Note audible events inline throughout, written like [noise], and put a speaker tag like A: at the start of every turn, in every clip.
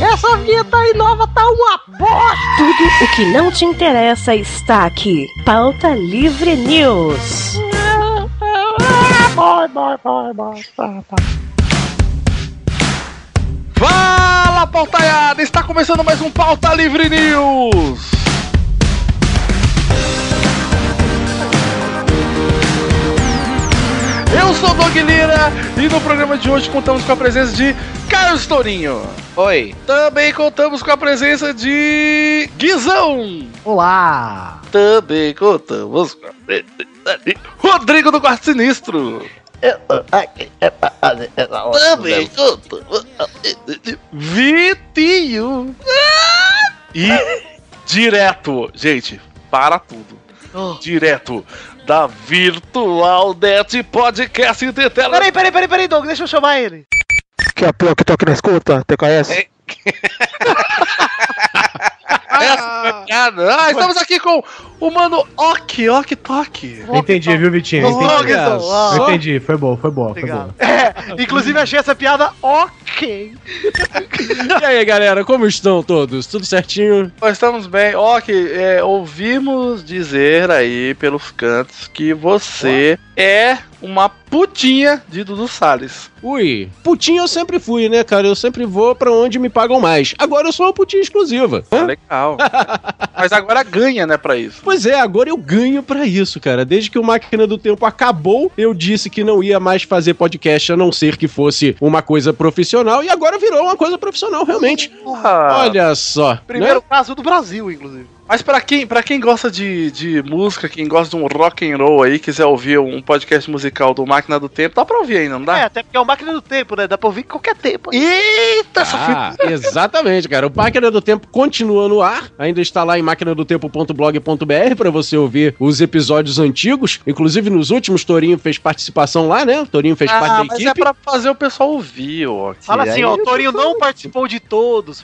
A: Essa vinheta aí nova tá uma bosta!
B: Tudo o que não te interessa está aqui. Pauta Livre News.
A: Vai, vai, vai, vai. Tá, tá.
C: Fala, pautaiada! Está começando mais um Pauta Livre News! Eu sou o Doug Lira e no programa de hoje contamos com a presença de Carlos Tourinho.
D: Oi.
C: Também contamos com a presença de Guizão.
E: Olá!
C: Também contamos com a presença de Rodrigo do Quarto Sinistro. Também contamos com a presença de Vitinho. E direto, gente, para tudo. Direto da Virtual Net Podcast de Tele...
A: Peraí, peraí, peraí, peraí, Doug, deixa eu chamar ele.
E: Que é a pior que toca na escuta, TKS?
C: Ah, ah, estamos aqui com o mano Ok, Ok Tok.
F: É,
G: Entendi, viu, Vitinho?
A: Doug,
G: Entendi.
A: Doug, ah,
G: Eu entendi, foi bom, foi bom, foi
A: Obrigado.
G: bom.
A: É, inclusive achei essa piada ok.
H: E aí, galera, como estão todos? Tudo certinho?
C: Nós estamos bem. Ok, é, ouvimos dizer aí pelos cantos que você é uma putinha de Dudu Salles.
H: Ui, putinha eu sempre fui, né, cara? Eu sempre vou pra onde me pagam mais. Agora eu sou uma putinha exclusiva. [laughs]
C: Tá legal. Mas agora ganha, né, pra isso.
H: Pois é, agora eu ganho pra isso, cara. Desde que o Máquina do Tempo acabou, eu disse que não ia mais fazer podcast a não ser que fosse uma coisa profissional e agora virou uma coisa profissional, realmente.
C: Porra.
H: Olha só. é
A: Primeiro caso do Brasil, inclusive.
C: Mas pra quem, pra quem gosta de, de música, quem gosta de um rock and roll aí, quiser ouvir um podcast musical do Máquina do Tempo, dá pra ouvir ainda, não dá?
A: É, até porque é uma máquina do tempo, né? Dá pra ouvir qualquer tempo.
C: Eita, essa fita.
H: Ah, exatamente, cara. O Máquina do Tempo continua no ar. Ainda está lá em maquinadotempo.blog.br para você ouvir os episódios antigos. Inclusive, nos últimos, Torinho fez participação lá, né? Torinho fez parte da
C: mas
H: equipe.
C: é pra fazer o pessoal ouvir, ó.
A: Fala
H: E
A: assim,
H: aí
A: ó, o
H: eu
A: Torinho não participou de todos.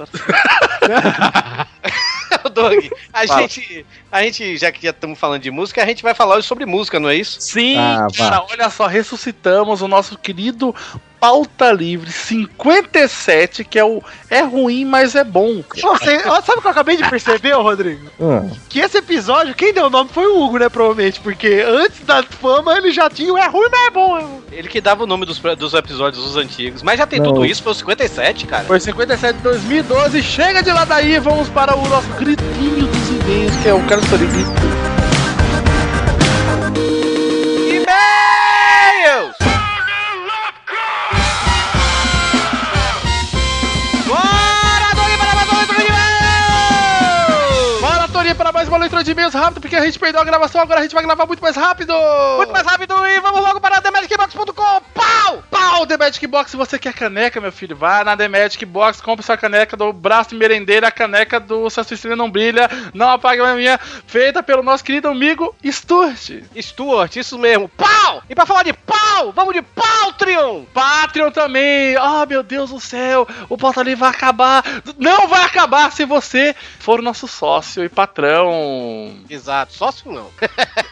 D: Doug, a
C: Fala.
D: gente, a gente, já que já estamos falando de música, a gente vai falar hoje sobre música, não é isso?
C: Sim,
H: Ah,
C: cara, olha só, ressuscitamos o nosso querido Pauta Livre 57, que é o É Ruim, mas é Bom.
A: Pô, você- assim, ó, sabe o que eu acabei de perceber, ô, Rodrigo?
F: Ah.
A: Que esse episódio, quem deu o nome foi o Hugo, né? Provavelmente, porque antes da fama ele já tinha o é ruim, mas é bom.
D: Ele que dava o nome dos, dos episódios dos antigos. Mas já tem tudo isso, foi o 57, cara.
C: Foi 57 de 2012, chega de ladaí, vamos para o nosso gritinho dos e-mails, que é o Carlos Torinho.
D: E-mails! Bora, Doug, para mais uma leitura de e-mails!
C: Bora, Torinho, para mais uma leitura de e-mails rápido, porque a gente perdeu a gravação, agora a gente vai gravar muito mais rápido!
D: Muito mais rápido e vamos logo para TheMagicBox.com! Pau!
C: Pau, The Magic Box, se você quer caneca, meu filho, vá na The Magic Box, compre sua caneca do Braço Merendeira, a caneca do Sua Estrela Não Brilha, Não Apaga a Minha, feita pelo nosso querido amigo Sturge.
D: Stuart, isso mesmo. Pau! E pra falar de pau, vamos de pau, Trion!
C: Patreon também, oh meu Deus do céu, o Pauta Livre vai acabar, não vai acabar se você for o nosso sócio e patrão.
D: Exato, sócio não.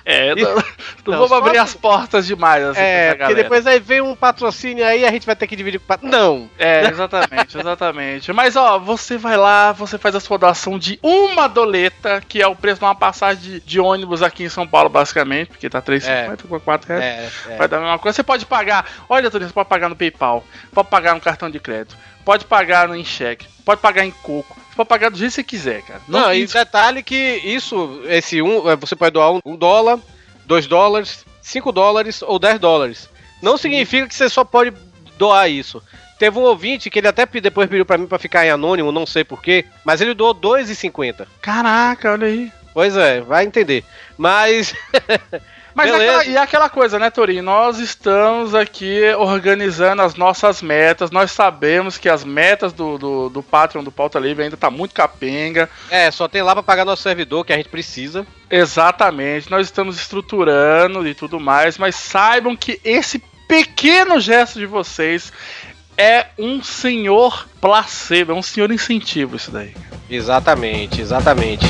C: É, não, [laughs] não
D: Não,
C: vamos abrir
D: sócio-
C: as portas demais assim
D: É,
C: pra
D: porque
C: galera.
D: depois aí vem um patrocínio aí a gente vai ter que dividir com pat- Não!
C: É, exatamente, exatamente. Mas ó, você vai lá, você faz a sua doação de uma doleta, que é o preço de uma passagem de, de ônibus aqui em São Paulo, basicamente, porque tá R$3,50 com 4 reais.
D: É, é.
C: Vai dar a mesma coisa. Você pode pagar, olha, Torinho, você pode pagar no PayPal, pode pagar no cartão de crédito, pode pagar no em cheque, pode pagar em coco, você pode pagar do jeito que você quiser, cara.
D: Não, e detalhe que isso, esse um, é, você pode doar um, um dólar, dois dólares, cinco dólares ou dez dólares. Não significa que você só pode doar isso. Teve um ouvinte que ele até pe- depois pediu pra mim pra ficar em anônimo, não sei porquê, mas ele doou 2,50.
C: Caraca, olha aí.
D: Pois é, vai entender. Mas [laughs]
C: Mas é
D: Beleza.
C: aquela, e é aquela coisa, né, Torinho? Nós estamos aqui organizando as nossas metas. Nós sabemos que as metas do, do, do Patreon do Pauta Livre ainda tá muito capenga.
D: é, só tem lá pra pagar nosso servidor que a gente precisa.
C: Exatamente. Nós estamos estruturando e tudo mais. Mas saibam que esse pequeno gesto de vocês é um senhor placebo, é um senhor incentivo isso daí.
D: Exatamente, exatamente.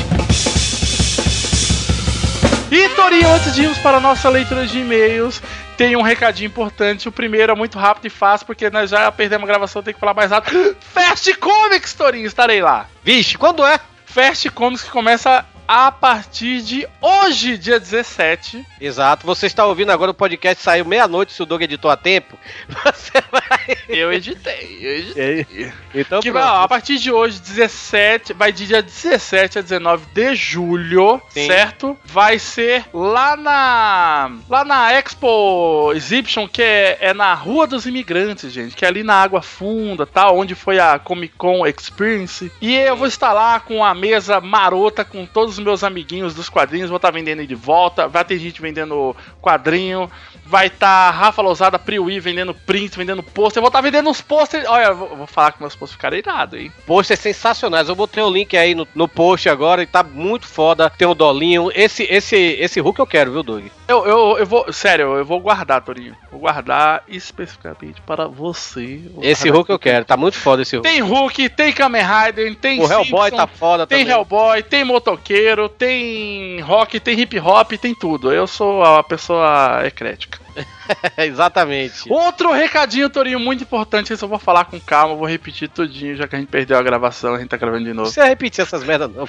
C: E Torinho, antes de irmos para a nossa leitura de e-mails, tem um recadinho importante. O primeiro é muito rápido e fácil, porque nós já perdemos a gravação, tem que falar mais rápido. [gasps] Fast Comics, Torinho, estarei lá.
D: Vixe, quando é?
C: Fast Comics que começa a partir de hoje, dia 17.
D: Exato. Você está ouvindo agora o podcast, saiu meia-noite, se o Doug editou a tempo. Você vai.
C: Eu editei, eu editei.
D: Então,
C: Que vai,
D: pronto.
C: ó, a partir de hoje, 17, vai de dia 17 a 19 de julho,
D: Sim.
C: certo? Vai ser lá na lá na Expo Exhibition, que é, é na Rua dos Imigrantes, gente, que é ali na Água Funda, tá? Onde foi a Comic Con Experience. E eu vou estar lá com a mesa marota com todos os meus amiguinhos dos quadrinhos, vou estar vendendo aí de volta, vai ter gente vendendo quadrinho, Vai estar Rafa Lousada, Priui vendendo prints, vendendo pôster. Eu vou estar vendendo uns pôster. Olha, eu vou, vou falar que meus pôster ficaram irados, hein?
D: Posters é sensacionais. Eu botei o link aí no, no post agora e tá muito foda. Tem o Dolinho. Esse, esse, esse Hulk eu quero, viu, Doug?
C: Eu, eu, eu vou. Sério, eu vou guardar, Torinho. Vou guardar especificamente para você. Vou
D: Esse
C: guardar.
D: Hulk eu quero. Tá muito foda esse Hulk.
C: Tem Hulk, tem Kamen Rider, tem
D: o Hellboy
C: Simpson,
D: tá foda
C: Tem
D: também.
C: Hellboy, tem motoqueiro, tem rock, tem hip hop, tem tudo. Eu sou a pessoa eclética.
D: [laughs] Exatamente.
C: Outro recadinho, Torinho, muito importante. Isso eu vou falar com calma, eu vou repetir tudinho, já que a gente perdeu a gravação, a gente tá gravando de
D: Não
C: novo.
D: precisa repetir essas merdas, não.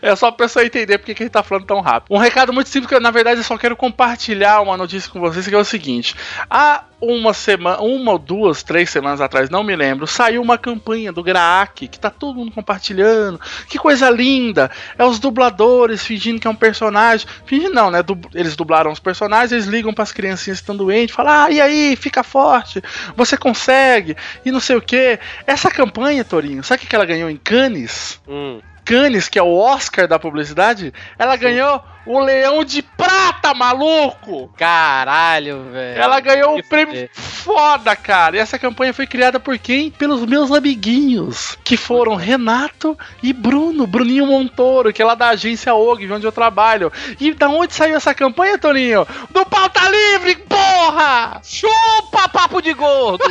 C: É só a pessoa entender porque que a gente tá falando tão rápido. Um recado muito simples que eu, na verdade, eu só quero compartilhar uma notícia com vocês, que é o seguinte. Há uma semana, uma ou duas, três semanas atrás, não me lembro, saiu uma campanha do Graak, que tá todo mundo compartilhando. Que coisa linda! É os dubladores fingindo que é um personagem. Fingindo não, né? Dub- eles dublaram os personagens, eles ligam pras criancinhas que estão doentes, falam, ah, e aí, fica forte, você consegue, e não sei o quê. Essa campanha, Torinho, sabe o que que ela ganhou em Cannes?
D: Hum.
C: Cannes, que é o Oscar da publicidade, ela ganhou o Leão de Prata, maluco!
D: Caralho, velho.
C: Ela ganhou
D: que
C: um prêmio
D: fuder.
C: foda, cara. E essa campanha foi criada por quem? Pelos meus amiguinhos, que foram Renato e Bruno, Bruninho Montoro, que é lá da agência OG, de onde eu trabalho. E da onde saiu essa campanha, Toninho? Do Pauta Livre, porra!
D: Chupa papo de gordo!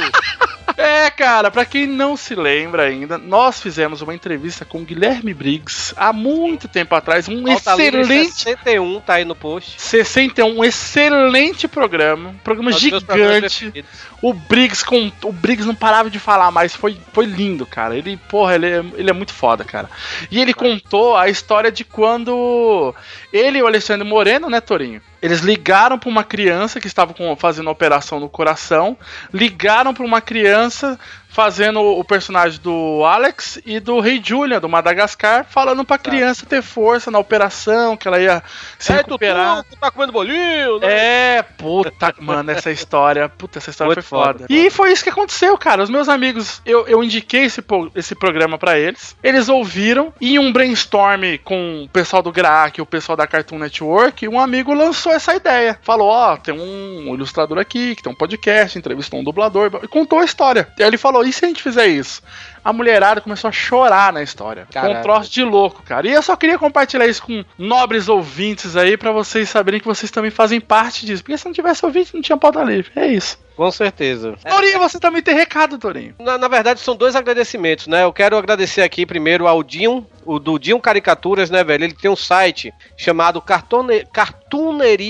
C: É, cara, pra quem não se lembra ainda, nós fizemos uma entrevista com o Guilherme Briggs há muito tempo atrás, um
D: Pauta Livre
C: excelente
D: 61 tá aí no post.
C: 61, um excelente programa, um programa
D: É um dos meus programas
C: gigante.
D: preferidos.
C: O Briggs com o Briggs não parava de falar mais, foi, foi lindo, cara. Ele, porra, ele é, ele é muito foda, cara. E ele contou a história de quando ele e o Alexandre Moreno, né, Torinho? Eles ligaram pra uma criança que estava com- fazendo uma operação no coração, ligaram pra uma criança fazendo o personagem do Alex e do Rei Julian, do Madagascar, falando pra criança ter força na operação, que ela ia se
D: É,
C: recuperar.
D: Tutu, tu tá comendo bolinho, né?
C: É, puta, mano, essa história. Puta, essa história
D: Muito
C: foi foda.
D: foda.
C: E foi isso que aconteceu, cara. Os meus amigos, eu, eu indiquei esse, po- esse programa pra eles. Eles ouviram e em um brainstorm com o pessoal do Graak e o pessoal da Cartoon Network, um amigo lançou essa ideia. Falou: Ó, tem um ilustrador aqui, que tem um podcast, entrevistou um dublador, e contou a história. E aí ele falou: e se a gente fizer isso? A mulherada começou a chorar na história. Com um
D: Caraca.
C: troço de louco, cara. E eu só queria compartilhar isso com nobres ouvintes aí, pra vocês saberem que vocês também fazem parte disso. Porque se não tivesse ouvinte, não tinha pauta livre. É isso.
D: Com certeza.
C: Torinho, você também tem recado, Torinho.
D: Na, na verdade, são dois agradecimentos, né? Eu quero agradecer aqui primeiro ao Dinho, o do Dinho Caricaturas, né, velho? Ele tem um site chamado cartone-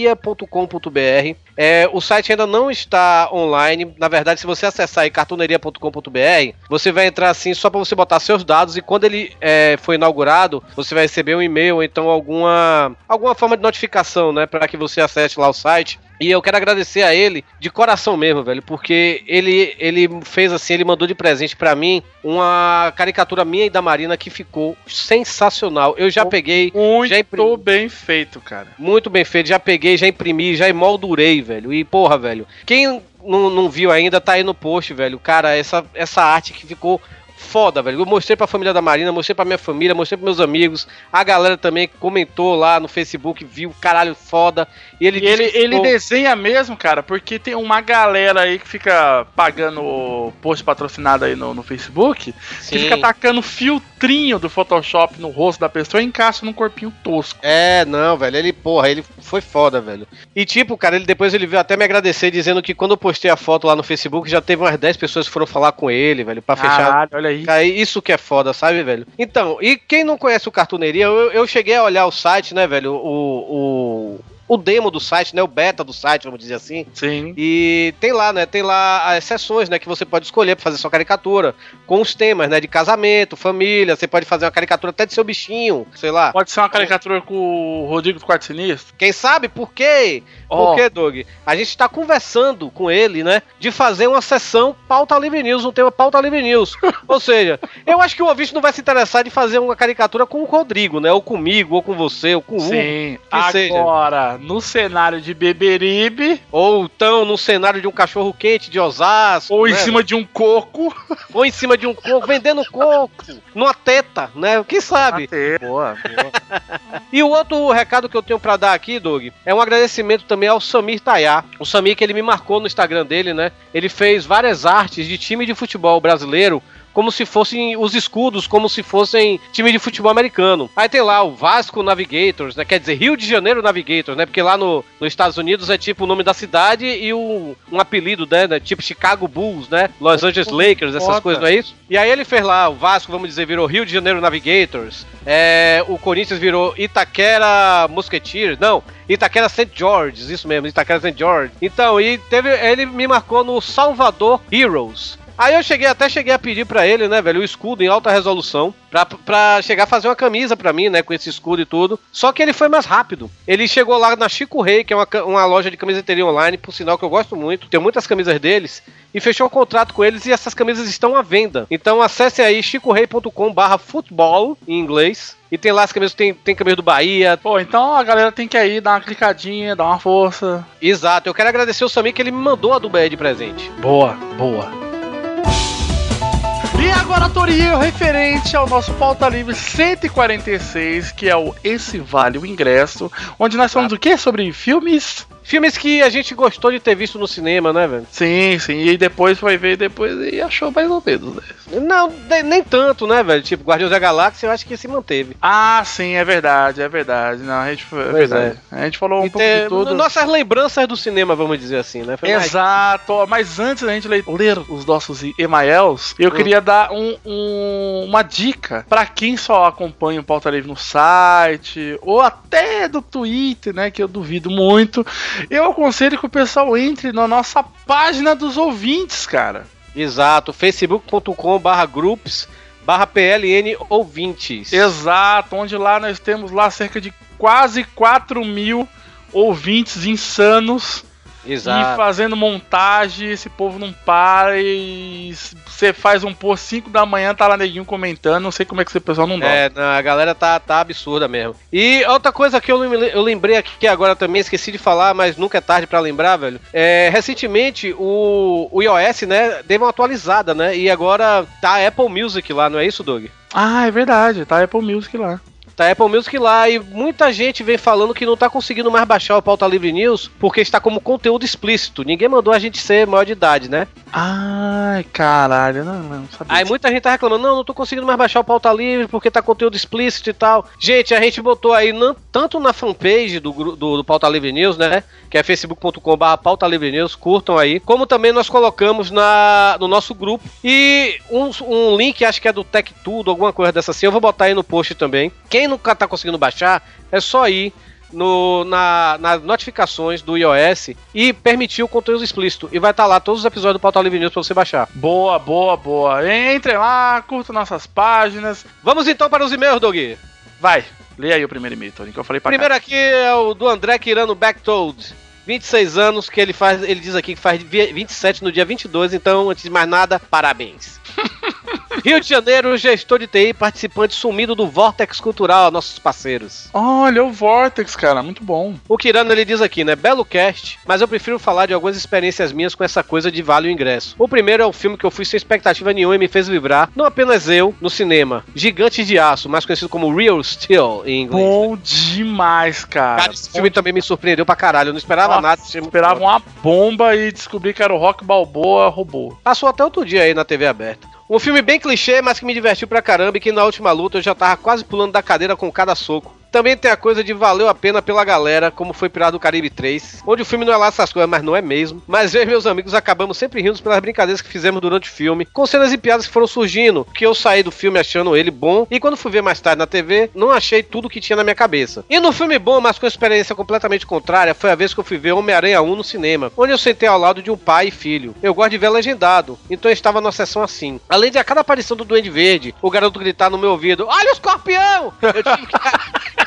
D: cartuneria.com.br. É, o site ainda não está online. Na verdade, se você acessar aí cartuneria.com.br, você vai entrar assim só para você botar seus dados e quando ele é, for inaugurado, você vai receber um e-mail ou então alguma, alguma forma de notificação, né? Para que você acesse lá o site. E eu quero agradecer a ele de coração mesmo, velho, porque ele, ele fez assim, ele mandou de presente pra mim uma caricatura minha e da Marina que ficou sensacional. Eu já peguei Já imprimi.
C: Muito bem feito, cara.
D: muito bem feito, já peguei, já imprimi, já emoldurei, velho. E porra, velho, quem não, não viu ainda tá aí no post, velho. Cara, essa, essa arte que ficou foda, velho. Eu mostrei pra família da Marina, mostrei pra minha família, mostrei pros meus amigos. A galera também comentou lá no Facebook, viu, caralho, foda. E ele
C: E ele,
D: disse que
C: ele
D: ficou-
C: desenha mesmo, cara, porque tem uma galera aí que fica pagando post patrocinado aí no, no Facebook,
D: Sim.
C: que fica tacando filtrinho do Photoshop no rosto da pessoa e encaixa num corpinho tosco.
D: É, não, velho, ele, porra, ele foi foda, velho. E tipo, cara, ele depois ele veio até me agradecer dizendo que quando eu postei a foto lá no Facebook, já teve umas 10 pessoas que foram falar com ele, velho, pra fechar.
C: Caralho, olha aí.
D: Cara, isso que é foda, sabe, velho? Então, e quem não conhece o Cartuneria, eu, eu cheguei a olhar o site, né, velho? O, o, o demo do site, né? O beta do site, vamos dizer assim.
C: Sim.
D: E tem lá, né? Tem lá as sessões, né? Que você pode escolher pra fazer sua caricatura. Com os temas, né? De casamento, família. Você pode fazer uma caricatura até de seu bichinho, sei lá.
C: Pode ser uma caricatura com o Rodrigo do Quarto Sinistro?
D: Quem sabe por quê?
C: Ó.
D: Por quê, Doug? A gente tá conversando com ele, né? De fazer uma sessão pauta livre news, um tema pauta livre
C: [laughs]
D: news. ou seja, eu acho que o ouvinte não vai se interessar de fazer uma caricatura com o Rodrigo, né? Ou comigo, ou com você, ou com um, o Hugo.
C: Sim.
D: que seja.
C: Agora, no cenário de Beberibe,
D: Ou então num cenário de um cachorro quente de Osasco.
C: ou em
D: né?
C: cima de um coco.
D: ou em cima de um coco, vendendo coco, numa teta, né? Quem sabe?
C: Até.
D: Boa, boa. E o outro recado que eu tenho pra dar aqui, Doug, é um agradecimento também ao Samir Tayá. O Samir que ele me marcou no Instagram dele, né? Ele fez várias artes de time de futebol brasileiro. Como se fossem os escudos, como se fossem time de futebol americano. Aí tem lá o Vasco Navigators, né? Quer dizer, Rio de Janeiro Navigators, né? Porque lá no, nos Estados Unidos é tipo o nome da cidade e um, um apelido, né, né? Tipo Chicago Bulls, né? Los Angeles Lakers, essas
C: Foda.
D: coisas, não é isso? E aí ele fez lá, o Vasco, vamos dizer, virou Rio de Janeiro Navigators. É, o Corinthians virou Itaquera Musketeers. Não, Itaquera St. George, isso mesmo, Itaquera St. George. Então, e teve, ele me marcou no Salvador Heroes. Aí eu cheguei, até cheguei a pedir pra ele, né, velho, o escudo em alta resolução, pra, pra chegar a fazer uma camisa pra mim, né, com esse escudo e tudo. Só que ele foi mais rápido. Ele chegou lá na Chico Rei, que é uma, ca- uma loja de camiseteria online, por sinal que eu gosto muito, tenho muitas camisas deles, e fechou um contrato com eles e essas camisas estão à venda. Então acessem aí chicorei.com barra futebol, em inglês, e tem lá as camisas, tem, tem camisa do Bahia,
C: Pô, então a galera tem que ir dar uma clicadinha, dar uma força.
D: exato. Eu quero agradecer o Samir que ele me mandou a do Bahia de presente.
C: Boa, boa. E agora, Torinho, referente ao nosso Pauta Livre 146, que é o Esse Vale o Ingresso, onde nós falamos o quê? Sobre filmes?
D: Filmes que a gente gostou de ter visto no cinema, né, velho?
C: Sim, sim. E depois foi ver depois e achou mais ou menos, né?
D: Não, de- nem tanto, né, velho? Tipo, Guardiões da Galáxia, eu acho que se manteve.
C: Ah, sim, é verdade, é verdade. Não, a gente, foi- é
D: Pois
C: verdade. A gente falou um
D: E
C: pouco de
D: ter-
C: tudo.
D: Nossas lembranças do cinema, vamos dizer assim, né? Foi mais-
C: Exato, ó, mas antes da gente le- ler os nossos emails, eu
D: Hum.
C: queria dar um- um- uma dica pra quem só acompanha o Pauta Livre no site ou até do Twitter, né, que eu duvido muito. Eu aconselho que o pessoal entre na nossa página dos ouvintes, cara.
D: Exato, facebook.com barra groups barra PLN ouvintes.
C: Exato, onde lá nós temos lá cerca de quase 4 mil ouvintes insanos E
D: Exato.
C: fazendo montagem, esse povo não para e você faz um post 5 da manhã, tá lá neguinho comentando, não sei como é que esse pessoal não dá.
D: É, não, a galera tá, tá absurda mesmo. E outra coisa que eu, lem- eu lembrei aqui que agora também, esqueci de falar, mas nunca é tarde pra lembrar, velho. É, recentemente o, o iOS, né, deu uma atualizada, né? E agora tá a Apple Music lá, não é isso, Doug?
C: Ah, é verdade, tá Apple Music lá.
D: Tá Apple Music lá e muita gente vem falando que não tá conseguindo mais baixar o Pauta Livre News porque está como conteúdo explícito. Ninguém mandou a gente ser maior de idade, né?
C: Ai, caralho, não, não sabia.
D: Aí muita gente tá reclamando, não, não tô conseguindo mais baixar o Pauta Livre porque tá conteúdo explícito e tal. Gente, a gente botou aí nan- tanto na fanpage do, gru- do, do Pauta Livre News, né? Que é facebook.com.br Pauta Livre News, curtam aí. Como também nós colocamos na, no nosso grupo. E um, um link, acho que é do Tech Tudo, alguma coisa dessa assim, eu vou botar aí no post também. Quem nunca tá conseguindo baixar, é só ir no, na, nas notificações do iOS e permitir o conteúdo explícito. E vai estar lá todos os episódios do Pauta Livre News pra você baixar.
C: Boa, boa, boa. Entrem lá, curtam nossas páginas.
D: Vamos então para os e-mails, Doug.
C: Vai, lê aí o primeiro e-mail, Tony, que eu falei pra
D: Primeiro aqui é o do André Quirano Backtold. 26 anos que ele faz, ele diz aqui que faz vi- 27 no dia 22, então antes de mais nada, parabéns. Rio de Janeiro, gestor de TI, participante sumido do Vortex Cultural, nossos parceiros.
C: cá. Olha o Vortex, cara, muito bom.
D: O Kirano ele diz aqui, né? Belo cast, mas eu prefiro falar de algumas experiências minhas com essa coisa de vale o ingresso. O primeiro é o filme que eu fui sem expectativa nenhuma e me fez vibrar, não apenas eu, no cinema. Gigante de Aço, mais conhecido como Real Steel em inglês.
C: Bom demais, cara.
D: Cara, esse filme também me surpreendeu pra caralho. Eu não esperava
C: Nossa,
D: nada. desse filme.
C: Esperava um uma bomba e descobri que era o Rock Balboa, roubou.
D: Passou até outro dia aí na TV aberta. Um filme bem clichê, mas que me divertiu pra caramba e que na última luta eu já tava quase pulando da cadeira com cada soco. Também tem a coisa de valeu a pena pela galera, como foi Pirata do Caribe 3, onde o filme não é lá essas coisas, mas não é mesmo. Mas eu e meus amigos acabamos sempre rindo pelas brincadeiras que fizemos durante o filme, com cenas e piadas que foram surgindo, que eu saí do filme achando ele bom, e quando fui ver mais tarde na TV, não achei tudo que tinha na minha cabeça. E no filme bom, mas com experiência completamente contrária, foi a vez que eu fui ver Homem-Aranha 1 no cinema, onde eu sentei ao lado de um pai e filho. Eu gosto de ver legendado, então eu estava numa sessão assim. Além de a cada aparição do Duende Verde, o garoto gritar no meu ouvido, olha o escorpião! Eu tive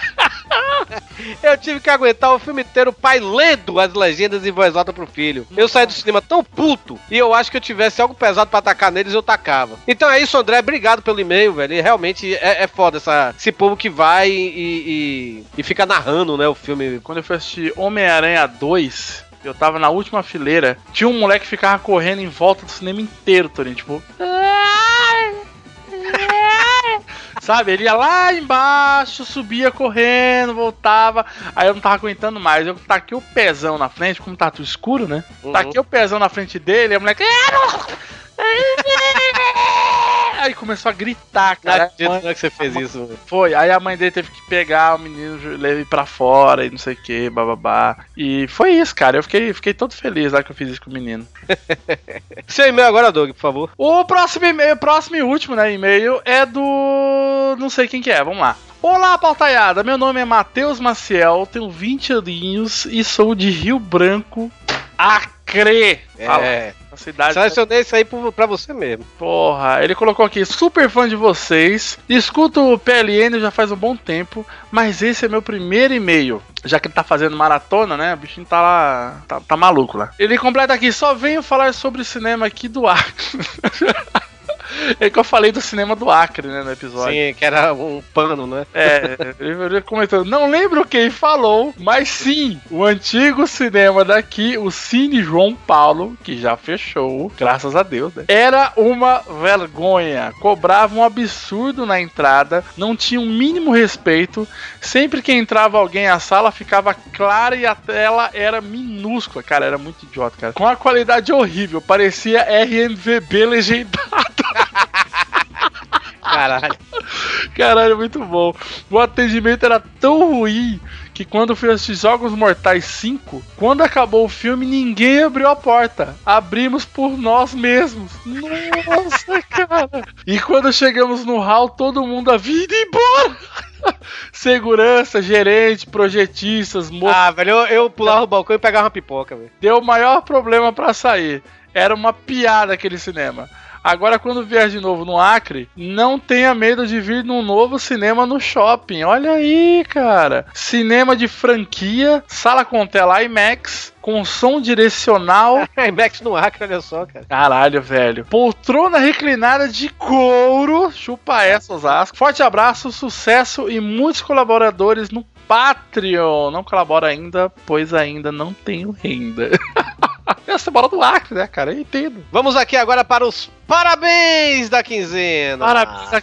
D: Eu tive que aguentar o filme inteiro o pai lendo as legendas em voz alta pro filho. Eu saí do cinema tão puto e eu acho que eu tivesse algo pesado pra atacar neles, eu tacava. Então é isso, André. Obrigado pelo e-mail, velho. E realmente é, é foda essa, esse povo que vai e, e, e fica narrando, né, o filme.
C: Quando eu fui assistir Homem-Aranha 2, eu tava na última fileira, tinha um moleque que ficava correndo em volta do cinema inteiro, Torinho, tipo... [laughs] Sabe, ele ia lá embaixo, subia correndo, voltava. Aí eu não tava aguentando mais. Eu taquei o pezão na frente, como tá tudo escuro, né?
D: Uhum.
C: Taquei o pezão na frente dele, e a moleque. [laughs] Aí começou a gritar,
D: Não
C: cara.
D: acredito né, que você fez isso, velho.
C: Foi, aí a mãe dele teve que pegar o menino, levar ele pra fora e não sei o que, bababá. E foi isso, cara. Eu fiquei, fiquei todo feliz lá que eu fiz isso com o menino.
D: Seu e-mail agora, Doug, por favor.
C: O próximo e-mail, próximo e último, né, e-mail é do. Não sei quem que é, vamos lá. Olá, pautaiada. Meu nome é Matheus Maciel, tenho 20 aninhos e sou de Rio Branco, Acre. Fala,
D: É,
C: a cidade.
D: selecionei isso aí pro- pra você mesmo.
C: Porra, ele colocou aqui, super fã de vocês, escuto o PLN já faz um bom tempo, mas esse é meu primeiro e-mail. Já que ele tá fazendo maratona, né? O bichinho tá lá. tá, tá maluco lá. Ele completa aqui, só venho falar sobre cinema aqui do Acre. [laughs] É que eu falei do cinema do Acre, né, no episódio.
D: Sim, que era um pano, né?
C: É, ele comentou, não lembro quem falou, mas sim, o antigo cinema daqui, o Cine João Paulo, que já fechou, graças a Deus, né? Era uma vergonha. Cobrava um absurdo na entrada, não tinha o mínimo respeito. Sempre que entrava alguém, a sala ficava clara e a tela era minúscula. Cara, era muito idiota, cara. Com a qualidade horrível, parecia RMVB legendado.
D: Caralho.
C: Caralho, muito bom. O atendimento era tão ruim que quando eu fui assistir Jogos Mortais 5, quando acabou o filme, ninguém abriu a porta. Abrimos por nós mesmos. Nossa, [laughs] cara. E quando chegamos no hall, todo mundo havia ido embora. [laughs] Segurança, gerente, projetistas, moço,
D: Ah, velho, eu, eu pulava o balcão e pegava uma pipoca, velho. [laughs]
C: deu o maior problema pra sair. Era uma piada aquele cinema. Agora, quando vier de novo no Acre, não tenha medo de vir num novo cinema no shopping. Olha aí, cara. Cinema de franquia, sala com tela IMAX, com som direcional.
D: IMAX no Acre, olha só, cara.
C: Caralho, velho. Poltrona reclinada de couro. Chupa essa, Osasco. Forte abraço, sucesso e muitos colaboradores no Patreon. Não colabora ainda, pois ainda não tenho renda. [laughs] Essa bola do Acre, né, cara? Eu entendo.
D: Vamos aqui agora para os parabéns da quinzena.
C: Parabéns à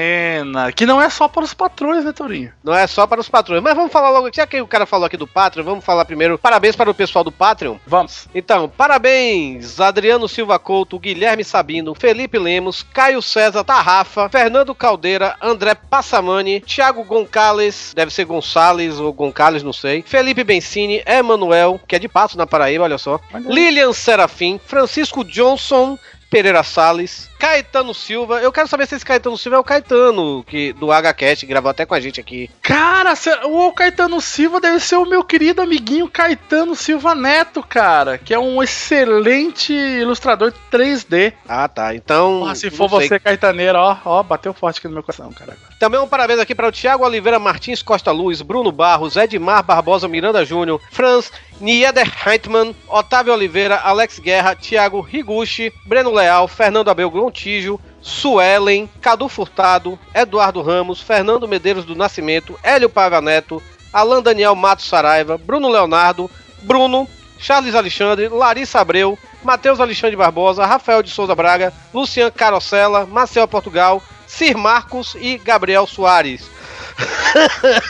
C: quinzena. Que não é só para os patrões, né, Torinho?
D: Não é só para os patrões. Mas vamos falar logo. Já que o cara falou aqui do Patreon, vamos falar primeiro. Parabéns para o pessoal do Patreon.
C: Vamos.
D: Então, parabéns Adriano Silva Couto, Guilherme Sabino, Felipe Lemos, Caio César Tarrafa, Fernando Caldeira, André Passamani, Thiago Goncalves, deve ser Gonçalves ou Goncalves, não sei, Felipe Bencini, Emanuel, que é de Patos na Paraíba, olha só, Lilian Serafim, Francisco Johnson, Pereira Salles, Caetano Silva. Eu quero saber se esse Caetano Silva é o Caetano que do HCast, que gravou até com a gente aqui.
C: Cara, cê- o Caetano Silva deve ser o meu querido amiguinho Caetano Silva Neto, cara. Que é um excelente ilustrador 3D.
D: Ah, tá. Então.
C: Ah, se
D: não
C: for
D: sei.
C: você, Caetaneiro, ó, ó, bateu forte aqui no meu coração,
D: [laughs]
C: cara. agora.
D: Também um parabéns aqui para o Tiago Oliveira Martins Costa Luz, Bruno Barros, Edmar Barbosa Miranda Júnior, Franz Nieder Heitmann, Otávio Oliveira, Alex Guerra, Tiago Riguchi, Breno Leal, Fernando Abel Grontijo, Suelen, Cadu Furtado, Eduardo Ramos, Fernando Medeiros do Nascimento, Hélio Paiva Neto, Alan Daniel Matos Saraiva, Bruno Leonardo, Bruno, Charles Alexandre, Larissa Abreu, Matheus Alexandre Barbosa, Rafael de Souza Braga, Lucian Carosella, Marcel Portugal, Sir Marcos e Gabriel Soares.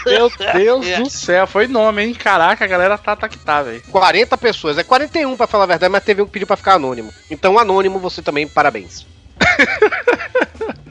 C: Meu Deus
D: É.
C: do céu, foi nome, hein? Caraca, a galera tá, tá que tá, velho.
D: 40 pessoas, é 41 pra falar
C: [laughs]
D: a verdade, mas teve um que pediu pra ficar anônimo. Então, anônimo, você também, parabéns.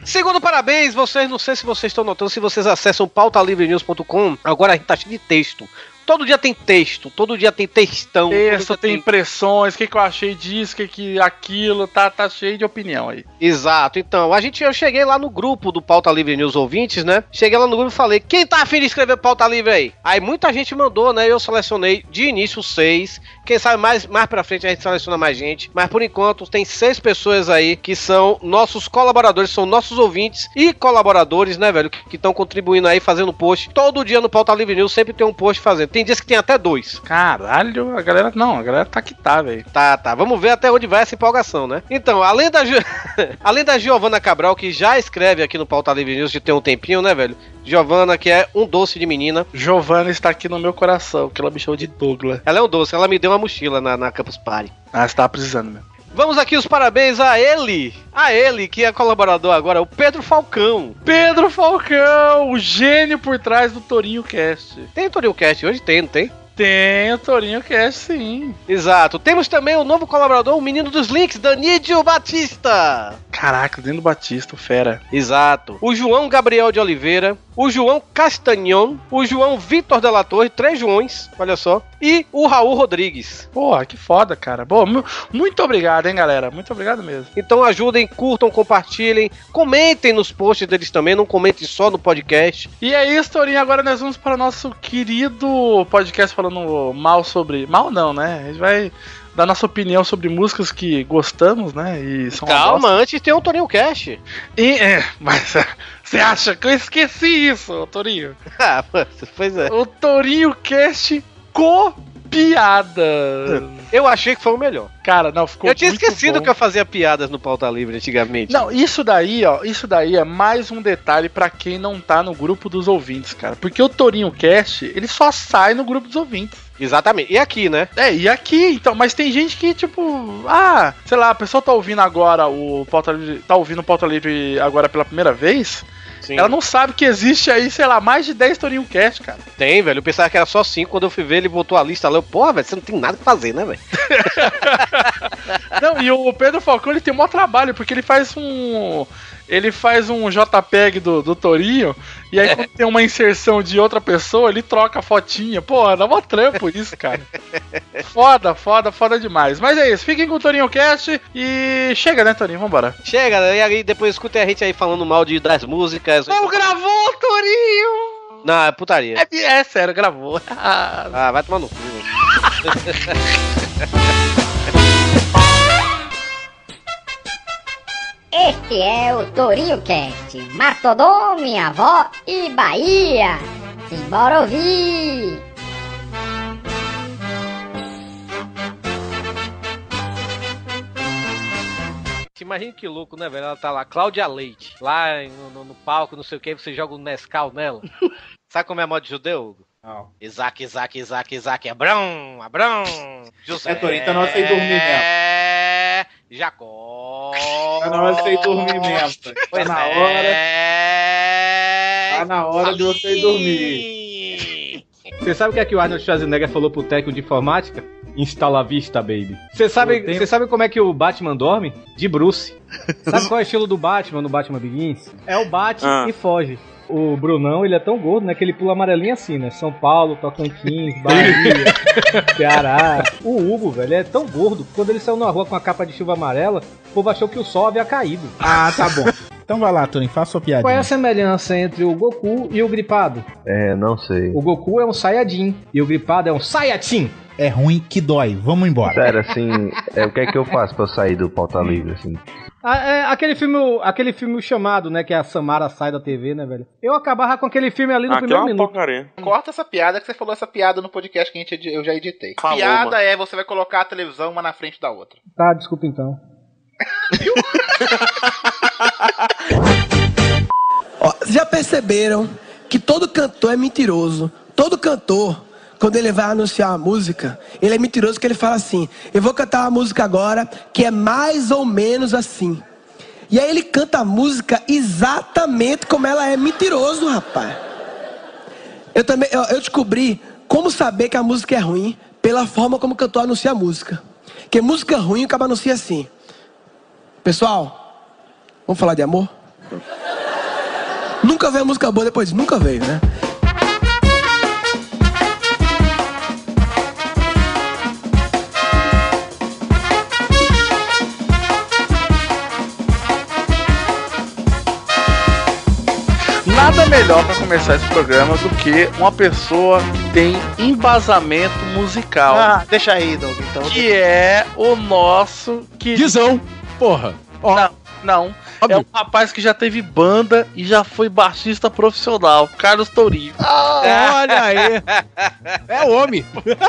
D: Segundo, parabéns. Vocês, não sei se vocês estão notando, se vocês acessam pautalivrenews.com, agora a gente tá cheio de texto. Todo dia tem texto, todo dia tem textão.
C: Texto,
D: todo dia
C: tem impressões, o que, que eu achei disso, o que, que aquilo, tá, tá cheio de opinião aí.
D: Exato. Então, a gente, eu cheguei lá no grupo do Pauta Livre News Ouvintes, né? Cheguei lá no grupo e falei, quem tá afim de escrever Pauta Livre aí? Aí muita gente mandou, né? Eu selecionei de início seis. Quem sabe mais, mais pra frente a gente seleciona mais gente. Mas por enquanto tem seis pessoas aí que são nossos colaboradores, são nossos ouvintes e colaboradores, né, velho? Que estão contribuindo aí, fazendo post. Todo dia no Pauta Livre News sempre tem um post fazendo. Tem dias que tem até dois.
C: Caralho, a galera. Não, a galera tá que tá, velho.
D: Tá, tá. Vamos ver até onde vai essa empolgação, né? Então, além da, Gi... [laughs] além da Giovana Cabral, que já escreve aqui no Pauta Livre News de ter um tempinho, né, velho? Giovana, que é um doce de menina.
C: Giovana está aqui no meu coração, que ela me chamou de Douglas.
D: Ela é um doce, ela me deu uma mochila na, na Campus Party.
C: Ah, você tava precisando mesmo.
D: Vamos aqui os parabéns a ele, a ele que é colaborador agora, o Pedro Falcão.
C: Pedro Falcão, o gênio por trás do Torinho Cast.
D: Tem Torilcast hoje? Tem, não tem?
C: Tem o Torinho Cast, sim.
D: Exato. Temos também o novo colaborador, o menino dos links, Danídio Batista.
C: Caraca, dentro do Batista, o fera.
D: Exato. O João Gabriel de Oliveira, o João Castanhon, o João Vitor da La Torre, três Joões, olha só, e o Raul Rodrigues.
C: Porra, que foda, cara. Bom, mu- muito obrigado, hein, galera. Muito obrigado mesmo.
D: Então ajudem, curtam, compartilhem, comentem nos posts deles também, não comentem só no podcast.
C: E é isso, Torinho. Agora nós vamos para o nosso querido podcast falando mal sobre. Mal não, né? A gente vai dar nossa opinião sobre músicas que gostamos, né? E são uma
D: Calma, antes tem um
C: [laughs]
D: Toninho Cash.
C: bosta. E, é, mas você acha que eu esqueci isso, Torinho?
D: Ah, pois é.
C: O Torinho Cast copiada.
D: [laughs] Eu achei que foi o melhor.
C: Cara, não, ficou
D: eu tinha
C: muito
D: esquecido
C: bom.
D: que eu fazia piadas no Pauta Livre antigamente.
C: Não, isso daí, ó, isso daí é mais um detalhe pra quem não tá no grupo dos ouvintes, cara. Porque o Torinho Cast, ele só sai no grupo dos ouvintes.
D: Exatamente. E aqui, né?
C: É, e aqui, então, mas tem gente que, tipo, ah, sei lá, a pessoa tá ouvindo agora o Pauta Livre, tá ouvindo o Pauta Livre agora pela primeira vez,
D: Sim.
C: ela não sabe que existe aí, sei lá, mais de 10 Torinho Cast, cara.
D: Tem, velho. Eu pensava que era só cinco. Quando eu fui ver, ele botou a lista lá. Eu, porra, velho, você não tem nada que fazer, né, velho?
C: Não, e o Pedro Falcão, ele tem o maior trabalho, porque ele faz um. Ele faz um JPEG do, do Torinho, e aí quando tem uma inserção de outra pessoa, ele troca a fotinha. Porra, dá mó trampo isso, cara. Foda, foda, foda demais. Mas é isso, fiquem com o Torinho Cast e chega, né, Torinho? Vambora.
D: Chega, né? E aí depois escutem a gente aí falando mal de, das músicas.
C: Não gravou, Torinho!
D: Não, é putaria.
C: É, é
F: [laughs]
C: sério, gravou. Ah,
D: Ah, vai tomar no cu, velho.
I: Este é o Torinho Cast, Matodon, minha avó e Bahia. Simbora ouvir!
D: Imagina que louco, né, velho? Ela tá lá, Cláudia Leite, lá no, no- no palco, não sei o que, você joga um Nescau [laughs] nela. Sabe como é modo de judeu, Hugo? Não. Isaac, Isaac, Isaac, Isaac, Abrão, Abrão, José.
J: É, Torinho, tá na hora de você ir dormir mesmo.
D: É, Jacó.
J: Tá na hora de você ir dormir mesmo. velho. Tá na hora,
D: é.
J: tá na hora de você ir dormir.
D: [laughs] dormir.
K: Você sabe o que é que o Arnold Schwarzenegger falou pro técnico de informática? Instala a vista, baby. Você sabe,
J: Eu tenho-
K: você sabe como é que o Batman dorme?
J: [laughs]
K: De Bruce. Sabe qual é o estilo do Batman no Batman Begins? É o bate
L: Ah.
K: e foge. O Brunão, ele é tão gordo, né, que ele pula amarelinho assim, né? São Paulo, Tocantins, Bahia, Ceará. O Hugo, velho, é tão gordo que quando ele saiu na rua com a capa de chuva amarela, o povo achou que o sol havia caído.
J: Ah, tá bom. Então vai lá, Torinho, faça sua
K: Qual é
J: piadinha.
K: a semelhança entre o Goku e o gripado?
L: É, não sei.
K: O Goku é um Saiyajin e o gripado é um Saiyajin.
J: É ruim que dói. Vamos embora.
L: Sério, assim, é, o que é que eu faço pra eu sair do pauta livre, assim?
K: Ah, é, aquele filme, aquele filme chamado, né? Que a Samara sai da TV, né, velho? Eu acabava com aquele filme ali no
L: Aqui é
K: primeiro
L: uma
K: minuto.
L: porcaria.
F: Corta essa piada que você falou essa piada no podcast que a gente, edi- eu já editei.
L: Falou,
F: piada
L: mano.
F: é você vai colocar a televisão uma na frente da outra.
K: Tá, desculpa então.
M: [laughs] Ó, já perceberam que todo cantor é mentiroso? Todo cantor, quando ele vai anunciar a música, ele é mentiroso porque ele fala assim: eu vou cantar uma música agora que é mais ou menos assim. E aí ele canta a música exatamente como ela é mentiroso, rapaz. Eu também, eu, eu descobri como saber que a música é ruim pela forma como o cantor anuncia a música. Porque música ruim, o cara anuncia assim. Pessoal, vamos falar de amor? nunca veio música boa depois disso. Nunca veio, né?
C: Nada melhor pra começar esse programa do que uma pessoa que tem embasamento musical.
F: Ah, deixa aí, Doug, então.
C: Que é o nosso que
H: Guizão, porra.
C: Não, não. É um rapaz que já teve banda e já foi baixista profissional, Carlos Tourinho.
H: Olha
C: [laughs]
H: aí. É homem.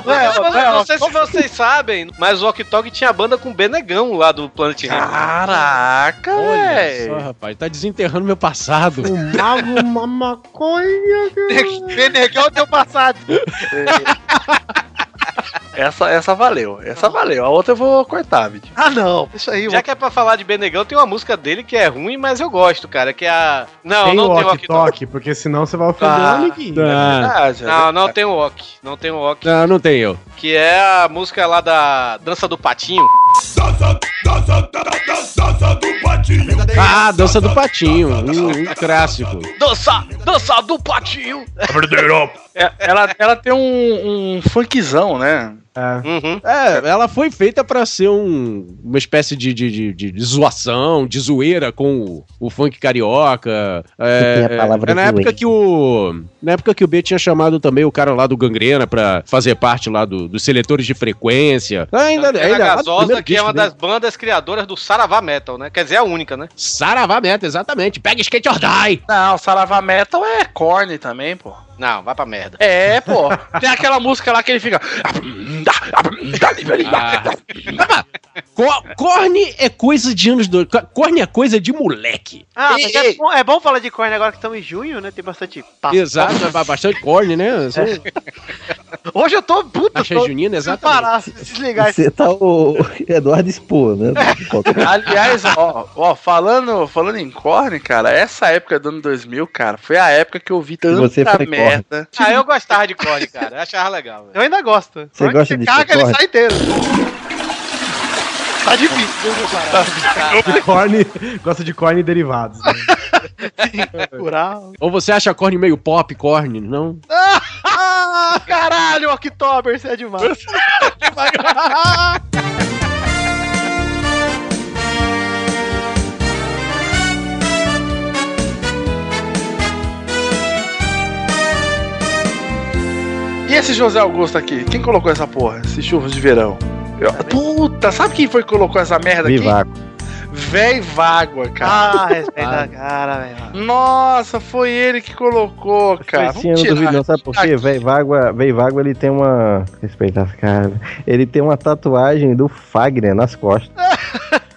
D: Mas eu não sei se vocês sabem, mas o Ok Tok tinha banda com o Benegão lá do Planet Ramp.
C: Ah, Caraca, É.
H: Olha só, rapaz, tá desenterrando meu passado.
F: Fumava uma maconha.
N: Benegão teu passado.
C: Essa, essa valeu, essa valeu. A outra eu vou cortar, vídeo.
F: Ah, não, isso aí.
D: Já que é pra falar de Benegão, tem uma música dele que é ruim, mas eu gosto, cara, que é a... Não,
G: tem
D: não
G: o Tá.
D: tem
G: walkie talkie, porque senão você vai ofender o
D: Ah,
G: amiguinho.
C: É. Ah,
D: Não, não tem o Ok. Não tem o Ok.
H: Não, não tem eu.
D: Que é a música lá da Dança do Patinho.
H: Ah, dança do patinho, um, um clássico.
D: Dança! Dança do Patinho!
C: É, ela, ela tem um, um funkzão, né?
D: Uhum.
H: É, ela foi feita pra ser um- uma espécie de, de, de- de- de zoação, de zoeira com o, o funk carioca. É,
O: Tem a palavra
H: é na época
O: zoeira.
H: que o na época que o B tinha chamado também o cara lá do Gangrena pra fazer parte lá do- dos seletores de frequência. Ah, Ainda, ainda
D: Era
H: lá do
D: Gasosa,
H: primeiro
D: que é
H: disco né?
D: uma
H: dele.
D: das bandas criadoras do Saravá Metal, né? Quer dizer, a única, né?
H: Saravá Metal, exatamente. Pega skate or [laughs] die.
C: Não, Saravá Metal é corne também, pô.
D: Não, vai pra merda.
C: É, pô. Tem aquela música lá que ele fica.
H: Ah. Co- Corne é coisa de anos do... co- Corne é coisa de moleque.
F: Ah, mas é, bom, é bom falar de corne agora que estamos em junho, né? Tem bastante papo.
H: Exato, é bastante corne, né? Assim,
F: [laughs] Hoje eu tô puto,
H: Baixa
F: tô
H: junina,
F: se
H: exatamente.
F: parar, se desligar esse.
O: Você tá o Eduardo Expo, né?
C: Aliás, ó, ó, falando, falando em corne, cara, essa época do ano 2000, cara, foi a época que eu vi tanta
O: Você foi corne.
C: merda.
D: Ah, eu gostava de Core, cara. Eu achava legal. velho.
F: Eu ainda gosto.
O: Você
F: Onde
O: gosta de
F: caga, ele
O: corne?
F: sai inteiro. Tá difícil, viu,
G: Gosta é de corne- Gosta de corne e derivados. né?
F: cara? Rural.
H: Ou você acha corne meio pop, corne, não?
F: Ah, caralho, October, você é demais.
C: E esse José Augusto aqui? Quem colocou essa porra? Esses chuvas de verão? Eu- Puta, sabe quem foi que colocou essa merda aqui?
O: Vivaco.
C: Véi Vágua, cara.
F: Ah, respeita a cara, velho.
C: Nossa, foi ele que colocou, cara.
O: Sim, eu não duvido, não. Sabe por quê? Veio Vágua, Veio Vágua, ele tem uma. Respeita as caras. Ele tem uma tatuagem do Fagner nas costas.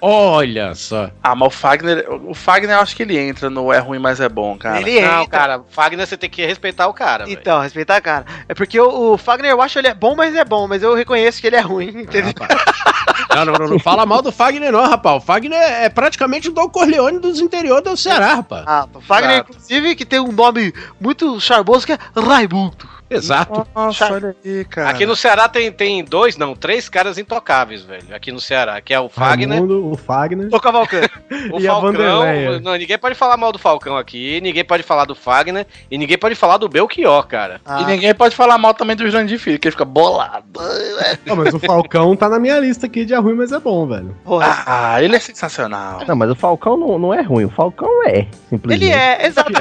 H: Olha só.
C: Ah, mas o Fagner, o Fagner eu acho que ele entra no É Ruim, Mas É Bom, cara.
F: Ele
D: não,
F: entra.
D: cara, Fagner você tem que respeitar o cara, velho.
F: Então, respeitar a cara. É porque o, o Fagner, eu acho ele é bom, mas é bom, mas eu reconheço que ele é ruim, [laughs] entendeu?
H: Não, não, não, não fala mal do Fagner, não, rapaz. O Fagner é praticamente o Don Corleone dos interior do Ceará, rapaz.
F: Ah, o Fagner,
H: Exato.
F: inclusive, que tem um nome muito charmoso, que é Raimundo.
H: Exato.
C: Nossa, olha aí, cara.
D: Aqui no Ceará tem, tem dois, não, três caras intocáveis, velho. Aqui no Ceará, que é o Fagner,
G: Raimundo, o Fagner.
F: Tô Cavalcante.
D: o
G: e a
D: Falcão.
G: Vanderleia.
D: Não, ninguém pode falar mal do Falcão aqui, ninguém pode falar do Fagner e ninguém pode falar do Belchior, cara.
F: Ah,
C: E ninguém pode falar mal também do Jurandir Filho, que ele fica bolado.
G: Não, mas o Falcão tá na minha lista aqui de é ruim, mas é
F: [laughs]
G: bom, velho.
C: Ah, ele é sensacional.
O: Não, mas o Falcão não, não é ruim. O Falcão é, simplesmente.
F: Ele é, exato.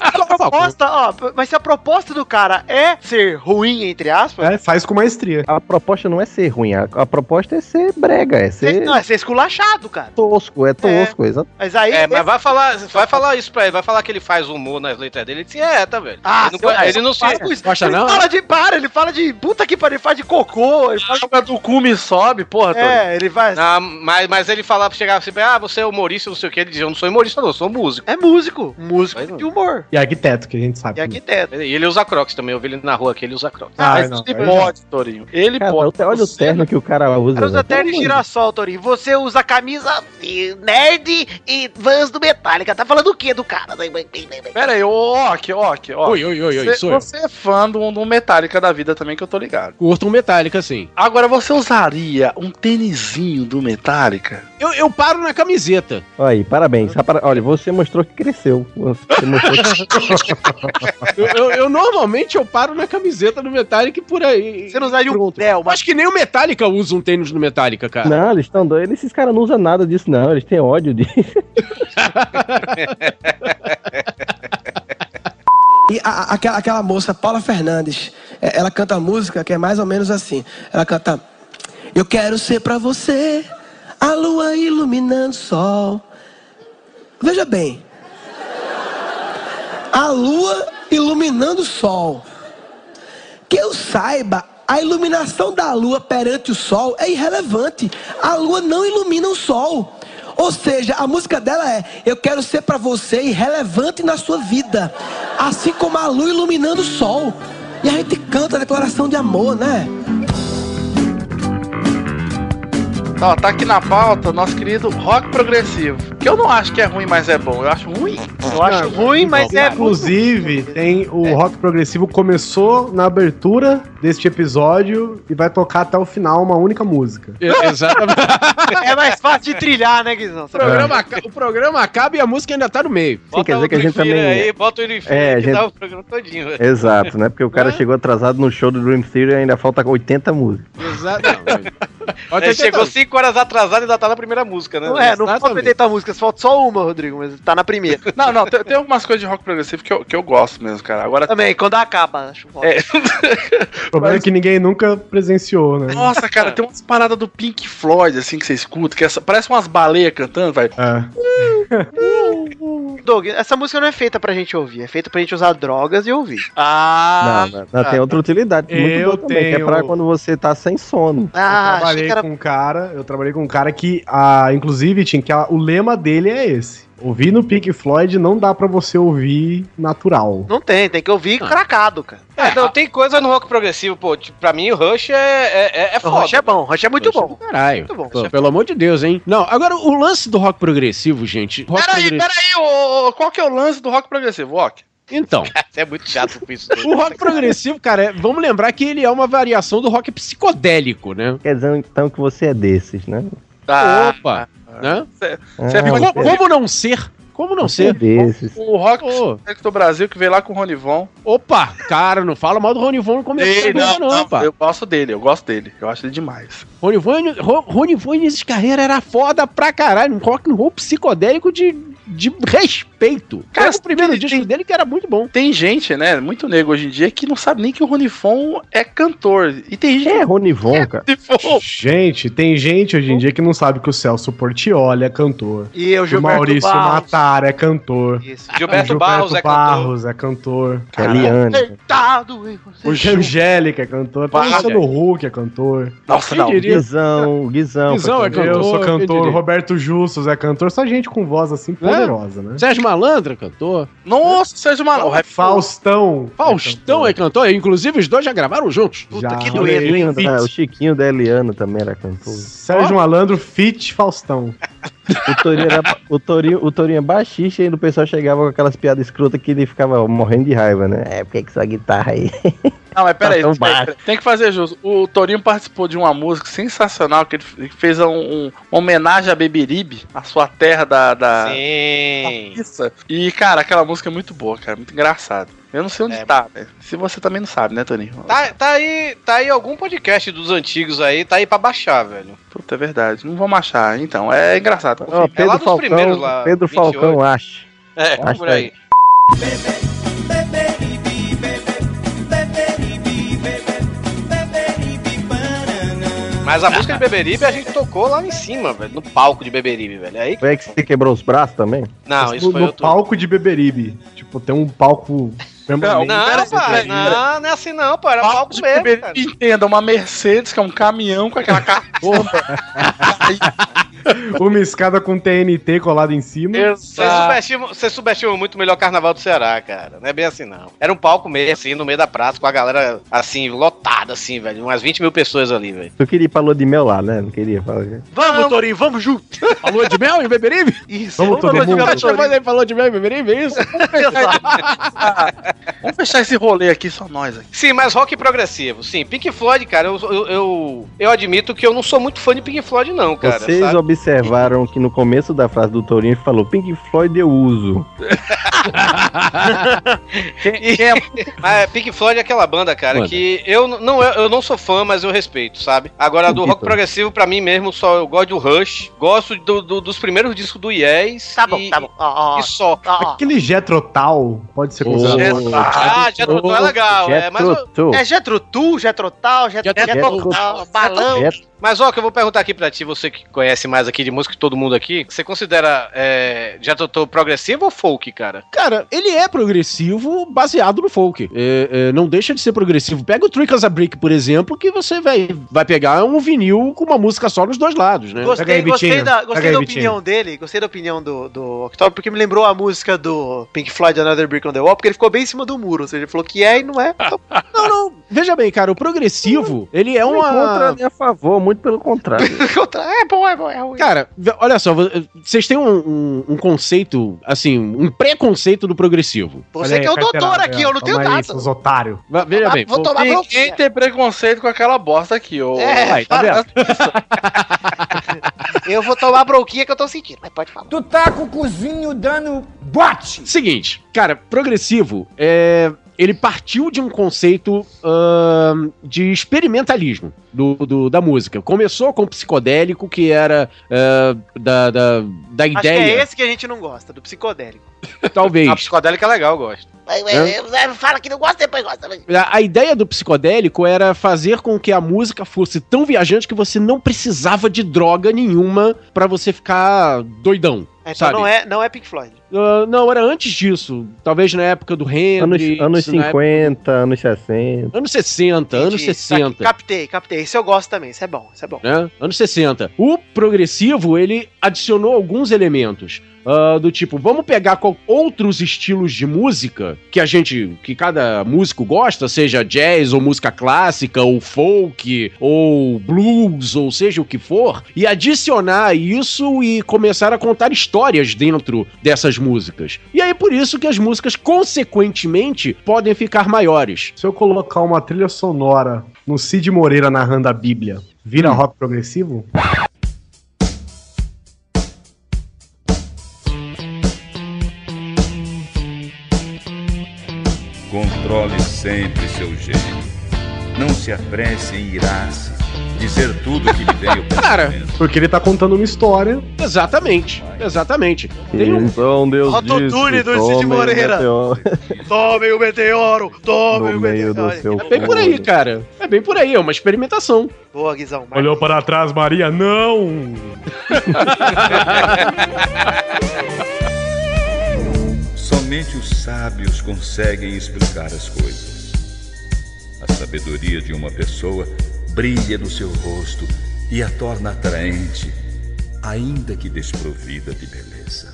F: A proposta, ó, mas se a proposta do cara é ser ruim, entre aspas,
G: É, faz com maestria.
O: A proposta não é ser ruim. A, a proposta é ser brega. É
F: é-
O: ser
F: não, é ser esculachado, cara.
O: tosco. É tosco, exato.
F: Mas aí.
D: É, mas vai falar, vai falar isso pra ele, vai falar que ele faz humor nas letras dele, ele se é, tá, velho.
F: Ah,
D: ele não,
F: seu-
D: ele não se.
F: para com isso.
H: Gosta
F: ele
H: não?
F: fala de para, ele fala de puta que pariu, ele fala de cocô, ele fala
C: Joga do cume e sobe, porra,
F: de, É, ele vai.
D: Não, Ah, mas, mas ele falava, chegava assim, ah, você é humorista, não sei o que, ele dizia, eu não sou humorista, não, eu sou músico.
F: É músico, músico
D: Mas não.
F: de humor.
G: E arquiteto, que a gente sabe.
F: E arquiteto.
D: E ele usa crocs também, eu vi ele na rua aqui, ele usa Crocs.
C: Ah,
A: Mas
C: ele pode, Torinho. Ele
O: Cara,
C: pode.
O: Olha o terno que o cara
G: é,
O: usa.
A: Cara, usa
G: né?
O: velho.
A: terno e girassol, Torinho. Você usa camisa e nerd e vans do Metallica. Tá falando o quê do cara?
C: Pera aí, ô, ó, aqui, ó, aqui, ó.
H: Oi, oi, oi, oi,
C: Você-
H: sou eu.
C: Você é fã do, do Metallica da vida também, que eu tô ligado.
H: Curto um Metallica, sim.
C: Agora, você usaria um tênisinho do Metallica?
H: Eu, eu paro na camiseta.
O: Olha aí, parabéns. Rapara- Olha, você mostrou que cresceu. Você mostrou que...
H: Eu, eu- eu normalmente eu paro na camiseta do Metallica e por aí. Você
A: não usaria um Del,
H: Acho que nem o Metallica usa um tênis do Metallica, cara.
O: Não, eles estão doidos. Esses caras não usam nada disso, não. Eles têm ódio disso.
M: E a- a- aquela, aquela moça, Paula Fernandes, é, ela canta música que é mais ou menos assim. Ela canta: Eu quero ser pra você a lua iluminando o sol. Veja bem. A lua iluminando o sol. Que eu saiba, a iluminação da lua perante o sol é irrelevante. A lua não ilumina o sol. Ou seja, a música dela é: Eu quero ser pra você irrelevante na sua vida, assim como a lua iluminando o sol. E a gente canta a declaração de amor, né?
C: Ó, tá aqui na pauta nosso querido rock progressivo. Que eu não acho que é ruim, mas é bom. Eu acho ruim. Eu acho ruim, mas é
G: Inclusive, tem o rock progressivo começou na abertura deste episódio e vai tocar até o final uma única música.
H: Exatamente.
A: É mais fácil de trilhar, né, Guizão?
H: O
G: É.
H: programa, aca- o programa acaba e a música ainda tá no meio.
O: Sim, quer dizer que a gente também.
D: aí, bota o uniforme
O: É, a
D: que
O: gente-
D: dá o programa todinho. velho.
O: Exato, né? Porque o cara chegou atrasado no show do Dream Theater e ainda falta 80 músicas.
H: Exatamente.
O: É,
D: Ele É, chegou 5 horas atrasado e ainda tá na primeira música, né?
A: Não é, não falta 80 músicas, falta só uma, Rodrigo, mas tá na primeira.
C: [laughs] Não, não, tem, tem algumas coisas de rock progressivo que eu, que eu gosto mesmo, cara. Agora
A: Também, quando acaba, acho.
C: É.
G: O problema é que ninguém nunca presenciou, né?
C: Nossa, cara, tem umas paradas do Pink Floyd, assim, que você escuta, que é só- parece umas baleias cantando, vai.
G: É.
A: Doug, essa música não é feita pra gente ouvir, é feita pra gente usar drogas e ouvir.
C: Ah!
O: não, não, não, tem outra utilidade muito
G: Eu
O: boa também, que é
G: tenho-
O: pra quando você tá sem sono.
A: Ah,
G: eu trabalhei
A: achei que era-
G: com um cara, eu trabalhei com um cara que, ah, inclusive, Tim, que a- o lema dele é esse. Ouvir no Pink Floyd não dá pra você ouvir natural.
A: Não tem, tem que ouvir cracado, cara.
D: É, não, tem coisa no rock progressivo, pô. Tipo, pra mim, o Rush é, é, é, é
A: O
D: foda.
A: Rocha é bom, o Rocha é muito bom.
H: Caralho.
A: Muito bom.
H: Pô, pelo amor de Deus, hein? Não, agora o lance do rock progressivo, gente. Rock
C: Peraí,
H: progressivo-
C: peraí, ô, ô, qual que é o lance do rock progressivo, Rock?
H: Então.
D: Você é muito chato com [laughs] isso.
H: O rock progressivo, cara, é- vamos lembrar que ele é uma variação do rock psicodélico, né?
O: Quer dizer, então, que você é desses, né?
H: Opa! Né?
O: Você é
H: Co-
O: você-
H: como, não ser? Como não
O: Você é
H: ser?
O: desses.
C: O rock é do Brasil que veio lá com o Ronivon.
H: Opa, cara, não fala mal do Ronivon no começo do programa, não, pá.
C: eu gosto dele, eu gosto dele. Eu acho ele demais.
H: Ronivon, Ro- Ronivon Início de Carreira era foda pra caralho. Um rock and roll psicodélico de, de respeito. Cara, o primeiro disco dele que era muito bom.
C: Tem gente, né, muito nego hoje em dia, que não sabe nem que o Ronivon é cantor. E tem gente... assim,
O: É, Ronivon, cara.
G: Gente, tem gente hoje em dia que não sabe que o Celso Portioli é cantor.
A: E eu,
G: o
A: Gilberto
G: Maurício
A: Barros.
G: Matar é cantor.
A: Isso.
D: Gilberto
G: O
D: Barros é
G: Barros é cantor.
O: Eliane.
A: Deitado em você.
G: O Gil- Angélica é cantor. O
A: Barros.
G: Luciano Huck é cantor.
C: Nossa,
G: Quem
O: não.
G: diria?
O: Guizão, Guizão.
G: Guizão é
O: pra quem-
G: cantor. Eu sou
H: quem
G: cantor.
H: diria?
G: Roberto Justus é cantor. Só gente com voz assim poderosa, né?
H: Sérgio Malandra, cantor. é
C: Nossa, Sérgio Malandra.
G: Faustão.
H: Faustão é cantor. Inclusive, os dois já gravaram juntos.
G: Puta, Já. que
O: O
G: doido, hein?
O: Chiquinho, da, Ah, o Chiquinho da Eliana também era cantor.
G: Sérgio Malandro, Fit Faustão.
O: O Torinho, era, o, Torinho, o Torinho é baixista e ainda o pessoal chegava com aquelas piadas escrotas que ele ficava morrendo de raiva, né? É, por que que essa guitarra aí?
C: Não, mas peraí,
O: Tá tão
C: peraí, peraí. tem que fazer justo. O Torinho participou de uma música sensacional que ele f- ele fez um, um- uma homenagem a Beberibe, a sua terra da. da...
D: Sim.
C: Isso. E, cara, aquela música é muito boa, cara. Muito engraçado. Eu não sei onde tá, né? Se você também não sabe, né, Torinho?
D: É. Tá, tá aí, tá aí algum podcast dos antigos aí, tá aí pra baixar, velho.
C: Puta, é verdade. Não vamos achar, então. É engraçado.
O: Ó, Pedro
D: lá dos
O: Falcão,
D: primeiros lá,
O: Pedro
D: 28.
O: Falcão, acha.
D: É,
O: Acho
D: por aí. Mas a música de Beberibe a gente tocou lá em cima, velho, no palco de Beberibe, velho. É Aí
O: Foi aí que você quebrou os braços também?
D: Não,
G: Mas
D: Ah, isso
G: no,
D: foi
G: no
D: outro.
G: palco de Beberibe. né? Tipo, tem um palco
C: Não,
D: Não, não, pai, não, não é assim não, pô. Era pau
C: Palco de
D: mesmo,
C: primeira-
D: cara.
C: Entenda, uma Mercedes, que é um caminhão com
D: [laughs]
C: aquela carroça.
G: [laughs] Uma escada com TNT colado em cima.
D: Você
G: é.
D: subestima, você subestima muito melhor o carnaval do Ceará, cara. Não é bem assim, não. Era um palco meio assim, no meio da praça, com a galera assim, lotada, assim, velho. Umas 20 mil pessoas ali, velho.
O: Eu queria ir pra Lua de Mel lá, né? Não queria falar.
A: Vamos, Torinho, vamos junto.
H: A lua de mel em Beberibe?
A: Isso.
O: Vamos, todo
H: Lua de
O: mundo.
H: Mel, chamando ele pra lua de mel em Beberibe, é isso?
C: Vamos fechar esse rolê aqui, só nós aqui.
D: Sim, mas rock progressivo. Sim, Pink Floyd, cara, eu, eu, eu, eu admito que eu não sou muito fã de Pink Floyd, não, cara.
O: Vocês
D: sabe?
O: observaram que no começo da frase do Torinho ele falou Pink Floyd eu uso.
D: E- mas Pink Floyd é aquela banda, cara,
O: Manda.
D: que eu n- não, eu, eu não sou fã, mas eu respeito, sabe? Agora, do
O: Entendi,
D: rock
O: Tom.
D: progressivo, pra mim mesmo, só eu gosto do Rush, gosto do- do- dos primeiros discos do Yes. Tá bom, tá bom. e só.
F: Ah.
G: Aquele Getrotal pode ser considerado.
O: tá
D: Ah, Jetrotal é legal. é, mas eu-
G: É
F: É Getrotu, Getrotal, Getrotal, Balão.
D: Mas ó, que eu vou perguntar aqui pra ti, você que conhece mais aqui de música que todo mundo aqui, você considera é, Jetrotal progressivo ou folk, cara?
H: Cara, ele é progressivo baseado no folk. É, é, não deixa de ser progressivo. Pega o Trick as a Brick, por exemplo, que você vai, vai pegar um vinil com uma música só nos dois lados, né?
F: Gostei, gostei da, gostei da opinião dele, gostei da opinião do, do Octopus, porque me lembrou a música do Pink Floyd, Another Brick on the Wall, porque ele ficou bem em cima do muro, ou seja, ele falou que é e não é. Então,
H: Não, não, veja bem, cara, o progressivo, ele é
O: Não é contra
H: uma...
O: nem a favor, muito pelo contrário.
C: [laughs]
F: é bom, é bom, é ruim.
H: Cara, ve- olha só, vo- vocês têm um, um- um conceito, assim, um preconceito do progressivo.
F: Você que é o doutor aqui, eu não tenho nada.
G: Os otários.
H: Va- Veja
F: Ah, Vou
H: bem,
F: tomar- vou tomar
H: Ninguém
F: bronquinha.
H: tem
C: preconceito com aquela bosta aqui, ô.
F: É,
H: Aí, tá vendo?
F: [laughs] Eu vou tomar a bronquinha que eu tô sentindo, mas pode falar.
P: Tu tá com o cozinho dando bote!
H: Seguinte, cara, progressivo é. Ele partiu de um conceito ahn, de experimentalismo do, do- da música. Começou com o psicodélico, que era ah, da, da, da
F: Acho que é
H: ideia.
F: esse que a gente não gosta, do psicodélico.
H: Talvez.
F: [laughs]
D: A psicodélica é legal, eu gosto.
F: Fala que não gosta, depois gosta.
H: A, a ideia do psicodélico era fazer com que a música fosse tão viajante que você não precisava de droga nenhuma pra você ficar doidão.
F: Então
H: sabe?
F: não é, não é Pink Floyd.
H: Ah, não, era antes disso. Talvez na época do
O: anos,
H: Hendrix.
O: anos
C: é
H: na época-
O: 50, anos 60.
H: Anos 60, anos
F: Entendi, tá
H: 60.
F: aqui, captei, captei. Esse eu gosto também, isso é bom, isso é bom.
H: né? Anos 60. O progressivo, ele adicionou alguns elementos. ah, do tipo, vamos pegar qual- outros estilos de música que a gente, que cada músico gosta, seja jazz ou música clássica, ou folk, ou blues, ou seja o que for, e adicionar isso e começar a contar histórias dentro dessas músicas. E aí por isso que as músicas, consequentemente, podem ficar maiores.
G: Se eu colocar uma trilha sonora no Cid Moreira narrando a Bíblia, vira rock progressivo?
Q: Controle sempre seu jeito. Não se apresse em irar-se. Dizer tudo que lhe veio
H: Cara,
G: Porque ele tá contando uma história.
H: exatamente, exatamente.
O: Então Deus
A: Rototune do Cid
O: tomem
A: Moreira.
O: meteoro
A: Tomem o meteoro, tomem
O: No
A: o
O: meio do
A: meteoro.
O: seu
H: É bem por aí, cara. É bem por aí, é uma experimentação.
F: Boa, Guizão.
G: Olhou para trás, Maria, não!
Q: [laughs] Somente os sábios conseguem explicar as coisas. A sabedoria de uma pessoa brilha no seu rosto e a torna atraente, ainda que desprovida de beleza.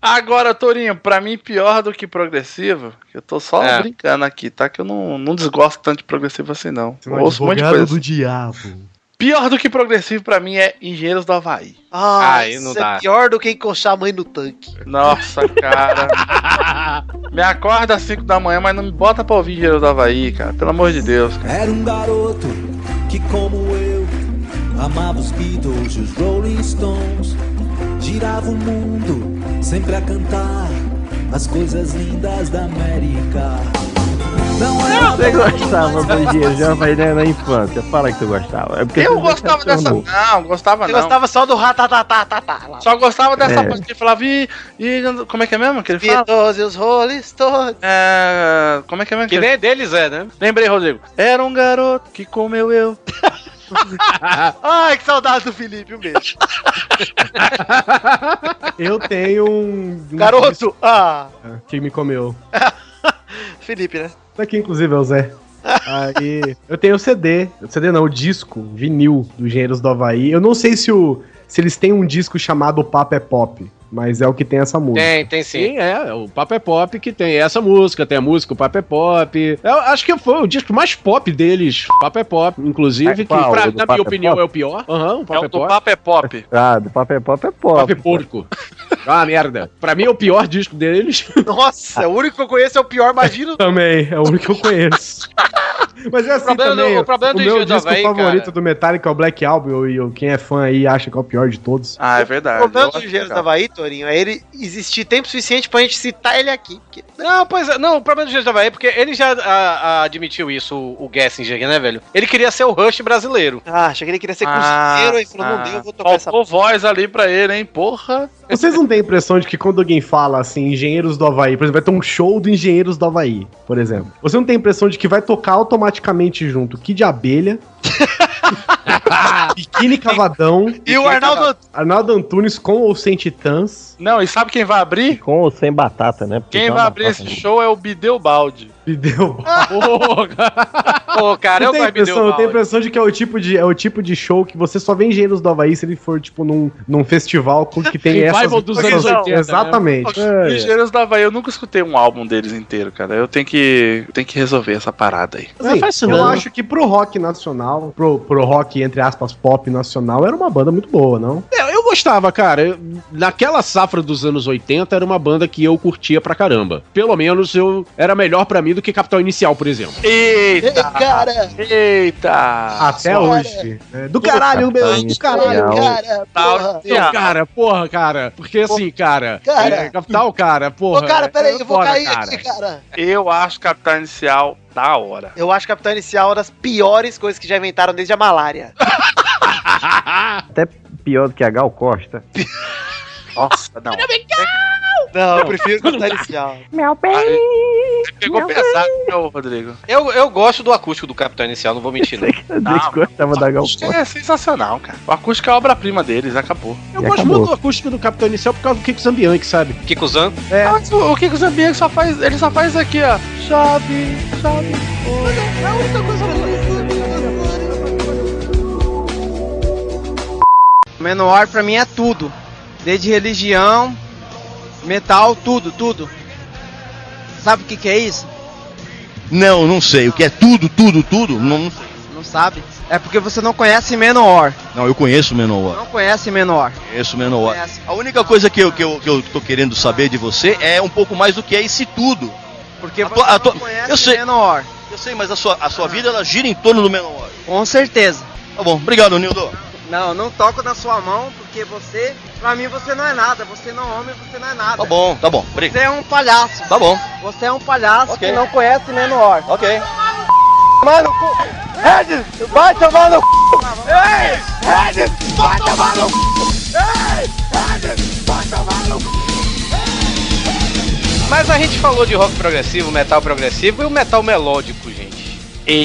C: Agora, Torinho, pra mim pior do que progressivo, eu tô só
A: É.
C: brincando aqui, tá? Que eu não, não desgosto tanto de progressivo assim, não.
A: Você
C: Eu ouço um monte de coisa.
A: do diabo.
C: Pior do que progressivo pra mim é Engenheiros do Havaí.
F: Ah,
C: Aí não
F: isso
C: dá.
F: é pior do que encoxar a mãe no tanque.
C: Nossa, cara. me acorda às 5 da manhã, mas não me bota pra ouvir Engenheiros do Havaí, cara. Pelo amor de Deus, cara.
R: Era um garoto que, como eu, amava os Beatles e os Rolling Stones. Girava o mundo sempre a cantar as coisas lindas da América. Não era um
O: Você gostava do dinheiro, já vai né, na infância. Fala que tu gostava. É porque
C: Eu
O: você
C: gostava dessa.
O: decepcionou.
C: Não, gostava
F: Você
C: não.
F: gostava só do ratatatatá lá.
C: Só gostava dessa
O: É.
C: parte que ele falava. E, e como é que é mesmo? Que ele fala?
F: Beatles e os Rolling Stones.
C: É, como é que é mesmo?
D: Que nem deles é, né?
C: Lembrei, Rodrigo. Era um garoto que comeu eu.
A: Ai, que saudade do Felipe, um
C: [laughs]
A: beijo.
G: Eu tenho um. um
A: Garoto, ah.
G: Que me comeu.
A: Felipe, né?
G: Daqui, inclusive, é o Zé. Aí, eu tenho o CD, o CD não, o disco, vinil do Engenheiros do Havaí. Eu não sei se, o, se eles têm um disco chamado O Papo é Pop, mas é o que tem essa música.
D: Tem, tem sim.
H: Sim, é. O Papo é Pop que tem essa música, tem a música O Papo é Pop. Eu acho que foi o disco mais pop deles, Papo é Pop, inclusive,
O: É
H: que
O: qual?
H: pra-
O: O do
H: na
O: Papo
H: minha
O: é
H: opinião
O: Pop?
H: é o pior. Aham, o Papo
C: é
H: é,
C: o do
H: Pop.
C: Papo é Pop.
O: Ah, do papel pop é pop.
H: Papo é [laughs] porco. É uma merda. Pra mim é o pior disco deles.
A: Nossa, o único que eu conheço é o pior, imagino.
G: Também, é o único que eu conheço. Mas é assim
D: problema
G: também.
D: do- o problema do
G: meu
D: Engenheiro do
G: disco
D: Havaí,
G: favorito
D: cara.
G: do Metallica é o Black Album, e eu- quem é fã aí acha que é o pior de todos.
C: Ah, é
A: O
C: verdade.
A: problema
C: Eu
A: do
C: acho
A: Engenheiro da
C: legal.
A: Havaí, Torinho, é ele existir tempo suficiente pra gente citar ele aqui. porque-
D: Não, pois é, não, o problema do Jesus Havaí é porque ele já ah, ah, admitiu isso, o, o Gessinger, né, velho? Ele queria ser o Rush brasileiro.
A: Ah, achei que ele queria ser cruzeiro, ele falou, não deu, eu vou tocar essa
C: ah. Faltou voz ali pra ele, hein? Porra.
G: Vocês não têm a impressão de que quando alguém fala assim, Engenheiros do Havaí, por exemplo, vai ter um show do Engenheiros do Havaí, por exemplo. Você não tem a impressão de que vai tocar automaticamente junto Kid Abelha, [laughs] Biquíni Cavadão
A: E o Arnaldo.
G: Arnaldo Antunes com ou sem Titãs.
C: Não, e sabe quem vai abrir?
O: Com ou sem batata, né? Porque
C: Quem
G: tá Então
O: tem
C: vai
O: uma
C: abrir
O: batata
C: esse
O: no-
C: show é o Bideu Balde.
G: Me deu.
D: Pô, cara, é eu
G: eu, tenho a
D: gosto de
G: impressão,
D: Deus,
G: eu tenho a
D: Balde.
G: impressão de que é o tipo de, é o tipo de show que você só vê Engenheiros do Havaí se ele for, tipo, num, num festival com- que tem
H: [laughs] Revival
G: essas...
H: dos
G: essas-
H: anos 80, né?
G: Exatamente.
C: Os Engenheiros da Havaí, eu nunca escutei um álbum deles inteiro, cara. Eu tenho que, eu tenho que resolver essa parada aí.
G: Assim, eu acho que pro rock nacional, pro, pro rock, entre aspas, pop nacional, era uma banda muito boa, não?
H: É, Eu gostava, cara. Eu- Naquela safra dos anos 80 era uma banda que eu curtia pra caramba. Pelo menos eu era melhor pra mim do que Capital Inicial, por exemplo.
C: Eita!
A: Cara!
C: Eita!
G: Até
C: Só-
G: hoje. É, do caralho, meu, do caralho.
A: Cara, porra.
H: Não, Então, cara, porra, cara. Porque assim, cara.
A: É. Cara.
H: é, Capital, cara, porra.
A: Ô, cara, peraí,
H: é
A: eu vou
H: foda,
A: cair aqui, cara.
C: Eu acho Capital Inicial da hora.
A: Eu acho Capitão Inicial uma das piores coisas que já inventaram desde a
C: [laughs]
A: malária.
O: Até pior do que a Gal Costa.
C: Nossa, não.
A: Não, eu prefiro Capitão Inicial.
B: Meu bem!
C: Pegou pesado, meu, Rodrigo.
D: Eu, eu gosto do acústico do Capitão Inicial, não vou
C: [laughs]
D: mentir, não.
O: Eu desgostava da Gal
C: Isso É sensacional, cara. O acústico é a obra-prima deles, acabou.
H: Eu gosto muito do acústico do Capitão Inicial por causa do Kiko Zambianchi, sabe?
D: Kiko Zan.
C: Ah, mas o o Kiko Zambianchi só faz. Ele só faz aqui, ó. Chave, chave.
S: Menor pra mim é tudo. Desde religião, metal, tudo, tudo. Sabe o que, que é isso?
T: Não, não sei. O que é tudo, tudo, tudo? Não, não sei.
S: Não sabe? É porque você não conhece Menor.
T: Não, eu conheço o Menor.
S: Não conhece Menor.
T: Conheço o Menor. A única coisa que eu, que, eu, que eu tô querendo saber de você é um pouco mais do que é esse tudo.
S: Porque
T: A tua- a tua-
S: conhece
T: eu sei.
S: Menor.
T: Eu sei, mas a sua, a sua vida ela gira em torno do Menor.
S: Com certeza.
T: Tá bom, obrigado, Nildo.
S: Não, não toco na sua mão porque você, pra mim você não é nada. Você não é homem, você não é nada.
T: Tá bom, tá bom. Obrigado.
S: Você é um palhaço.
T: Tá bom.
S: Você é um palhaço
T: Ok.
S: que não conhece Menor.
T: Ok.
S: Mano, Ed, vai tomar no c... Ei, Ed, vai tomar no c...
D: Mas a gente falou de rock progressivo, metal progressivo e o metal melódico, gente.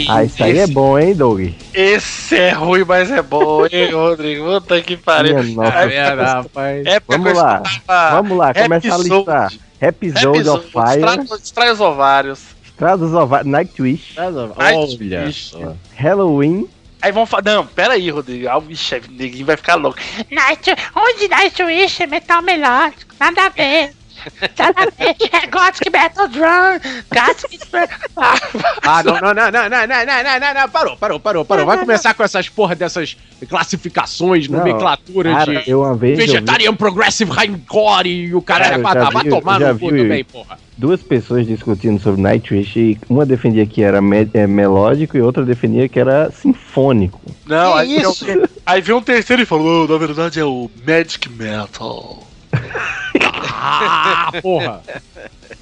O: Ah, isso aí é bom, hein, Doug?
C: Esse é ruim, mas é bom, hein, Rodrigo? Puta que pariu.
O: Minha nossa.
C: A época-
H: rapaz.
D: É
C: a época
O: Vamos
C: que eu
O: lá.
C: escutava
O: Vamos lá,
C: Rap
O: começa a
C: Soul,
O: listar. Episode
C: Episode,
O: of Fire,
C: Distrai- Distrai os ovários.
O: Estrada dos Ovários, Nightwish,
C: Olha
H: só.
O: Halloween.
C: Aí vão falar. Não, pera aí, Rodrigo. Ah, Ixi, aí ninguém vai ficar louco.
U: Night, onde Nightwish é metal melódico, nada a ver. Nada a ver, é Gothic Metal Drum, Gothic Drum.
H: Ah, não, não, não, não, não, não, não, não, não, não, parou, parou, parou, parou. Vai começar com essas porra dessas classificações,
O: Não,
H: nomenclatura
O: cara,
H: de
O: eu uma vez eu vi-
H: Vegetarian Progressive Hardcore e o
O: Cara,
H: caralho
O: eu
H: é quatro.
O: já
H: Vai
O: vi-
H: tomar
O: já
H: no cu
O: vi-
H: também, porra.
O: Duas pessoas discutindo sobre Nightwish e uma defendia que era me- é, melódico e outra defendia que era sinfônico.
C: Não,
O: Que
C: aí, veio
O: isso?
C: um- aí veio um terceiro e falou: "Oh, na verdade é o Magic Metal.
H: ah, porra.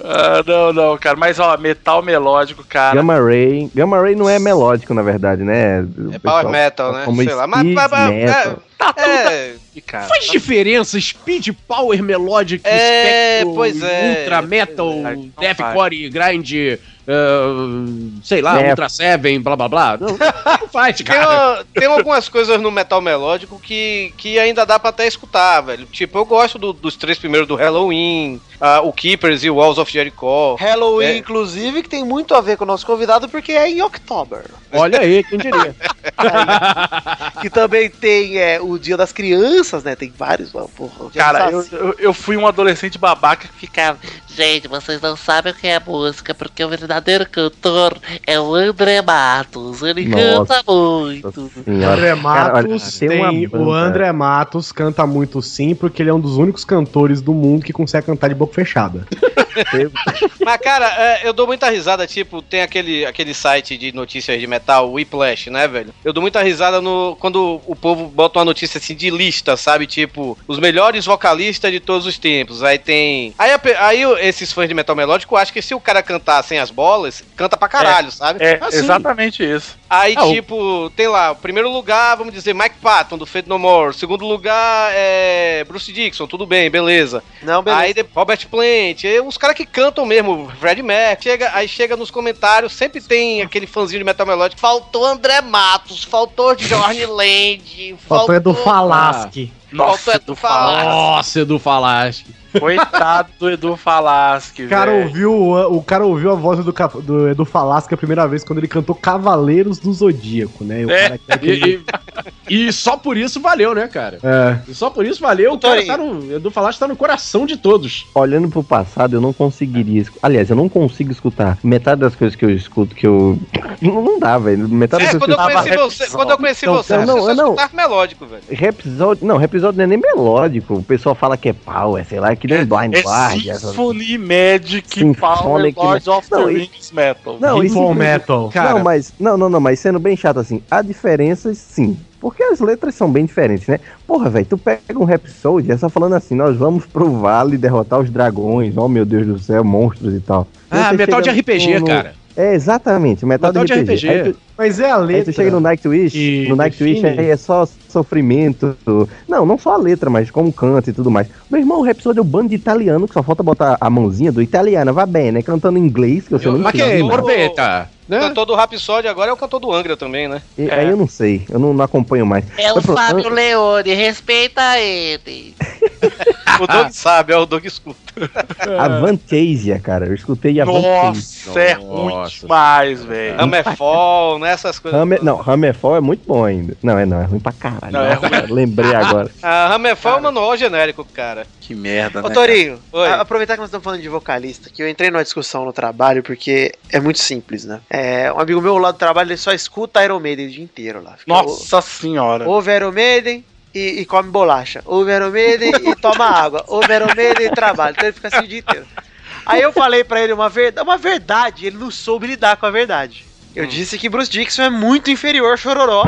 C: Ah, não, não, cara. Mas ó, metal melódico, cara.
O: Gamma Ray. Gamma Ray não é melódico, na verdade, né? É
D: Power metal, né?
O: Como
D: Sei lá. Mas, mas- mas-
O: metal.
D: é, é,
C: aqui, cara.
H: Faz diferença speed, power, melodic,
D: É, pois é.
H: ultra metal, deathcore, grind, ah, sei lá,
D: É.
H: ultra seven, blá blá blá. Não, não [laughs] faz,
D: Tem,
H: cara.
D: uma- tem algumas coisas no metal melódico que, que ainda dá pra até escutar, velho. Tipo, eu gosto do- dos três primeiros do Halloween, ah, o Keepers e o Walls of Jericho.
F: Halloween,
D: É.
F: inclusive, que tem muito a ver com o nosso convidado, porque é em October. [laughs]
H: Olha aí, quem diria.
F: que também tem é, o Dia das Crianças, né? Tem vários lá, porra.
C: Cara,
F: Dia
C: eu,
F: das-
C: eu, eu fui um adolescente babaca que ficava.
V: Gente, vocês não sabem o que é música, porque o verdadeiro cantor é o André Matos. Ele
G: Nossa.
V: canta muito.
G: André
V: Cara,
G: Matos
V: olha, tem
G: tem.
V: uma
G: o
V: banda.
G: André Matos canta muito sim, porque ele é um dos únicos cantores do mundo que consegue cantar de boca fechada.
D: Mas, cara, é, eu dou muita risada, tipo, tem aquele, aquele site de notícias de metal, o Whiplash, né, velho? Eu dou muita risada no, quando o povo bota uma notícia assim de lista, sabe? Tipo, os melhores vocalistas de todos os tempos. Aí tem. Aí, a pe- aí o- esses fãs de metal melódico acham que se o cara cantar sem as bolas, canta pra caralho,
C: É,
D: sabe?
C: É,
D: Assim.
C: exatamente isso.
D: Aí,
C: Ah, o-
D: tipo, tem lá, o primeiro lugar, vamos dizer, Mike Patton, do Fate No More. Segundo lugar é Bruce Dixon, tudo bem, beleza.
F: Não,
D: Então, beleza. Aí de- Robert Plant, aí uns caras que cantam mesmo, Fred Merck. Chega, aí chega nos comentários, sempre tem aquele fãzinho de metal melódico. Faltou André Matos, faltou [laughs] Jorge Land.
G: Faltou é do Falasque.
D: Faltou Edu Falaschi.
H: Nossa, Edu Falasque.
C: Coitado do Edu Falasque,
G: O cara,
C: velho.
G: ouviu, o o cara ouviu a voz do, Cap- do Edu Falasca a primeira vez quando ele cantou Cavaleiros do Zodíaco, né? E o cara que é aquele-
H: e, e- e só por isso valeu, né, cara?
G: É.
H: E só por isso valeu, o cara tá no, Edu Falaschi tá no coração de todos.
O: Olhando pro passado, eu não conseguiria. escu- Aliás, eu não consigo escutar metade das coisas que eu escuto que eu. Não, não dá, velho. Metade
D: É,
O: das
D: quando eu
O: coisas tá que
D: conheci você, quando eu conheci
O: Então,
D: você,
O: eu não-
D: você
O: eu
D: só
O: não-
D: escutava melódico, velho.
O: Rhapsody, não, Rhapsody não é nem melódico. O pessoal fala que é power, sei lá, que nem Blind
C: É
O: Guardian. essas-
C: Symphony Magic Power
O: Symphonic
C: Lords
O: Ma-
C: of the
O: Não, e-
C: Rings Metal.
O: Não, isso
G: é
O: inclusive- Não, mas não, não, não, mas sendo bem chato assim, há diferenças sim. Porque as letras são bem diferentes, né? Porra, velho, tu pega um Rhapsody, é só falando assim, nós vamos pro vale derrotar os dragões, oh meu Deus do céu, monstros e tal.
H: Ah,
O: Aí você
H: metal de
O: chega
H: RPG, cara.
O: É, exatamente, metal, de RPG. Aí tu-
G: Mas é a
O: Aí tu
G: letra.
O: chega no Nightwish, no Nightwish
G: define.
O: aí é só sofrimento. Não, não só a letra, mas como canta e tudo mais. Meu irmão, o Rhapsody é o bando de italiano, que só falta botar a mãozinha do italiano, vá bem, né? Cantando em inglês, que eu, eu não
G: assim,
H: é
O: entendo. nada. Né?
D: O cantor do Rhapsody agora é o cantor do Angra também, né?
O: E- Aí eu não sei, eu não, não acompanho mais.
V: É o
O: Mas, pô,
V: Fábio
O: an-
V: Leone, respeita ele.
O: Ah,
D: O Doug sabe, é o Doug escuta.
O: a Vantasia, cara, eu escutei a
C: Nossa, é ruim demais, velho.
D: Hammerfall, né? Essas coisas.
O: Hammer, não, Hammerfall é muito bom ainda. Não, é não, é ruim pra caralho.
D: Não, é
O: Nossa, cara, Lembrei agora.
D: Ah, Hammerfall é um manual genérico, cara.
C: Que merda,
F: Ô, Torinho,
D: Ah,
F: a- aproveitar que nós estamos falando de vocalista, que eu entrei numa discussão no trabalho, porque é muito simples, né? É, um amigo meu lá do trabalho, ele só escuta Iron Maiden o dia inteiro lá. Fica-
C: Nossa senhora.
F: Ouve Iron Maiden é e, e come bolacha. Ouve Iron Maiden e toma água. Ouve Iron Maiden e trabalha. Então ele fica assim o dia inteiro. Aí eu falei pra ele uma verdade, uma verdade, ele não soube lidar com a verdade. Eu disse que Bruce Dixon é muito inferior a Chororó.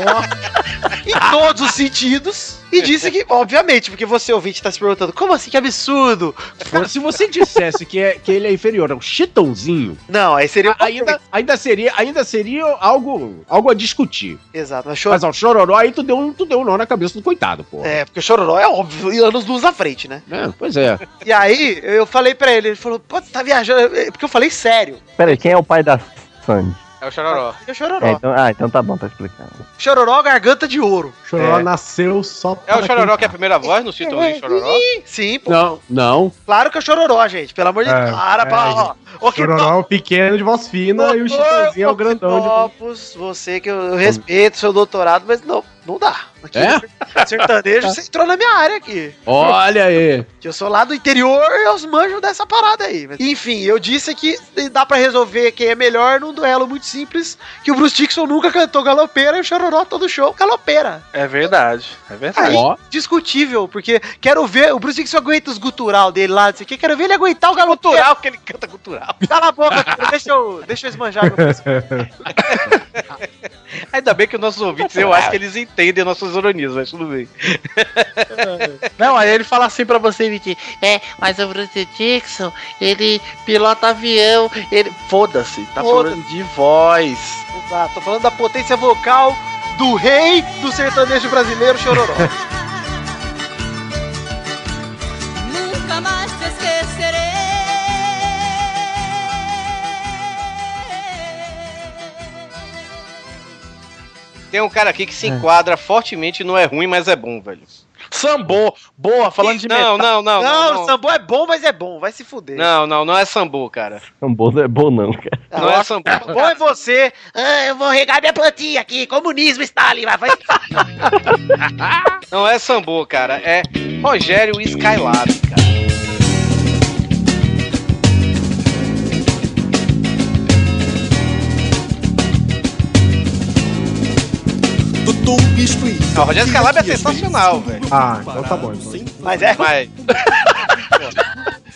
F: Ó, em todos os sentidos. E disse que, obviamente, porque você ouvinte tá se perguntando, como assim, que absurdo?
H: Cara, se você dissesse que, é, que ele é inferior ao Chitãozinho.
F: Não, aí seria.
H: Ainda, ainda seria, ainda seria algo, algo a discutir.
F: Exato. Mas,
H: ao chororó aí tu deu, um, tu deu um nó na cabeça do coitado, pô.
F: É, porque o Chororó é óbvio, e anos luz à frente, né?
H: pois é.
F: E aí, eu falei pra ele, ele falou, pô, você tá viajando, É, porque eu falei sério.
O: Pera aí, quem é o pai da Sandy?
D: É o Chororó.
F: É o Chororó.
O: É, então, ah, então tá bom, tá explicado.
F: Chororó, garganta de ouro.
G: Chororó
O: É.
G: nasceu só
D: É o Chororó que é
G: cantar.
D: a primeira voz no Chitãozinho Chororó?
O: é.
F: Sim, pô.
H: Não, não.
F: Claro que é Chororó, gente. Pelo amor de Deus.
G: É,
F: Para,
G: é,
F: para, ó. Ô, que
G: Chororó é o pequeno de voz fina e o Chitãozinho é o grandão de voz
F: Topos, você que eu, eu respeito seu doutorado, mas não, não dá. Aqui,
H: É?
F: [laughs] Sertanejo, você entrou na minha área aqui.
H: Olha aí.
F: Que Eu sou lá do interior e eu manjo dessa parada aí. Mas, Enfim, eu disse que dá pra resolver quem é melhor num duelo muito simples, que o Bruce Dixon nunca cantou galopeira e o Chororó todo show galopeira.
C: É verdade. É verdade.
F: Aí, discutível, porque quero ver. O Bruce Dixon aguenta os gutural dele lá, não sei o que, quero ver ele aguentar o galopeiro. Gutural
D: que ele canta gutural.
F: Cala a boca,
D: [laughs]
F: cara, deixa eu, deixa eu esmanjar. meu pescoço.
D: Ainda bem que os nossos ouvintes, eu acho que eles entendem nossas ironias, mas tudo bem.
V: Não, aí ele fala assim pra você, Vitinho. É, mas o Bruce Dixon, ele pilota avião, ele. Foda-se,
F: tá falando
C: de voz.
F: Ah, Exato, tô falando da potência vocal do rei do sertanejo brasileiro, Chororó.
D: Tem um cara aqui que se enquadra fortemente, não é ruim, mas é bom, velho.
C: Sambô, boa, falando de
D: não, não, não,
F: Não,
D: não,
F: o Sambo é bom, mas é bom. Vai se fuder.
D: Não, não, não é sambu, cara.
O: Sambo não é bom, não, cara.
D: Não é sambu.
F: Tá Bom é você.
U: Ah, eu vou regar minha plantinha aqui. Comunismo, Stalin. Vai, vai.
D: Não é sambu, cara. É Rogério Skylab, cara. Não, o Rogério Skylab é sensacional, velho.
G: [laughs] Ah, então tá bom.
D: Mas é.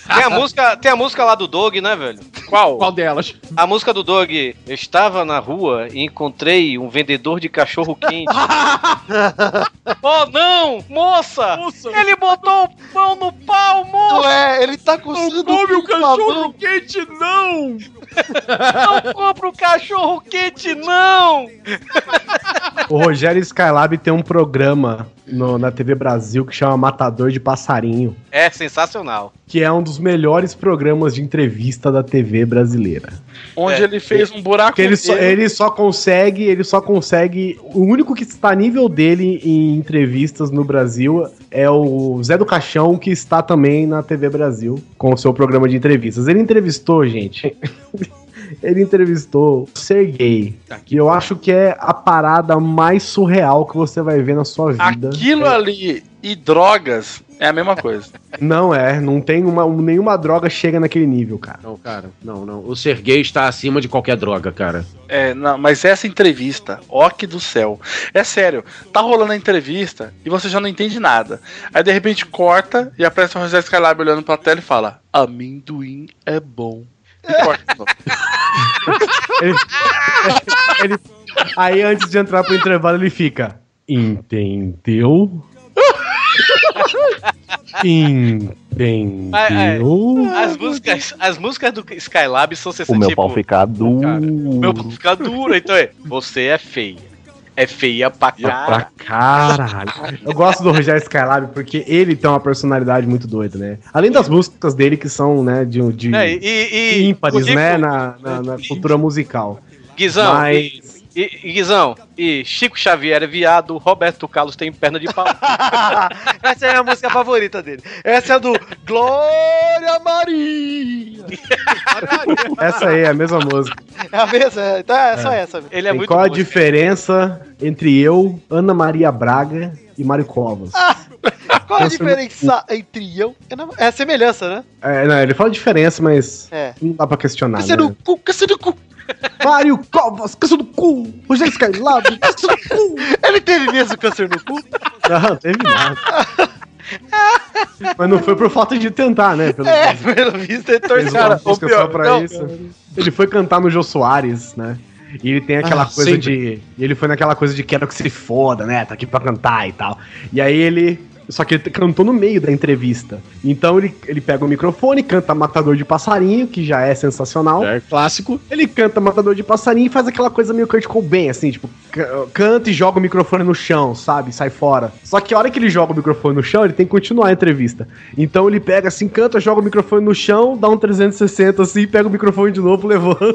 D: Tem a, música, tem a música lá do Dog, né, velho? Qual?
H: Qual delas?
D: A música do Dog. Eu estava na rua e encontrei um vendedor de cachorro [laughs] quente. oh, não! Moça! Ele botou o pão no pau, moça!
A: Ué, ele tá com Não
D: come o
A: cachorro
D: quente, não! não compra o cachorro quente, não!
G: O Rogério Skylab tem um programa no- na TV Brasil que chama Matador de Passarinho,
D: É sensacional.
G: que é um dos melhores programas de entrevista da TV brasileira.
C: Onde ele fez um buraco
G: Que ele, só,
O: é
C: negro.
G: ele só consegue, ele só consegue. O único que está a nível dele em entrevistas no Brasil é o Zé do Caixão, que está também na TV Brasil com o seu programa de entrevistas. Ele entrevistou, gente. [laughs] Ele entrevistou o Sergei. que eu acho que é a parada mais surreal que você vai ver na sua vida.
C: Aquilo ali e drogas é a mesma coisa.
G: Não é, não tem uma, nenhuma droga chega naquele nível, cara.
H: Não, cara, não, não. O Serguei está acima de qualquer droga, cara.
C: É, não, mas essa entrevista, ó que do céu. É sério, tá rolando a entrevista e você já não entende nada. Aí de repente corta e aparece o José Skylab olhando pra tela e fala: Amendoim é bom.
D: [laughs]
C: E corta de novo.
G: Ele- ele- aí antes de entrar pro intervalo, ele fica. Entendeu? Entendeu?
D: As músicas, as músicas do Skylab são
O: O
D: sensacionais.
O: meu pau fica duro.
D: Meu pau fica duro, então é. Você é feia. É feia pra
G: Pra
D: cara.
G: caralho. Eu gosto do Rogério Skylab porque ele tem uma personalidade muito doida, né? Além das músicas dele que são, né, de, de
D: É, e, e, e-
G: ímpares,
D: inclusive,
G: né, na, na- na cultura musical.
D: Guizão,
G: Mas-
D: e, e- e Guizão, e Chico Xavier é viado, Roberto Carlos tem perna de pau.
F: [laughs] Essa é a minha música favorita dele. Essa é do Glória Maria.
G: Essa aí é a mesma música.
F: É a mesma? Então é só
G: É.
F: essa. mesmo.
G: E qual a diferença entre eu, Ana Maria Braga e Mário Covas?
F: Qual a
G: Essa é muito
F: diferença entre eu? e Ana- É a semelhança, né?
G: É, não, ele fala diferença, mas
F: É.
G: não dá pra questionar.
F: Caça
G: né?
F: do cu, caça do cu.
G: Mário Covas, caça do cu. Rogério Skylab, caça do cu.
F: Ele teve mesmo câncer no cu?
G: [laughs] Não, teve nada. Mas não foi por falta de tentar, né?
F: [laughs]
G: Pelo
F: É, [laughs] pelo visto, ele
G: Fez
F: torceu.
G: uma música só pra isso. Ele foi cantar no Jô Soares, né? E ele tem aquela
F: Ah,
G: coisa
F: sempre.
G: de. e Ele foi naquela coisa de quero que se foda, né? Tá aqui pra cantar e tal. E aí ele. Só que ele t- cantou no meio da entrevista. Então ele, ele pega o microfone, canta Matador de Passarinho, que já é sensacional.
H: É clássico.
G: Ele canta Matador de Passarinho e faz aquela coisa meio Kurt Cobain, assim, tipo, ca- canta e joga o microfone no chão, sabe? Sai fora. Só que a hora que ele joga o microfone no chão, ele tem que continuar a entrevista. Então ele pega assim, canta, joga o microfone no chão, dá um 360 assim, pega o microfone de novo, [laughs] levanta.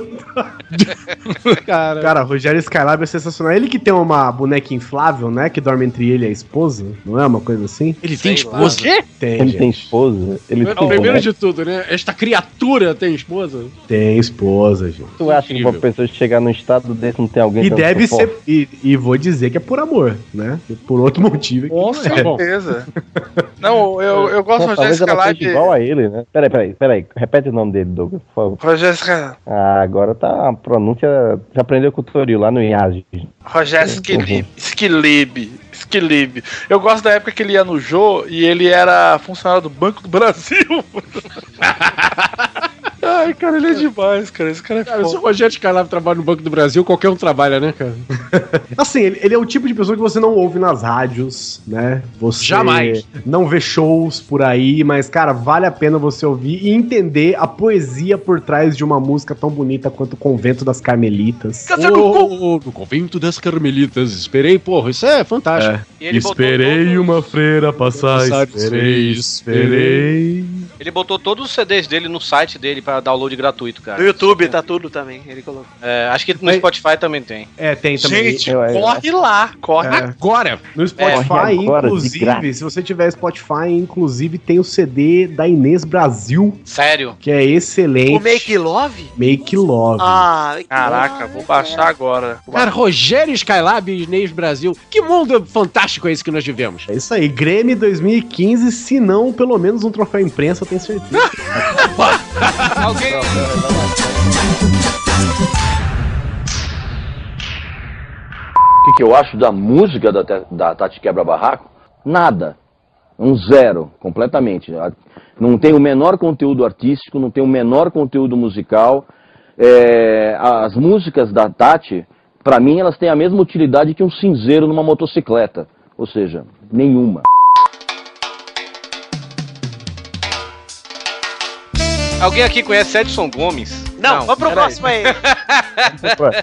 H: cara.
G: Rogério Skylab é sensacional. Ele que tem uma boneca inflável, né? Que dorme entre ele e a esposa, não é uma coisa assim?
H: Ele tem esposa?
G: Tem,
O: Ele
G: gente.
O: tem esposa? Ele tem
H: primeiro
O: boneco?
H: de tudo, né? Esta criatura tem esposa?
G: Tem esposa, gente.
O: Tu acha que uma pessoa chegar num estado desse não tem alguém
G: E
O: dando
G: deve
O: suporte?
G: ser. E, e vou dizer que é por amor, né? Por outro motivo.
C: Com certeza. Não, eu, eu gosto do
O: Pô,
C: Rogério
O: talvez ela
C: Skylab.
O: seja igual a ele, né? Peraí, peraí, peraí. Repete o nome dele, Douglas, por favor.
C: Rogério Skylab.
O: Ah, agora tá a pronúncia. Já aprendeu com o Toril lá no IAS.
C: Rogério Skilib. Skilib. Skilib. Eu gosto da época que ele ia no Jô e ele era funcionário do Banco do Brasil. [laughs] Ai, cara, ele é demais, cara. Esse cara é
H: Cara, se o
C: foda.
H: Rogério Skylab trabalha no Banco do Brasil, qualquer um trabalha, né, cara?
G: Assim, ele, ele é o tipo de pessoa que você não ouve nas rádios, né? Você
H: Jamais.
G: não vê shows por aí, mas, cara, vale a pena você ouvir e entender a poesia por trás de uma música tão bonita quanto o Convento das Carmelitas.
H: Ô, ô, ô, No convento das Carmelitas, esperei, porra, isso é fantástico.
D: ele botou
E: Esperei uma freira passar,
D: Passar,
E: esperei, esperei.
D: Ele botou todos os CDs dele no site dele pra download gratuito, cara.
F: No YouTube tá tudo também, ele colocou.
D: É, acho que no Spotify também tem.
G: É, tem também.
D: Gente, corre lá, corre
H: É.
G: é, agora. No
O: é
G: Spotify,
D: Corre agora, de
G: inclusive,
D: graça.
G: se você tiver Spotify, inclusive tem o CD da Inês Brasil,
D: Sério?
G: que é excelente.
F: O Make Love?
G: Make Love.
F: Ah,
C: Caraca, vou baixar agora. Vou
H: Cara, Rogério Skylab e Inês Brasil. Que mundo fantástico é esse que nós vivemos.
G: É isso aí, Grêmio 2015, se não, pelo menos um troféu imprensa, eu tenho certeza.
D: [laughs] Alguém.
W: O que, que eu acho da música da, Te- da Tati Quebra Barraco? Nada. Um zero, completamente. A- Não tem o menor conteúdo artístico, não tem o menor conteúdo musical. É, as músicas da Tati, pra mim, elas têm a mesma utilidade que um cinzeiro numa motocicleta. Ou seja, nenhuma.
D: Alguém aqui conhece Edson Gomes?
F: Não, vamos pro
D: peraí.
F: próximo aí.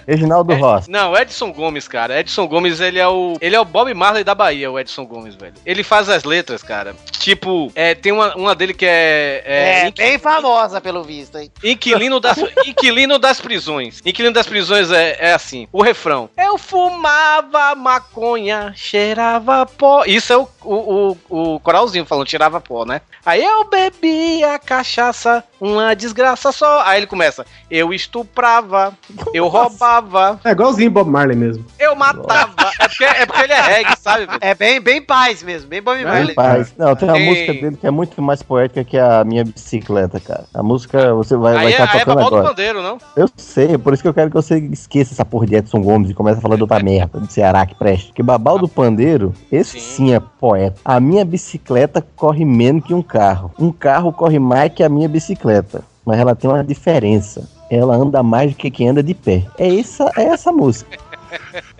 O: Reginaldo Rossi.
D: Não, Edson Gomes, cara. Edson Gomes, ele é o. Ele é o Bob Marley da Bahia, o Edson Gomes, velho. Ele faz as letras, cara. Tipo, é, tem uma, uma dele que é.
F: É,
D: é, inqui-
F: bem famosa, pelo visto, hein?
D: Inquilino das, inquilino das prisões. Inquilino das prisões é, é assim. O refrão. Eu fumava maconha, cheirava pó. Isso é o, o, o, o coralzinho falando, cheirava pó, né? Aí eu bebia cachaça, uma desgraça só. Aí ele começa. Eu estuprava, eu roubava,
G: É igualzinho Bob Marley mesmo.
D: eu matava. É porque, é porque ele é reggae, sabe?
F: É bem, bem paz mesmo, bem Bob Marley.
O: Rapaz, não, tem uma
F: Tem-
O: música dele que é muito mais poética que a minha bicicleta, cara. A música você vai
D: Aí é-
O: estar
D: aí é
O: tocando
D: pra bola do
O: agora.
D: pandeiro, não?
O: Eu sei, por isso que eu quero que você esqueça essa porra de Edson Gomes e comece a falar de outra merda do Ceará que preste. Porque Babal do Pandeiro, esse sim é poeta. A minha bicicleta corre menos que um carro. Um carro corre mais que a minha bicicleta. Mas ela tem uma diferença. Ela anda mais do que quem anda de pé. É essa, é essa música.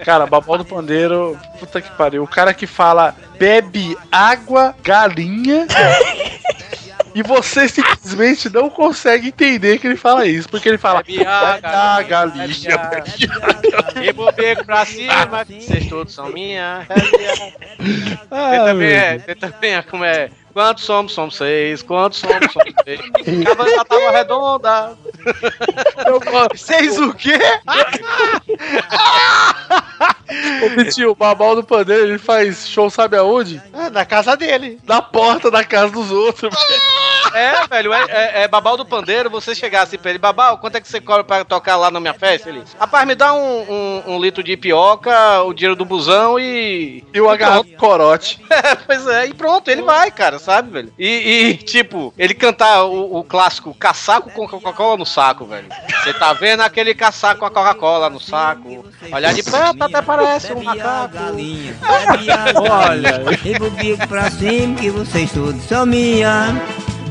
C: Cara, babó do pandeiro, puta que pariu. O cara que fala bebe água,
F: [laughs]
C: galinha. e você simplesmente não consegue entender que ele fala isso, porque ele fala bebe água, galinha.
D: Rebobego pra cima, Ah, vocês todos são minha.
C: Ah,
D: Tem também,
C: meu
D: é, tem também, é, como é? Quantos somos, somos seis. Quantos somos, somos seis. Acaba da tábua redonda.
F: [laughs] Seis o quê?
C: Ô, Pitinho, o babal do pandeiro, ele faz show sabe aonde?
F: Ah, na casa dele.
C: Na porta da casa dos outros.
D: É, velho, é, é- é babal do pandeiro, você chegar assim pra ele, babal, quanto é que você cobra pra tocar lá na minha festa? Ele, rapaz, me dá um, um- um litro de pioca, o dinheiro do busão e...
C: E o agarrado corote.
D: É, pois é, e pronto, ele vai, cara, sabe, velho? E, e, tipo, ele cantar o, o clássico caçaco com Coca-Cola no saco, velho. Você tá vendo aquele caçaco com a Coca-Cola no saco? Olhar de perto até parece um macaco.
X: Olha, rebobico pra cima que vocês todos são minha.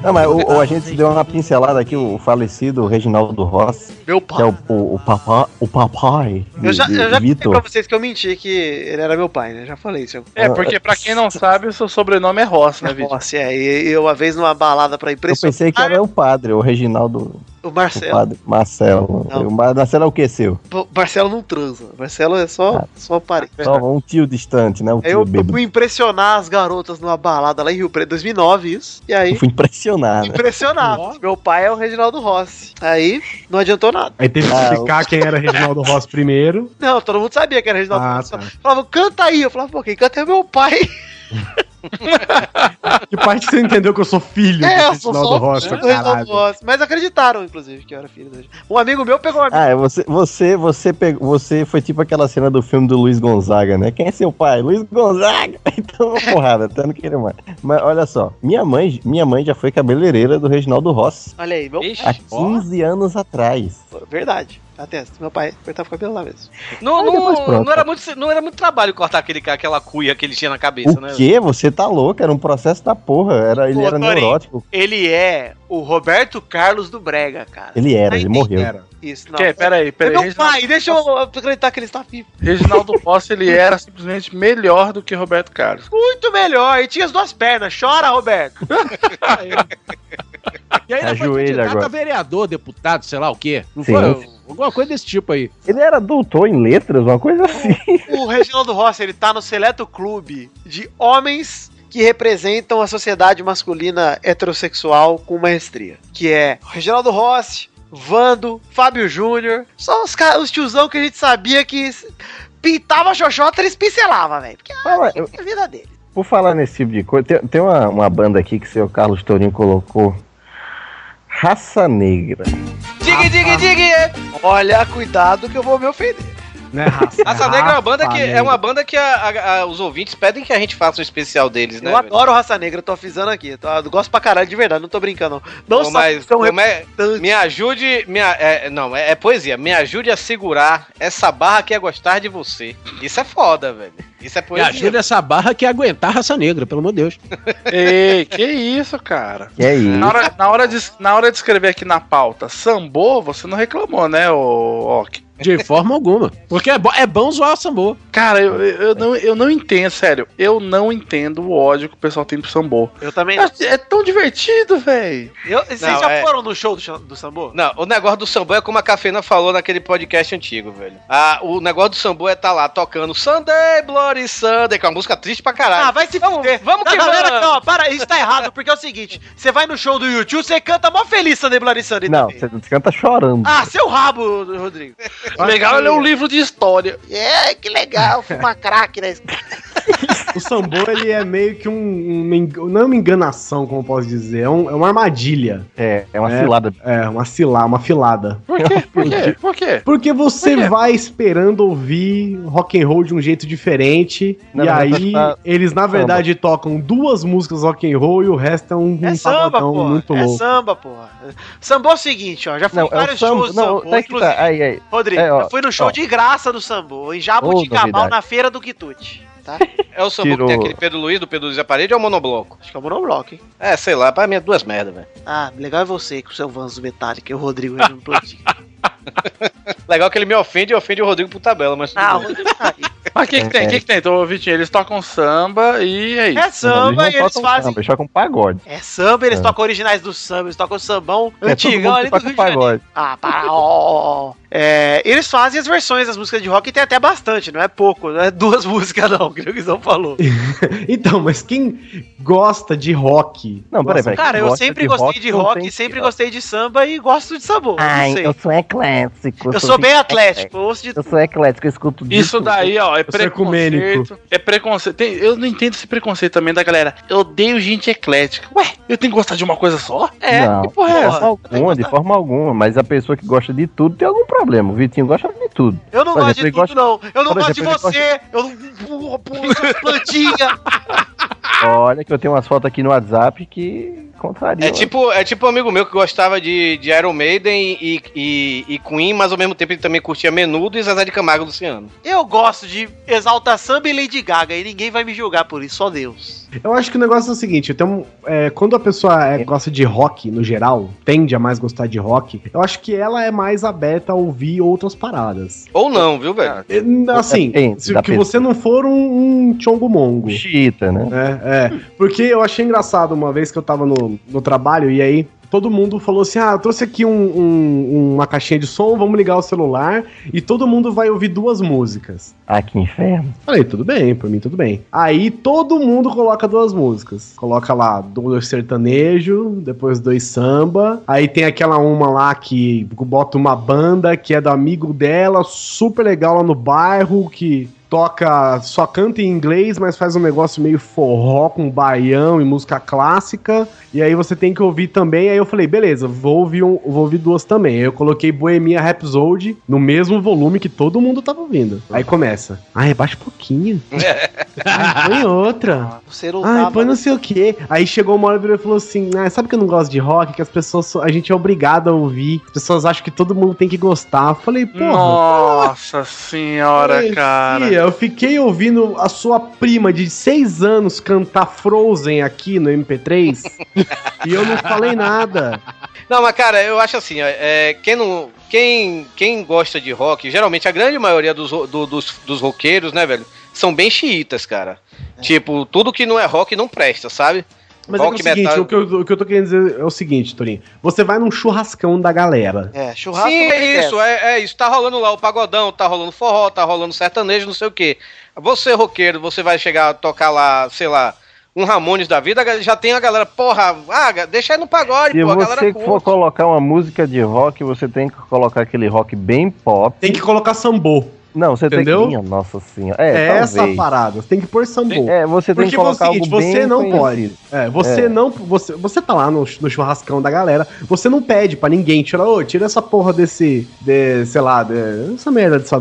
O: Não, mas o, o- a gente deu uma pincelada aqui, o falecido Reginaldo Rossi.
F: Meu
O: pai. Que é o, o, o papai. O papai.
F: Eu já,
O: de-
F: eu
O: de
F: já contei
O: Vitor.
F: pra vocês que eu menti que ele era meu pai, né? Já falei isso.
C: É, porque pra quem não sabe, o seu sobrenome é Rossi, né, Vitor?
F: Rossi, é. E eu, uma vez numa balada pra
O: Eu
F: impressionar
O: pensei que era o padre, o Reginaldo.
F: o
O: O
F: Marcelo.
O: padre Marcelo. O Mar- Marcelo é o que seu?
F: Pô, Marcelo não transa. Marcelo é só, só parente.
O: Só um tio distante, né? Um
F: Aí
O: tio
F: eu, eu
O: bêbado.
F: fui impressionar as garotas numa balada lá em Rio Preto, 2009, isso. E aí,
O: Eu fui impressionado.
F: impressionado. Meu pai é o Reginaldo Rossi. Aí, não adiantou nada.
G: Aí teve que
F: Ah,
G: explicar quem era Reginaldo Rossi primeiro.
F: Não, todo mundo sabia que era [laughs] Reginaldo
G: Ah,
O: tá.
F: Rossi. Falava, canta aí. Eu falava, pô, quem canta é meu
O: [laughs]
F: pai.
G: Que parte você entendeu que eu sou filho
F: é,
G: do
F: eu sou só
G: Reginaldo Rossi,
F: filho do Reginaldo
G: caralho.
F: Rossi. Mas acreditaram, inclusive, que eu era filho dele. Um amigo meu pegou um amigo.
O: Ah, é você, você, você, pegou, você foi tipo aquela cena do filme do Luiz Gonzaga, né? Quem é seu pai? Luiz Gonzaga! [laughs] Então, uma porrada, até não querer mais. Mas olha só, minha mãe, minha mãe já foi cabeleireira do Reginaldo Rossi
F: Olha aí, meu
O: há
F: pai.
O: 15 anos atrás.
F: Verdade. Atesto. Meu pai cortava o cabelo lá mesmo.
D: Não,
O: depois
D: não,
O: pronto.
D: não, era muito, não era muito trabalho cortar aquele, ca- aquela cuia que ele tinha na cabeça, né?
O: O quê? Você tá louco? Era um processo da porra. Era, ele
F: Pô,
O: era
F: Torinho,
O: neurótico.
F: Ele é o Roberto Carlos do Brega, cara.
O: Ele era,
F: Aí
O: ele
F: tem-
O: morreu.
F: Tá Isso, não.
C: Que, peraí,
F: É
C: peraí.
F: meu
C: Reginaldo-
F: pai, deixa eu acreditar que ele está vivo.
C: Reginaldo Rossi, [laughs] ele era simplesmente melhor do que Roberto Carlos.
F: Muito melhor, e tinha as duas pernas. Chora, Roberto.
H: E aí
O: Ajoelha
H: candidato
O: agora.
H: a vereador, deputado, sei lá o quê. Não
O: Sim.
H: foi? Alguma coisa desse tipo aí.
O: Ele era doutor em letras, uma coisa assim.
F: O Reginaldo Rossi, ele tá no seleto clube de homens que representam a sociedade masculina heterossexual com maestria. Que é Reginaldo Rossi, Vando, Fábio Júnior, só os, ca- os tiozão que a gente sabia que pintava a xoxota, eles pincelavam, velho. Porque
O: Fala, eu-
F: é a vida dele.
O: Por falar nesse tipo de coisa, tem, tem uma, uma banda aqui que o seu Carlos Tourinho colocou. Raça Negra.
F: Diga, diga, diga! Olha, cuidado que eu vou me ofender.
G: Né, raça?
D: Raça Negra é uma banda
F: Raça
D: que é
F: Negra.
D: uma banda que a- a- a- os ouvintes pedem que a gente faça um especial deles, né?
F: Eu adoro raça negra, eu tô avisando aqui. Tô, eu gosto pra caralho de verdade, não tô brincando. Não, não
D: Não, mas como é- me ajude, me a- é, não, é, é poesia. Me ajude a segurar essa barra que é gostar de você. Isso é foda, velho. Isso é
H: Me
D: poesia.
H: ajuda essa barra que é aguentar a raça negra, pelo amor de Deus.
C: Ei, que isso, cara.
O: Que isso?
C: Na hora, na hora de, na hora de escrever aqui na pauta, sambô, você não reclamou, né, ô Ok?
H: De [laughs] forma alguma. Porque é, bo- é bom zoar o sambô.
C: Cara, eu, eu, eu não, eu não entendo, sério. Eu não entendo o ódio que o pessoal tem pro sambô.
F: Eu também
C: não. É, tão divertido, velho.
F: Vocês
D: Não,
F: já
D: é-
F: foram no show do, Xan- do Sambô?
D: Não, o negócio do sambo é como a Cafena falou naquele podcast antigo, velho. Ah, o negócio do sambo é tá lá tocando Sunday, Bloody Sunday, que é uma música triste pra caralho.
F: Ah, vai se fuder. Vamos
D: que
F: galera,
D: vamos.
F: calma, para, isso tá errado, porque é o seguinte, você vai no show do YouTube, você canta mó feliz Sunday Bloody Sunday
O: Não,
F: também.
O: você canta chorando.
F: Ah, seu rabo, Rodrigo.
C: O legal é ler um livro de história.
F: É, que legal, fuma crack, né?
G: um- O sambô, ele é meio que um, um en- não é uma enganação, como eu posso dizer, é, um- é uma armadilha.
O: É, é uma cilada.
G: É, uma cilada, uma filada.
C: Por quê? Por quê? Por quê?
G: Porque você vai esperando ouvir rock and roll de um jeito diferente
O: Na
G: e
O: verdade,
G: aí
O: tá-
G: eles na
O: samba.
G: verdade tocam duas músicas rock and roll e o resto é um, um
F: É samba,
G: pacotão
F: porra.
G: muito
F: É
G: louco.
F: samba, porra. Sambô é o seguinte, ó. Já fui
O: Não,
F: em
O: é o
F: vários
O: samba.
F: shows do
O: Não,
F: sambô,
O: tá que tá. Aí, aí.
F: Rodrigo,
O: É, ó,
F: eu fui no show
O: ó.
F: de graça do sambô, em
O: Ô,
F: Jabuticabal,
O: novidade.
F: na feira do Quitute. Tá?
D: É o sambo que
O: Tirou.
D: tem aquele Pedro Luiz, do Pedro Luiz da parede ou é o monobloco?
F: Acho que é o monobloco, hein?
D: É, sei lá, pra mim é duas merda, velho.
F: Ah, legal é você com o seu Vanzo Metallica e o Rodrigo Regino Plantino.
O: [laughs]
D: Legal que ele me ofende e ofende o Rodrigo por tabela, mas. tudo
F: Ah,
D: bem.
F: Rodrigo tá aí.
C: Mas o que, que tem? O que, que tem? Então, Vitinho, eles tocam samba e é isso.
F: É samba e eles fazem.
O: Samba, com pagode.
F: É samba, eles
O: É.
F: tocam originais do samba, eles tocam sambão
O: É, todo
F: antigão
O: mundo
F: ali do
O: toca
F: Rio de Janeiro.
O: pagode.
F: Ah, para, ó, ó, ó. É, eles fazem as versões das músicas de rock e tem até bastante, não é pouco, não é duas [laughs] músicas não, que o Guizão falou.
G: [laughs] Então, mas quem gosta de rock?
O: Não, peraí, peraí.
F: Cara, eu
O: Gosta
F: sempre
O: de
F: gostei
O: rock,
F: de
O: não
F: rock,
O: tem Ah, então
F: sempre gostei de samba e gosto de sabor.
O: Ai,
F: não sei.
O: eu sou
B: um
O: eclético.
F: Eu sou bem
O: de-
F: atlético, eu ouço de
O: Eu sou eclético, eu escuto assim. de
C: Isso
O: tudo.
C: daí, ó, é
O: Eu sou ecumênico.
C: preconceito. É preconceito. Tem- eu não entendo esse preconceito também da galera. Eu odeio gente eclética. Ué, eu tenho que gostar de uma coisa só? É,
O: não,
C: que porra é
O: de
C: essa?
O: forma alguma, de forma alguma, mas a pessoa que gosta de tudo tem algum problema. O Vitinho gosta de tudo.
F: Eu não
O: Por
F: gosto de
O: exemplo,
F: tudo,
O: ele
F: não. Eu não
O: por
F: gosto de
O: exemplo, ele
F: você. Eu não. Porra, plantinha.
O: Olha, que eu tenho umas fotos aqui no WhatsApp que contrariam.
D: É tipo, é tipo um amigo meu que gostava de, de Iron Maiden e, e, e Queen, mas ao mesmo tempo ele também curtia Menudo e Zezé de Camargo e Luciano.
F: Eu gosto de exalta samba e Lady Gaga. E ninguém vai me julgar por isso, só Deus.
G: Eu acho que o negócio é o seguinte, então, é, quando a pessoa é, gosta de rock no geral, tende a mais gostar de rock, eu acho que ela é mais aberta a ouvir outras paradas.
D: Ou não, viu, velho?
G: É, Assim,
O: Depende
G: se
O: da
G: que
O: pessoa.
G: você não for um, um chongo mongo.
O: Chita, né?
G: É, é. Porque eu achei engraçado uma vez que eu tava no, no trabalho e aí todo mundo falou assim: ah, eu trouxe aqui um- um- uma caixinha de som, vamos ligar o celular e todo mundo vai ouvir duas músicas.
O: Ah, que inferno.
G: Falei, tudo bem, pra mim tudo bem. Aí todo mundo coloca duas músicas. Coloca lá dois sertanejo, depois dois samba. Aí tem aquela uma lá que bota uma banda que é do amigo dela, super legal lá no bairro, que toca, só canta em inglês, mas faz um negócio meio forró com baião e música clássica. E aí você tem que ouvir também. Aí eu falei, beleza, vou ouvir, um, vou ouvir duas também. Aí eu coloquei Bohemia Rhapsody no mesmo volume que todo mundo tava ouvindo. Aí começa. Ah, abaixa um pouquinho. Ai, põe outra.
F: Você não
G: Ai,
F: tá.
G: põe não sei o quê. Aí chegou uma hora e virou e falou assim: ah, sabe que eu não gosto de rock? Que as pessoas. só- A gente é obrigado a ouvir. As pessoas acham que todo mundo tem que gostar. Eu falei, porra.
C: Nossa senhora,
G: Esse-
C: cara.
G: Eu fiquei ouvindo a sua prima de 6 anos cantar Frozen aqui no MP3 e eu não falei nada.
D: Não, mas cara, eu acho assim, ó, é, quem não. Quem, quem gosta de rock, geralmente a grande maioria dos, ro- do- dos, dos roqueiros, né, velho, são bem xiitas, cara. Tipo, tudo que não é rock não é presta, sabe?
G: Mas é, que é o seguinte, o que, eu, o que eu tô querendo dizer é o seguinte, Torinho. Você vai num churrascão da galera.
D: É, churrasco. Sim, é isso, é, é isso. Tá rolando lá o pagodão, tá rolando forró, tá rolando sertanejo, não sei o quê. Você, roqueiro, você vai chegar a tocar lá, sei lá, um Ramones da vida, já tem a galera, porra, ah, deixa aí no pagode,
O: Se
D: pô, a galera
O: você for colocar uma música de rock, você tem que colocar aquele rock bem pop.
G: Tem que colocar sambô.
O: Não, você
G: Entendeu?
O: tem que. Minha Nossa senhora.
G: É,
O: É,
G: essa a
O: talvez.
G: parada. Você tem que pôr sambô.
O: É, você tem que colocar
G: é o seguinte,
O: algo bem
G: você não pode.
O: conhecido.
G: É, você
O: É.
G: não. Você, você tá lá no, ch- no churrascão da galera, você não pede pra ninguém, tira, ô, tira essa porra desse. de- sei lá, de- essa merda dessa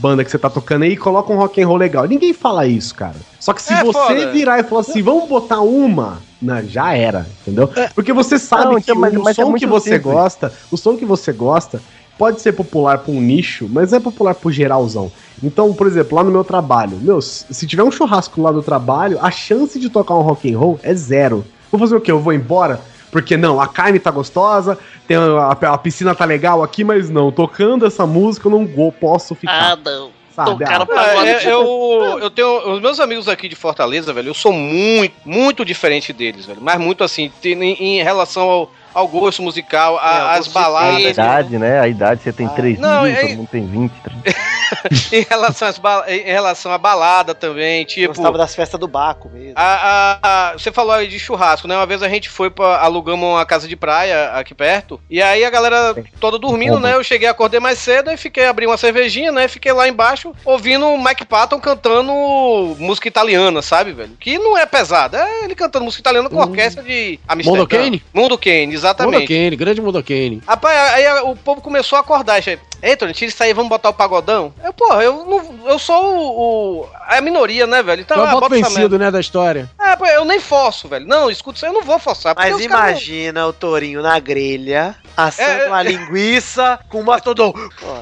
G: banda que você tá tocando aí e coloca um rock and roll legal. Ninguém fala isso, cara. Só que se
O: É,
G: você
O: foda.
G: virar e falar assim, vamos botar uma. Não, já era, entendeu? Porque você sabe
O: É, Não,
G: que
O: então, mas-
G: o
O: mas é
G: som
O: muito
G: que você
O: simples.
G: gosta gosta- o som que você gosta pode ser popular pra um nicho, mas é popular pro geralzão. Então, por exemplo, lá no meu trabalho, meu, se se tiver um churrasco lá do trabalho, a chance de tocar um rock and roll é zero. Vou fazer o quê? Eu vou embora? Porque não, a carne tá gostosa, tem a, a piscina tá legal aqui, mas não, tocando essa música eu não go- posso ficar.
V: Ah, não.
G: Sabe,
V: Tocaram
G: ah,
V: pra
D: Ah,
V: agora.
D: é, eu, eu tenho. Os meus amigos aqui de Fortaleza, velho, eu sou muito, muito diferente deles, velho. Mas muito assim, tem- em, em relação ao, ao gosto musical, a- às
O: A
D: baladas.
O: idade, né? A idade, você tem 3
D: Ah, Não,
O: mil,
D: é-
O: todo mundo tem 20, 30.
D: [laughs] em, relação às bala- em relação à balada também, tipo. Ah,
F: Gostava das festas do Baco mesmo.
D: A- a- a- você falou aí de churrasco, né? Uma vez a gente foi pra. alugamos uma casa de praia aqui perto. E aí a galera toda dormindo, né? Eu cheguei, acordei mais cedo e fiquei abri uma cervejinha, né? Fiquei lá embaixo ouvindo o Mike Patton cantando música italiana, sabe, velho? Que não é pesada. É ele cantando música italiana com orquestra de Amsterdã.
H: Mundo Kane?
D: Mundo Kane, exatamente.
H: Modokane, grande Modokane.
D: Rapaz, aí a- o povo começou a acordar, gente. Ei, Tony, tira isso aí, vamos botar o pagodão? Eu, porra, eu, não, eu sou o, o- a minoria, né, velho?
H: Então, é
D: ah,
H: o voto
D: bota essa merda.
H: vencido, né, da história.
D: É, pô, eu nem forço, velho. Não, escuta isso, aí, eu não vou forçar. porque
F: Mas
D: os caras-
F: imagina o tourinho na grelha, assando
D: É, é.
F: uma linguiça com um mastodon.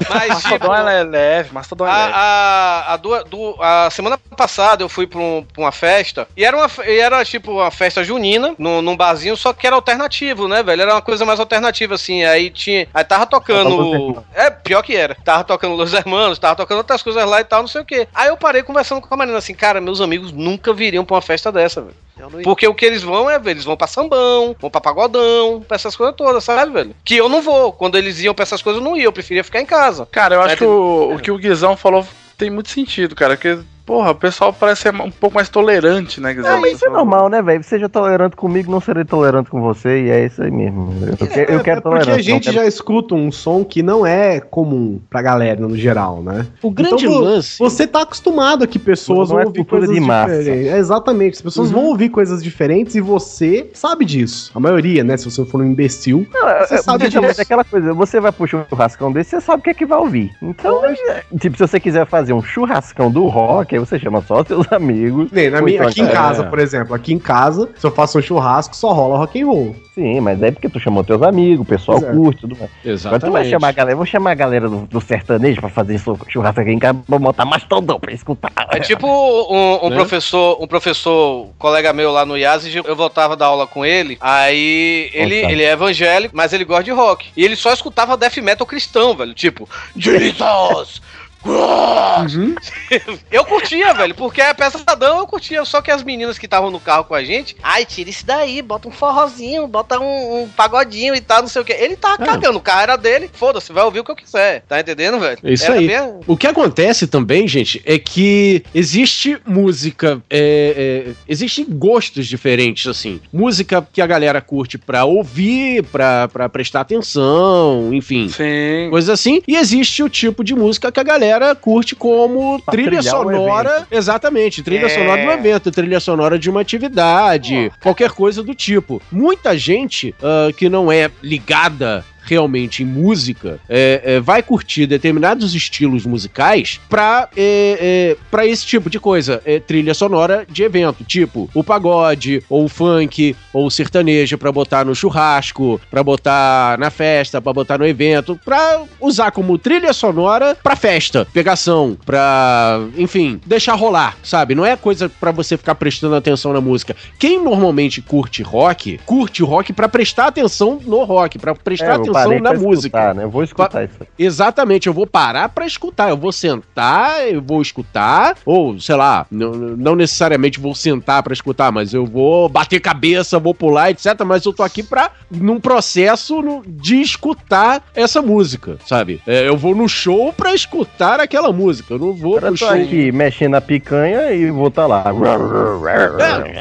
D: Mas, tipo,
C: Mastodon ela é leve, Mastodon é
D: A,
C: leve.
D: a- a du- du- a semana passada eu fui pra, um- pra uma festa e era, uma, fe- e era tipo uma festa junina num, num barzinho, só que era alternativo, né, velho? Era uma coisa mais alternativa, assim. Aí tinha. Aí tava tocando. É, pior que era. Tava tocando Los Hermanos, tava tocando outras coisas lá e tal, não sei o quê. Aí eu parei conversando com a Marina assim, cara, meus amigos nunca viriam pra uma festa dessa, velho. Porque o que eles vão é, velho, eles vão pra sambão, vão pra pagodão, pra essas coisas todas, sabe, velho? Que eu não vou. Quando eles iam pra essas coisas, eu não ia. Eu preferia ficar em casa.
C: Cara, eu
D: Tá
C: acho que o, o que o Guizão falou tem muito sentido, cara. Porque, porra, o pessoal parece ser um pouco mais tolerante, né, Guizão?
O: É, mas isso é normal, né, velho? Seja tolerante comigo, não serei tolerante com você, e é isso aí mesmo. Eu, que- eu quero
G: É, Porque
O: tolerância.
G: a
O: não
G: gente
O: quero-
G: já escuta um som que não é comum pra galera no geral, né?
H: O grande lance-
G: Você tá acostumado a que pessoas
O: Não
G: vão
O: é
G: ouvir
O: cultura
G: coisas
O: de massa. Uhum.
G: diferentes. É, exatamente. As pessoas vão ouvir coisas diferentes e você sabe disso. A maioria, né? Se você for um imbecil, você
O: É,
G: sabe
O: veja, mas
G: disso.
O: é aquela coisa, você vai pro churrascão desse, você sabe o que é que vai ouvir. Então, é, tipo, se você quiser fazer um churrascão do rock, aí você chama só seus amigos.
G: Bem, na
O: Ou
G: minha-
O: então
G: aqui em
O: a
G: casa,
O: galera-
G: por exemplo, aqui em casa, se eu faço um churrasco, só rola rock and roll.
O: Sim, mas é porque tu chamou teus amigos, o pessoal
G: Pois é.
O: curte, tudo mais. Agora tu vai
G: Exatamente.
O: chamar a galera, eu vou chamar a galera do, do sertanejo pra fazer isso- churrasco aqui em casa, vou botar mastodão pra escutar.
D: É tipo um, um
O: Né?
D: professor, um professor, colega meu lá no IASIS, eu voltava da aula com ele, aí ele,
O: Nossa.
D: ele é evangélico, mas ele gosta de rock. E ele só escutava death metal cristão, velho, tipo, [laughs] Jesus! Christ."
H: Uhum.
D: [laughs] Eu curtia, velho, porque é pesadão, eu curtia. Só que as meninas que estavam no carro com a gente, ai, tira isso daí, bota um forrozinho, bota um, um pagodinho e tal, não sei o que. Ele tava
H: É.
D: cagando, o carro era dele, foda-se, vai ouvir o que eu quiser, tá entendendo, velho?
H: É isso
D: Era
H: aí.
D: bem-
H: O que acontece também, gente, é que existe música, é, é, existem gostos diferentes, assim. Música que a galera curte pra ouvir, pra, pra prestar atenção, enfim.
C: Sim.
H: Coisas assim. E existe o tipo de música que a galera curte como
O: Pra
H: trilha
O: trilhar o
H: sonora.
O: evento.
H: exatamente, trilha
O: É.
H: sonora de um evento, trilha sonora de uma atividade, qualquer coisa do tipo. Muita gente ah, que não é ligada realmente em música é, é, vai curtir determinados estilos musicais pra, é, é, pra esse tipo de coisa, é, trilha sonora de evento, tipo o pagode, ou o funk, ou o sertanejo pra botar no churrasco, pra botar na festa, pra botar no evento, pra usar como trilha sonora pra festa, pegação, pra, enfim, deixar rolar, sabe? Não é coisa pra você ficar prestando atenção na música. Quem normalmente curte rock, curte rock pra prestar atenção no rock, pra prestar
O: É,
H: atenção construção da música.
O: Escutar, né? Eu vou escutar isso aí.
H: Exatamente, eu vou parar pra escutar, eu vou sentar, eu vou escutar, ou sei lá, n- n- não necessariamente vou sentar pra escutar, mas eu vou bater cabeça, vou pular, etc. Mas eu tô aqui pra, num processo no- de escutar essa música, sabe? É, eu vou no show pra escutar aquela música, eu não vou
O: Eu
H: pro
O: tô
H: show.
O: aqui mexendo a picanha e vou tá lá.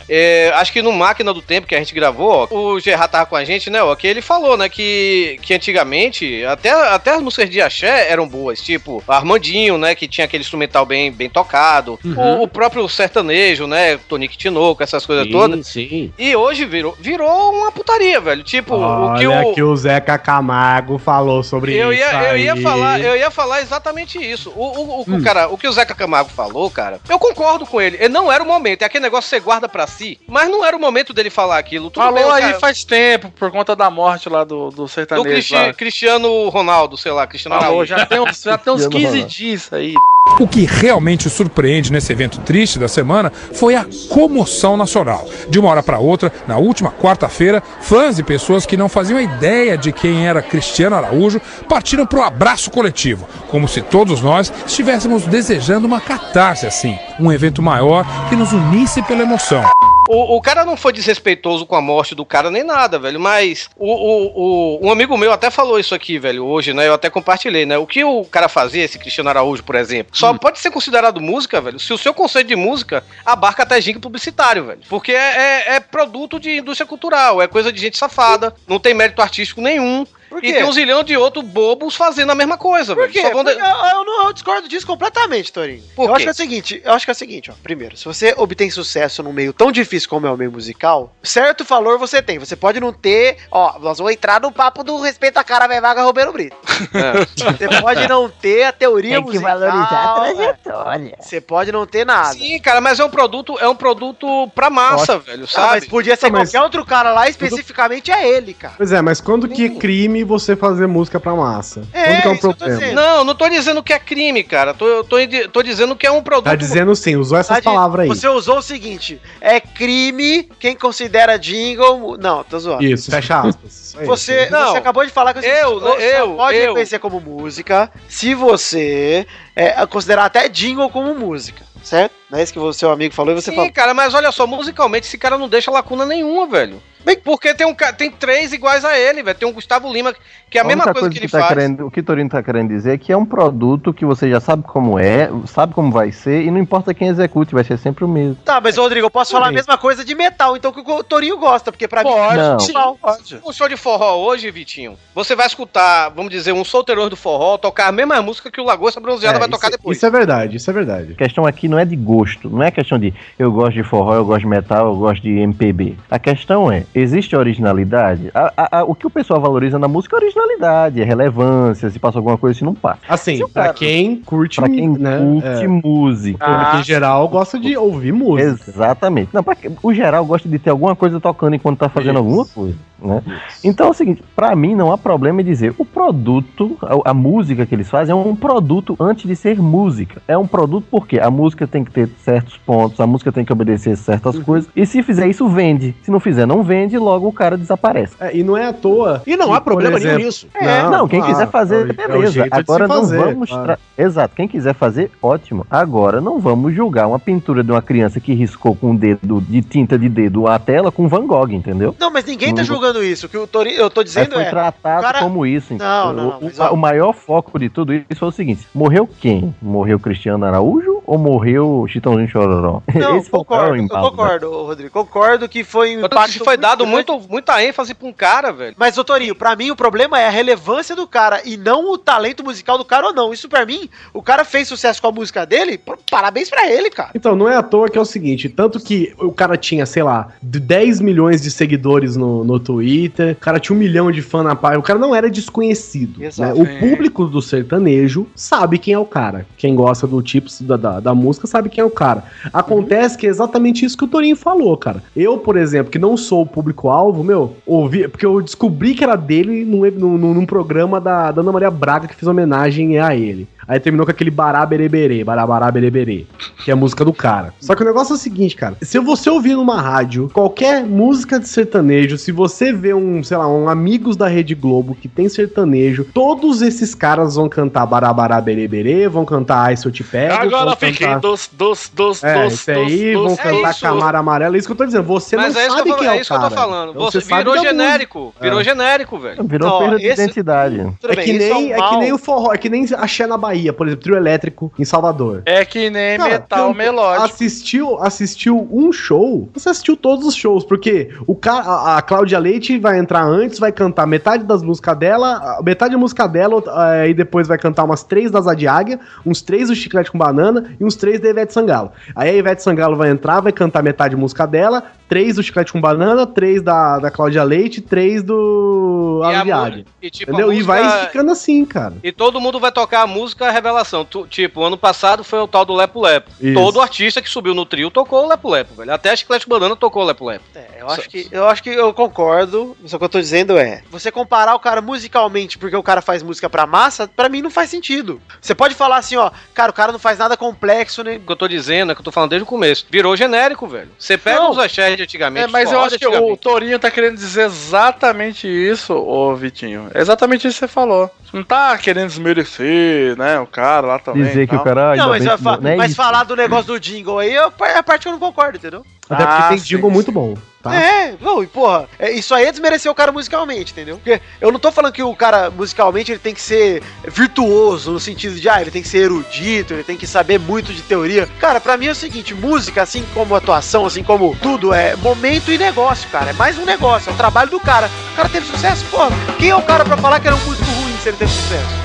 D: É, acho que no Máquina do Tempo que a gente gravou, ó, o Gerard tava com a gente, né, ó, que ele falou, né, que, que antigamente até, até as músicas de axé eram boas, tipo Armandinho, né, que tinha aquele instrumental bem, bem tocado,
H: Uhum.
D: o, o próprio sertanejo, né, Tonique Tinoco, essas coisas
H: Sim,
D: todas.
H: Sim.
D: E hoje virou, virou uma putaria, velho, tipo, o que
G: Olha
D: o...
G: que o Zeca Camargo falou sobre
D: Eu
G: isso.
D: ia, eu, ia
G: aí.
D: falar, eu ia falar exatamente isso. O, o, o- o
G: Hum.
D: cara, o que o Zeca Camargo falou, cara, eu concordo com ele. Ele não era o momento. É aquele negócio que você guarda pra si, mas não era o momento dele falar aquilo. Tudo
C: Falou
D: bem, o
C: aí
D: cara-
C: faz tempo, por conta da morte lá do, do
D: do
C: sertanejo.
D: Cristi-
C: lá.
D: Cristiano Ronaldo, sei lá, Cristiano
C: Falou,
D: Ronaldo.
C: já tem uns, já tem uns 15 dias isso aí.
I: O que realmente surpreende nesse evento triste da semana foi a comoção nacional. De uma hora para outra, na última quarta-feira, fãs e pessoas que não faziam ideia de quem era Cristiano Araújo partiram para o abraço coletivo, como se todos nós estivéssemos desejando uma catarse assim, um evento maior que nos unisse pela emoção.
D: O, o cara não foi desrespeitoso com a morte do cara nem nada, velho. Mas o, o- o- um amigo meu até falou isso aqui, velho, hoje, né? Eu até compartilhei, né? O que o cara fazia, esse Cristiano Araújo, por exemplo,
F: Hum.
D: só pode ser considerado música, velho, se o seu conceito de música abarca até jingle publicitário, velho. Porque é, é- é produto de indústria cultural, é coisa de gente safada, não tem mérito artístico nenhum.
F: Por
D: E
F: quê?
D: tem um zilhão de outros bobos fazendo a mesma coisa,
F: Por
D: velho.
F: quê?
D: Só vão de-
F: Porque Eu, eu não- eu discordo disso completamente, Torinho.
D: Por
F: eu
D: quê?
F: acho que é o seguinte, eu acho que é o seguinte, ó. Primeiro, se você obtém sucesso num meio tão difícil como é o meio musical, certo valor você tem. Você pode não ter, ó, nós vamos entrar no papo do respeito à cara bem vaga Roberto Brito.
D: É.
F: Você pode não ter a teoria
D: Tem que valorizar a
F: trajetória. Você pode não ter nada.
D: Sim, cara, mas é um produto, é um produto pra massa, velho, sabe?
F: Ah, mas podia ser
D: Não, mas-
F: qualquer outro cara lá, especificamente é ele, cara.
G: Pois é, mas quando que é crime você fazer música pra massa?
F: É,
G: quando que é um
F: isso que eu tô
G: problema?
D: Não, não tô dizendo que é crime, cara. Tô, eu tô, indi- tô dizendo que é um produto.
G: Tá dizendo sim, usou essas
F: Verdade,
G: palavras aí.
F: Você usou o seguinte: é crime quem considera jingle. Não, tô zoando.
G: Isso, fecha aspas. Isso aí.
F: Você,
D: Não.
F: você acabou de falar que
D: Eu,
F: só- só
D: eu,
F: pode
D: eu.
F: reconhecer como música se você é, considerar até jingle como música, certo? Não é isso que o seu amigo falou e você
D: Sim,
F: falou.
D: cara, mas olha só, musicalmente esse cara não deixa lacuna nenhuma, velho. Porque tem, um, ca- tem três iguais a ele, velho. Tem um Gustavo Lima, que é a, mesma
O: única
D: coisa, que ele
O: tá
D: faz.
O: Querendo, o que o Torino tá querendo dizer é que é um produto que você já sabe como é, sabe como vai ser, e não importa quem execute, vai ser sempre o mesmo.
F: Tá, mas Rodrigo, eu posso falar a
O: Sim.
F: mesma coisa de metal, então que o Torinho gosta, porque pra
D: Pode,
F: mim é
O: Não.
D: sim,
F: igual.
D: pode. Um show de forró hoje, Vitinho, você vai escutar, vamos dizer, um solteirão do forró tocar a mesma música que o Lagosta Bronzeada vai tocar depois.
G: Isso é verdade, isso é verdade.
O: A questão aqui não é de gosto, não é questão de eu gosto de forró, eu gosto de metal, eu gosto de MPB. A questão é, existe originalidade? A- a- a- o que o pessoal valoriza na música é originalidade, é relevância, se passa alguma coisa, se não passa.
G: Assim,
O: Se o
G: pra
O: cara-
G: quem curte, né, é,
O: Pra quem
D: né? É.
O: curte música.
G: Porque em geral gosta de ouvir música.
O: Exatamente. Não, pra, que- o geral gosta de ter alguma coisa tocando enquanto tá fazendo alguma coisa, né? Então é o seguinte, pra mim não há problema em dizer, o produto, a, a música que eles fazem é um produto antes de ser música. É um produto porque a música tem que ter certos pontos, a música tem que obedecer certas coisas, e se fizer isso, vende. Se não fizer, não vende, logo o cara desaparece.
G: É, e não é à toa.
H: E não há problema nenhum nisso.
O: É, não, quem
G: claro,
O: quiser
G: é o-
O: fazer,
G: é o
O: beleza.
G: jeito de se
O: Agora não
G: fazer,
O: vamos.
G: claro.
O: tra- Exato, quem quiser fazer, ótimo. Agora não vamos julgar uma pintura de uma criança que riscou com o dedo, de tinta de dedo, a tela com Van Gogh, entendeu?
F: Não, mas ninguém tá
O: Não-
F: julgando isso. O que o Torinho, eu tô
O: Mas
F: dizendo
O: foi
F: é.
O: tratado
F: o cara-
O: como isso.
F: Não, não, não,
O: O-
F: mas
O: o,
F: ó-
O: o maior foco de tudo isso foi o seguinte: morreu quem? Morreu Cristiano Araújo ou morreu Chitãozinho Chororó? [laughs]
F: Não,
O: foi o
F: concordo,
O: maior
F: eu
O: embalo, né?
F: concordo, ô, Rodrigo. Concordo que foi
G: é
F: um
D: Eu tô dizendo que foi dado
F: grande.
D: muito, muita ênfase pra um cara, velho.
F: Mas, ô Torinho, pra mim o problema é a relevância do cara e não o talento musical do cara ou não. Isso pra mim, o cara fez sucesso com a música dele, pô, parabéns pra ele, cara.
G: Então, não é à toa que é o seguinte, tanto que o cara tinha, sei lá, de 10 milhões de seguidores no, no Twitter, o cara tinha um milhão de fã na página, o cara não era desconhecido. né?
F: Exato.
G: O público do sertanejo sabe quem é o cara. Quem gosta do tipo da, da, da música sabe quem é o cara. Acontece que é exatamente isso que o Torinho falou, cara. Eu, por exemplo, que não sou o público-alvo, meu, ouvi, porque eu descobri que era dele num, num, num programa da, da Ana Maria Braga que fez homenagem a ele. Aí terminou com aquele barabereberê, barabarabereberê, que é a música do cara. Só que o negócio é o seguinte, cara. Se você ouvir numa rádio qualquer música de sertanejo, se você vê um, sei lá, um Amigos da Rede Globo que tem sertanejo, todos esses caras vão cantar barabarabereberê, vão cantar Ai Se É, Eu Te Pego.
C: Agora
G: vão
C: fiquei
G: cantar-
C: dos, dos, dos,
G: É,
C: dos,
G: isso aí,
C: dos,
G: vão
C: dos,
G: cantar
C: dos.
G: Camara Amarela. É isso que eu tô dizendo. Você
D: Mas
G: não
D: é isso,
G: sabe
D: que eu, tô,
G: quem é,
D: é
G: o
D: isso que eu tô
G: cara.
D: falando.
G: Então
D: Você
G: sabe
D: virou
G: da
D: genérgico.
G: música.
D: Virou
G: É.
D: genérico, velho.
O: Virou
D: Ó,
O: perda de
D: esse-
O: identidade.
D: Tudo
G: É
D: bem,
G: que,
D: isso é
G: nem,
D: um
G: é que
D: mal.
G: nem o forró, é que nem axé na Bahia, por exemplo, trio elétrico em Salvador.
C: É que nem
G: Cara,
C: metal
G: tanto
C: melódico.
G: Assistiu, assistiu um show, você assistiu todos os shows, porque o cara, a, a Cláudia Leite vai entrar antes, vai cantar metade das músicas dela, a- metade da música dela, eh, e depois vai cantar umas três das Asa de Águia, uns três do Chiclete com Banana e uns três da Ivete Sangalo. Aí a Ivete Sangalo vai entrar, vai cantar metade da música dela, três do Chiclete com Banana, três da, da Cláudia Leite, três do
D: E
G: Asa
D: a
G: de
D: mu-
G: Águia.
D: e tipo, a
G: entendeu? E
D: música-
G: vai ficando assim, cara.
D: E todo mundo vai tocar a música Revelação. Tu- tipo, ano passado foi o tal do Lepo Lepo.
G: Isso.
D: Todo artista que subiu no trio tocou o Lepo Lepo, velho. Até a Chiclete Banana tocou o Lepo Lepo.
F: é, Eu acho, que, eu acho que eu concordo, só que eu tô dizendo é, você comparar o cara musicalmente porque o cara faz música pra massa, pra mim não faz sentido. Você pode falar assim, ó, cara, o cara não faz nada complexo, né?
D: O que eu tô dizendo é que eu tô falando desde o começo. Virou genérico, velho. Você pega
C: Não.
D: os axés de antigamente.
C: É, mas eu
D: forró
C: acho
D: de
C: que o
D: antigamente.
C: Torinho tá querendo dizer exatamente isso, ô Vitinho. É exatamente isso que você falou. Não tá querendo desmerecer, né? O cara lá também.
O: Dizer
C: e
O: que o
C: tal.
O: cara, ainda
F: Não, mas,
O: bem
F: eu
O: que
F: fa-
O: não é
F: mas
O: isso.
F: falar do negócio do jingle aí é a par- é a parte que eu não concordo, entendeu?
G: Até
C: Ah,
G: porque tem
C: sim,
G: jingle muito bom, tá?
F: É, não, e porra, é, isso aí é desmerecer o cara musicalmente, entendeu? Porque eu não tô falando que o cara musicalmente ele tem que ser virtuoso, no sentido de, ah, ele tem que ser erudito, ele tem que saber muito de teoria. Cara, pra mim é o seguinte, música, assim como atuação, assim como tudo, é momento e negócio, cara. É mais um negócio, é o trabalho do cara. O cara teve sucesso, porra. Quem é o cara pra falar que era um músico ruim se ele teve sucesso?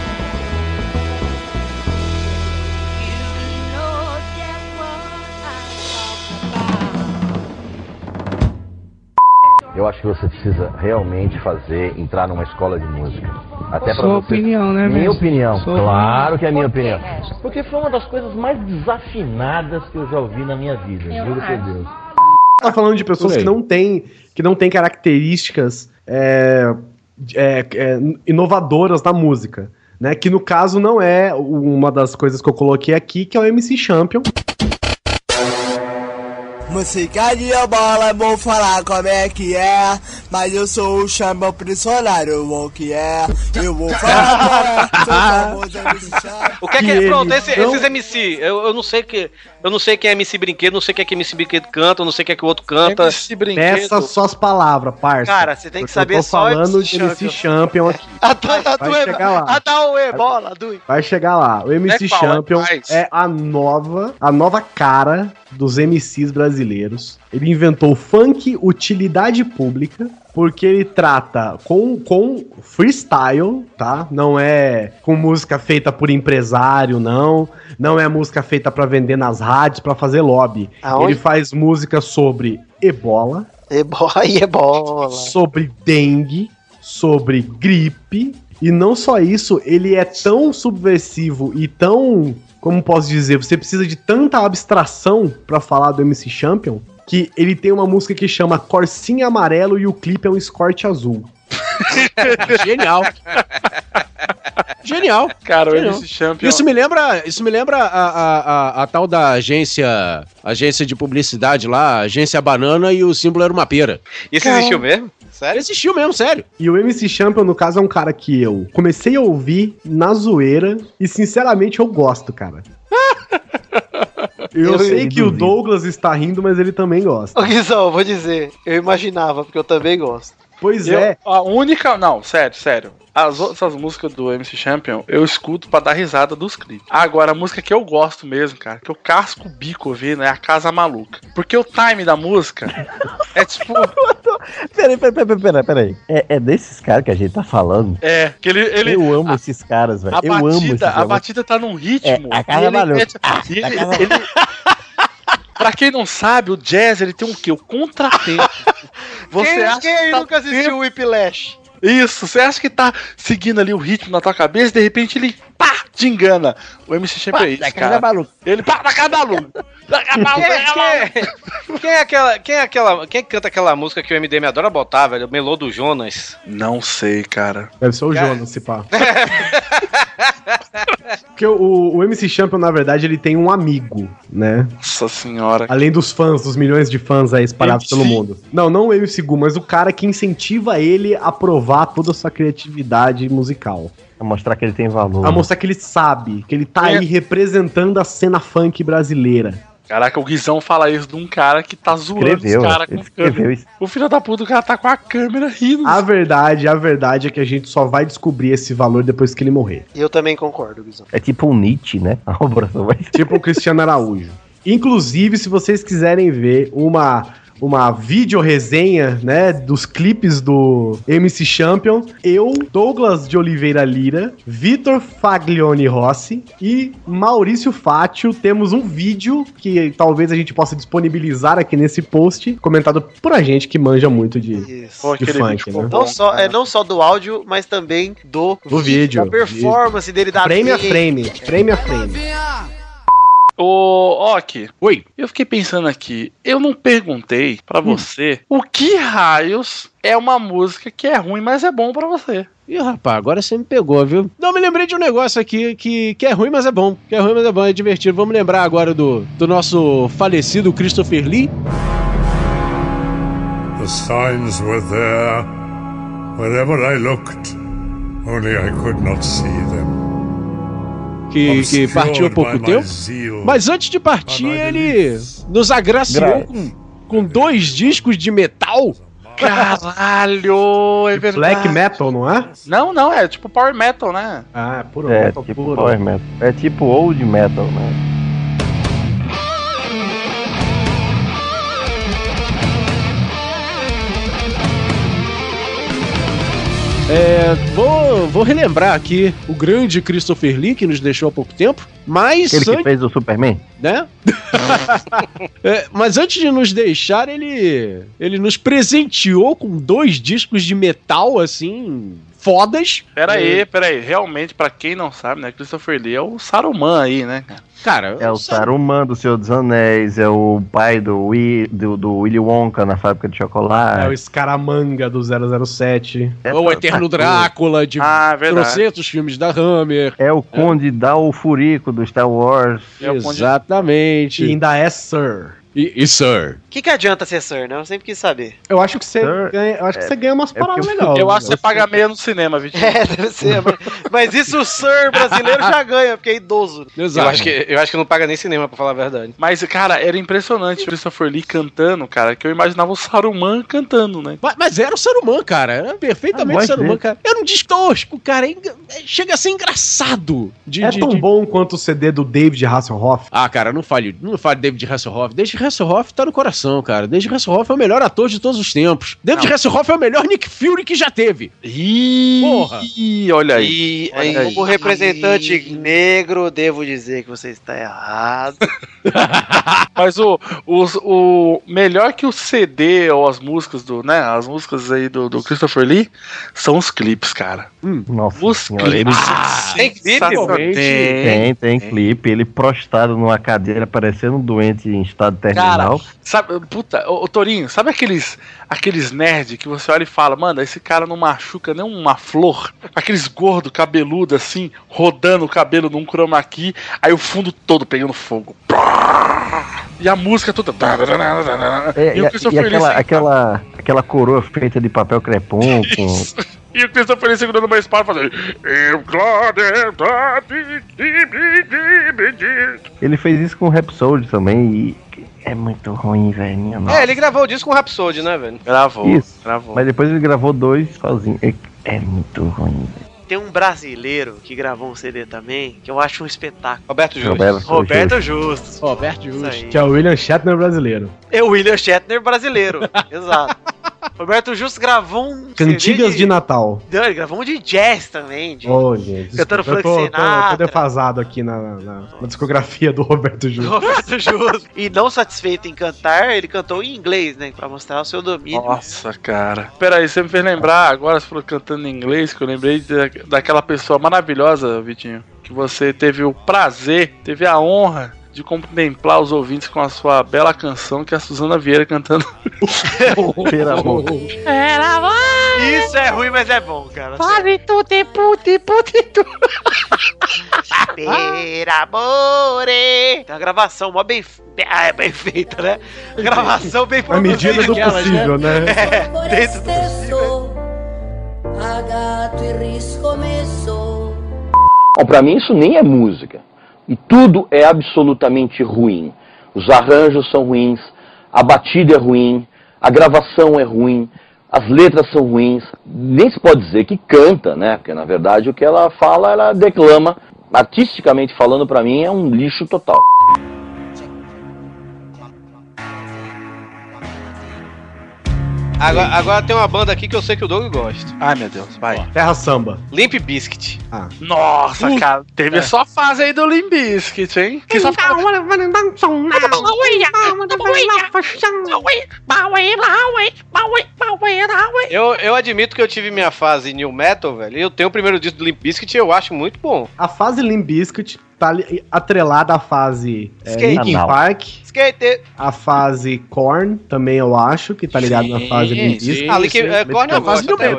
W: Eu acho que você precisa realmente fazer, entrar numa escola de música. Até pra
X: Sua
W: você-
X: opinião, né,
W: Minha
X: mestre?
W: opinião.
X: Sua
W: claro
X: opinião.
W: que é minha
X: Por quê,
W: opinião. Porque foi uma das coisas mais desafinadas que eu já ouvi na minha vida.
X: Eu
W: juro
X: não
W: por
X: acho.
W: Deus.
G: tá falando de pessoas que não têm que não têm características é, de- é, é, inovadoras na música, né? Que no caso não é uma das coisas que eu coloquei aqui, que é o MC Champion.
P: Música de bola, vou falar como é que é. Mas eu sou o chamão prisioneiro, eu vou que é. Eu vou falar como é, sou famoso MC Champion.
D: O que é que.
P: E ele
D: pronto, esse-
P: não-
D: esses MC. Eu, eu não sei que. Eu não sei quem é MC Brinquedo, não sei quem é que MC Brinquedo canta, eu não sei quem é que o outro canta.
C: MC
G: Peça suas palavras, parça.
D: Cara, você tem que
G: Porque
D: saber
G: eu tô
D: só
G: falando
D: MC
G: de MC Champion
D: [laughs]
G: aqui.
F: [laughs] A da, a
G: Vai
D: é
G: chegar lá.
F: a da Ué, bola, a do...
G: Vai chegar lá. O MC
F: É qual?
G: Champion
F: É quais?
G: é a nova, a nova cara dos MCs brasileiros. Ele inventou funk utilidade pública, porque ele trata com, com freestyle, tá? Não é com música feita por empresário, não. Não é música feita pra vender nas rádios, pra fazer lobby.
F: Aonde?
G: Ele faz música sobre ebola,
F: Ebola e ebola.
G: sobre dengue, sobre gripe. E não só isso, ele é tão subversivo e tão. Como posso dizer? Você precisa de tanta abstração pra falar do MC Champion que ele tem uma música que chama Corsinha Amarelo e o clipe é um escorte azul.
H: Genial. Genial.
C: Cara, o
H: Genial.
C: MC Champion.
H: Isso me lembra, isso me lembra a, a, a, a tal da agência, agência de publicidade lá, agência banana e o símbolo era uma pera.
D: Isso
H: Cara,
D: existiu mesmo? Sério?
H: Existiu mesmo, sério.
G: E o MC Champion, no caso, é um cara que eu comecei a ouvir na zoeira e, sinceramente, eu gosto,
F: [laughs]
G: cara. Eu,
F: Eu
G: sei que o
F: duvido.
G: Douglas está rindo, mas ele também gosta.
F: Ô, Guizão, eu vou dizer, eu imaginava, porque eu também gosto.
G: Pois
C: Eu-
G: é.
C: A única. Não, sério, sério. As outras músicas do MC Champion eu escuto pra dar risada dos clipes. Agora, a música que eu gosto mesmo, cara, que eu casco o bico ouvindo é a Casa Maluca. Porque o time da música é tipo.
O: Peraí, peraí, peraí, peraí, peraí. É, é desses caras que a gente tá falando.
C: É, que ele. ele
O: Eu amo esses caras, velho.
C: a
O: Eu amo esses
C: batida, a
O: caras.
C: batida tá num ritmo.
O: É, a Casa
C: e ele
O: Maluca.
C: mete- e ele- ele- [laughs] Pra quem não sabe, o jazz ele tem o quê? O contratempo. [laughs] Você
F: quem
C: acha
F: quem
C: que tá
F: nunca assistiu o Whiplash?
C: Isso, você acha que tá seguindo ali o ritmo na tua cabeça e de repente ele pá, te engana. O MC Champion é isso, cara. Ele pá, na cara da maluca. Na cara da maluca.
D: é Quem, quem é aquela. Quem é aquela. Quem canta aquela música que o MDM adora botar, velho? O Melô do Jonas.
C: Não sei, cara. [laughs]
G: Deve ser o Jonas, se pá. Porque o, o MC Champion, na verdade, ele tem um amigo, né?
C: Nossa senhora.
G: Além dos fãs, dos milhões de fãs aí espalhados pelo mundo. Não, não o MC Gu, mas o cara que incentiva ele a provar toda a sua criatividade musical.
O: A mostrar que ele tem valor.
G: A mostrar que ele sabe, que ele tá
C: É.
G: aí representando a cena funk brasileira.
C: Caraca, o Guizão fala isso de um cara que tá zoando
G: Escreveu,
C: os caras
G: ele
C: com câmera.
G: escreveu isso.
C: O filho da puta, o cara tá com a câmera rindo.
G: A verdade, a verdade é que a gente só vai descobrir esse valor depois que ele morrer.
F: Eu também concordo, Guizão.
O: É tipo um Nietzsche, né? [laughs] A obra só vai...
G: Tipo o Cristiano Araújo. Inclusive, se vocês quiserem ver uma uma vídeo resenha, né, dos clipes do MC Champion, eu, Douglas de Oliveira Lira, Vitor Faglione Rossi e Maurício Fátio temos um vídeo que talvez a gente possa disponibilizar aqui nesse post, comentado por a gente que manja muito de,
F: Pô,
G: de
F: aquele
G: funk, né?
F: Não só, é, não só do áudio, mas também do,
G: Do vídeo.
F: Da performance dele da
G: Frame a
F: dele.
G: frame, frame a frame.
C: Ô, Ok. Oi. Eu fiquei pensando aqui, eu não perguntei pra você o que raios é uma música que é ruim, mas é bom pra você.
H: Ih, rapaz, agora você me pegou, viu? Não, me lembrei de um negócio aqui que, que é ruim, mas é bom. Que é ruim, mas é bom, é divertido. Vamos lembrar agora do, do nosso falecido Christopher Lee.
J: The signs were there wherever I looked, only I could not see them.
H: que, que
J: Obscured
H: partiu há pouco
J: by my
H: tempo.
J: zeal.
H: Mas antes de partir, ele nos
J: Gra-
H: agraciou com, com dois discos de metal.
C: Caralho, é verdade.
G: Black metal, não é?
C: Não, não, é tipo power metal, né?
G: Ah, puro
O: É tipo power metal. É tipo old metal, né?
H: É, vou, vou relembrar aqui o grande Christopher Lee, que nos deixou há pouco tempo. Mas
O: Aquele que
H: antes-
O: fez o Superman?
H: né? [laughs] É, mas antes de nos deixar, ele ele nos presenteou com dois discos de metal assim fodas.
C: Pera aí, pera aí. Realmente, pra quem não sabe, né, Christopher Lee é o Saruman aí, né, cara?
H: Cara,
O: É o Saruman do Senhor dos Anéis, é o pai do, Wi- do, do Willy Wonka na fábrica de
G: É o
O: chocolate.
G: Escaramanga do 007.
H: o Eterno Drácula de
C: ah,
H: trocentos filmes da Hammer.
O: É o Conde Dalfurico do Star Wars.
C: é
H: Exatamente.
G: E ainda é Sir.
H: E, e Sir.
F: O que, que adianta ser Sir, né? Eu sempre quis saber.
G: Eu acho que você
F: Sir,
G: ganha, eu acho
F: é-
G: que você ganha umas
F: é
G: paradas
F: porque eu-
G: legais.
C: Eu acho que você paga meia no cinema,
F: [laughs]
C: Vitinho.
F: É, deve ser. Mas, mas isso o Sir brasileiro já ganha, porque é idoso.
D: Eu acho, que, eu acho que não paga nem cinema, pra falar a verdade.
C: Mas, cara, era impressionante o Christopher Lee cantando, cara, que eu imaginava o Saruman cantando, né?
H: Mas, mas era o Saruman, cara. Era perfeitamente
C: voz
H: Saruman,
C: dele.
H: cara. Era um disco tosco, cara. é enga- é- Chega a ser engraçado. De,
G: É
H: de-
G: tão
H: de-
G: bom quanto o CD do David Hasselhoff.
H: Ah, cara, não fale, não fale David Hasselhoff. David Hasselhoff tá no coração, cara. David Hasselhoff é o melhor ator de todos os tempos. David
C: Não.
H: Hasselhoff é o melhor Nick Fury que já teve.
C: Ih,
H: Porra.
C: É olha
F: E, aí, como representante negro, devo dizer que você está errado.
C: Mas o, os- o melhor que o CD ou as músicas do, né, as músicas aí do, do Christopher Lee são os clipes, cara.
O: Nossa
C: os
O: senhora, ele-
C: clipes.
O: Ah,
C: tem
O: Tem, tem, clipe. Ele prostrado numa cadeira, parecendo um doente em estado
C: Cara,
O: terminal.
C: sabe, puta, ô, ô, Torinho, sabe aqueles aqueles nerd que você olha e fala, mano, esse cara não machuca nem uma flor? Aqueles gordo, cabeludo assim, rodando o cabelo num chroma key, aí o fundo todo pegando fogo. E a música toda.
O: É,
C: E
O: e,
C: o
O: a- e
C: Christopher Lee
O: aquela,
C: sentado.
O: aquela, aquela coroa feita de papel crepom.
C: Isso. E o Christopher Lee segurando uma espada fazendo. Eu, Glória, é Davi, di, di, di, di.
O: Ele fez isso com o Rhapsody também e é muito ruim, velho. minha nossa.
D: É, ele gravou o disco com o Rhapsody, né, velho?
C: Gravou,
O: Isso.
C: gravou.
O: Mas depois ele gravou dois sozinho. É, é muito ruim. velho.
F: Tem um brasileiro que gravou um CD também, que eu acho um espetáculo.
O: [laughs]
D: Roberto é
O: Justus. Roberto Justus.
F: Roberto Justus.
H: Roberto
F: Justus.
G: Que é o William Shatner brasileiro.
F: É o William Shatner brasileiro. Exato. Roberto Justus gravou um
G: Cantigas de...
F: CD
G: Natal.
F: Não, ele gravou um de jazz também. De...
G: Ô, gente.
F: Cantando
G: desculpa, eu
F: Frank
G: tô, tô, tô
F: Sinatra.
G: defasado aqui na, na- na discografia do Roberto Júnior.
F: Roberto Justus. E não satisfeito em cantar, ele cantou em inglês, né? Pra mostrar o seu domínio.
C: Nossa, cara. Peraí, você me fez lembrar agora, você falou cantando em inglês, que eu lembrei da- daquela pessoa maravilhosa, Vitinho, que você teve o prazer, teve a honra de contemplar os ouvintes com a sua
H: Tá
C: bela canção, que é a Suzana Vieira cantando.
O: Pera, amor.
U: Ela vai
F: Isso é ruim, mas é bom, cara.
U: Fale tu, te
B: tipo,
U: puti, puti, tu.
F: Per amore. Tem uma gravação mó bem, bem- ah, é bem feita, né? Gravação bem
G: Na medida do
F: daquelas,
G: possível, né?
F: É, dentro do
K: stesso a gatto il riscommesso
W: Bom, pra mim isso nem é música. E tudo é absolutamente ruim. Os arranjos são ruins, a batida é ruim, a gravação é ruim, as letras são ruins. Nem se pode dizer que canta, né? Porque na verdade o que ela fala, ela declama. Artisticamente falando, pra mim é um lixo total.
D: Agora, agora tem uma banda aqui que eu sei que o Doug gosta.
C: Ai, meu Deus, vai.
G: Terra Samba.
D: Limp Biscuit.
G: Ah.
C: Nossa, cara, teve
D: É.
C: só fase aí do Limbiskit, hein? Que só ficava...
D: um Eu, eu admito que eu tive minha fase New Metal, velho. E eu tenho o primeiro disco do Limp Bizkit e eu acho muito bom.
G: A fase Limbiscuit tá li- atrelada à fase é,
D: Skate.
G: Linkin
D: Anal.
G: Park,
F: Skate.
G: a fase Korn, também eu acho, que tá ligado na fase
H: sim,
G: Limbiscuit.
H: Ah, Linkin- é, Korn eu gosto até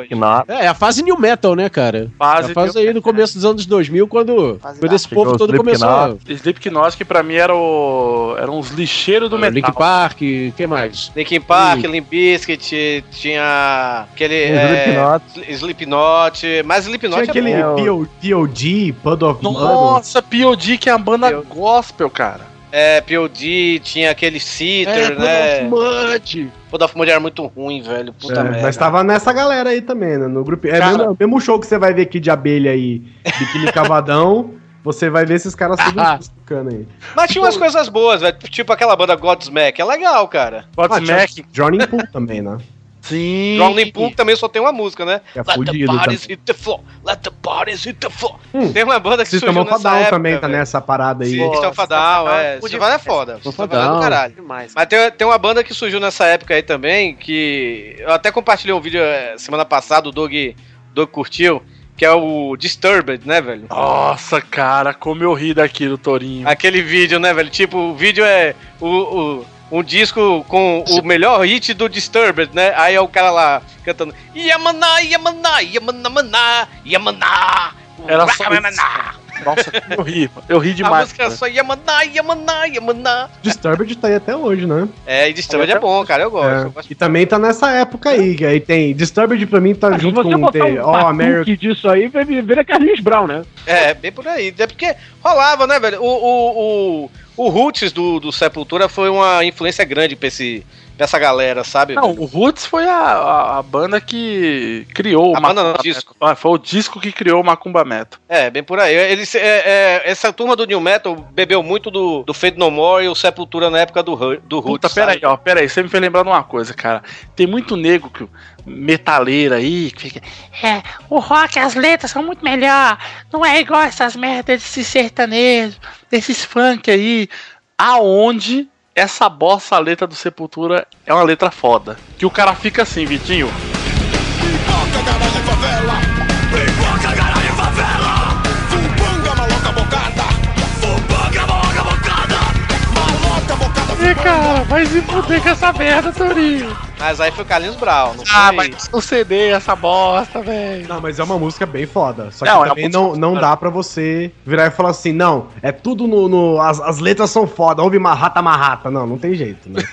H: É, é a fase new metal, né, cara?
C: Fase
H: É a fase aí do começo dos anos 2000, quando, quando esse povo todo começou. a-
C: É, Slipknot, que pra mim era o... eram os lixeiros do metal.
H: Link Park, que mais?
D: Linkin Park, Limp Bizkit, tinha aquele... é,
H: Slipknot.
D: Sli- Slipknot. Mas Slipknot
G: Tinha aquele
D: é bom.
G: PO POD, Pud of Blood.
C: Nossa, P.O.D. que é a banda gospel, cara.
D: É, P.O.D., tinha aquele Seater,
C: É,
D: né? Pud of Mud era é muito ruim, velho. Puta
G: É,
D: merda.
G: mas tava nessa galera aí também, né? No grupo. É mesmo, mesmo show que você vai ver aqui de abelha e biquíni cavadão,
D: [laughs]
G: você vai ver esses caras tudo
D: Ah.
G: tocando aí.
D: Mas tinha umas coisas boas, velho. Tipo aquela banda Godsmack. É legal, cara.
G: Ah, Johnny Pool também, né?
C: Sim.
D: Drowning Pool também só tem uma música, né?
G: É fudido Hum.
D: hit the floor. Let the bodies hit the floor. tem uma banda que
G: System
D: surgiu
G: of a
D: nessa
G: Down
D: época,
G: também tá nessa parada aí.
D: System of a Down, é. System of a Down é foda. System of a Down é do caralho. Mas tem, tem uma banda que surgiu nessa época aí também, que eu até compartilhei um vídeo eh, semana passada, o Doug, Doug curtiu, que é o Disturbed, né, velho?
C: Nossa, cara, como eu ri daquilo, Torinho.
D: Aquele vídeo, né, velho? Tipo, o vídeo é o, o- um disco com o melhor hit do Disturbed, né? Aí é o cara lá cantando Yamaná, Yamaná, Yamaná, Maná, Yamaná.
C: Era só
D: Yamaná.
C: Nossa, como eu ri. mano. Eu ri
D: A
C: demais.
D: música é só Yamaná, Yamaná, Yamaná.
G: Disturbed tá aí até hoje, né?
D: É, e Disturbed é bom, cara, eu gosto.
G: É, E também tá nessa época aí, que aí tem Disturbed pra mim tá junto com o
C: um
G: The All American.
L: um disso aí, vai viver a Carlinhos Brown, né?
D: É, bem por aí. É porque rolava, né, velho? O, o, o, o Roots do, do Sepultura foi uma influência grande pra, esse, pra essa galera, sabe?
C: Não, o Roots foi a, a, a banda que criou
D: A
C: o
D: banda não,
C: Macumba
D: o disco.
C: Metal. Ah, Foi o disco que criou o Macumba Metal.
D: É, bem por aí. Eles, é, é, essa turma do New Metal bebeu muito do, do Fade No More e o Sepultura na época do, Ru- do Roots.
C: Puta,
D: sabe?
C: peraí, ó, peraí, você me fez lembrar de uma coisa, cara. Tem muito nego que metaleiro aí, que fica.
U: É, o rock, as letras são muito melhor. Não é igual essas merdas desses sertanejos, desses funk aí.
C: Aonde essa bossa a letra do Sepultura é uma letra foda. Que o cara fica assim, Vitinho.
U: E cara, vai se fuder com essa merda, Torinho.
D: Mas aí foi o Carlinhos Brown. Não
C: Ah,
D: foi-
C: mas o CD, essa bosta, velho.
G: Não, mas é uma música bem foda. Só que
C: Não, é uma
G: também
C: música
G: não, não
C: foda.
G: dá pra você virar e falar assim, não, é tudo no. no- as, as letras são foda, ouve marrata marrata. Não, não tem jeito,
C: [laughs]
G: né?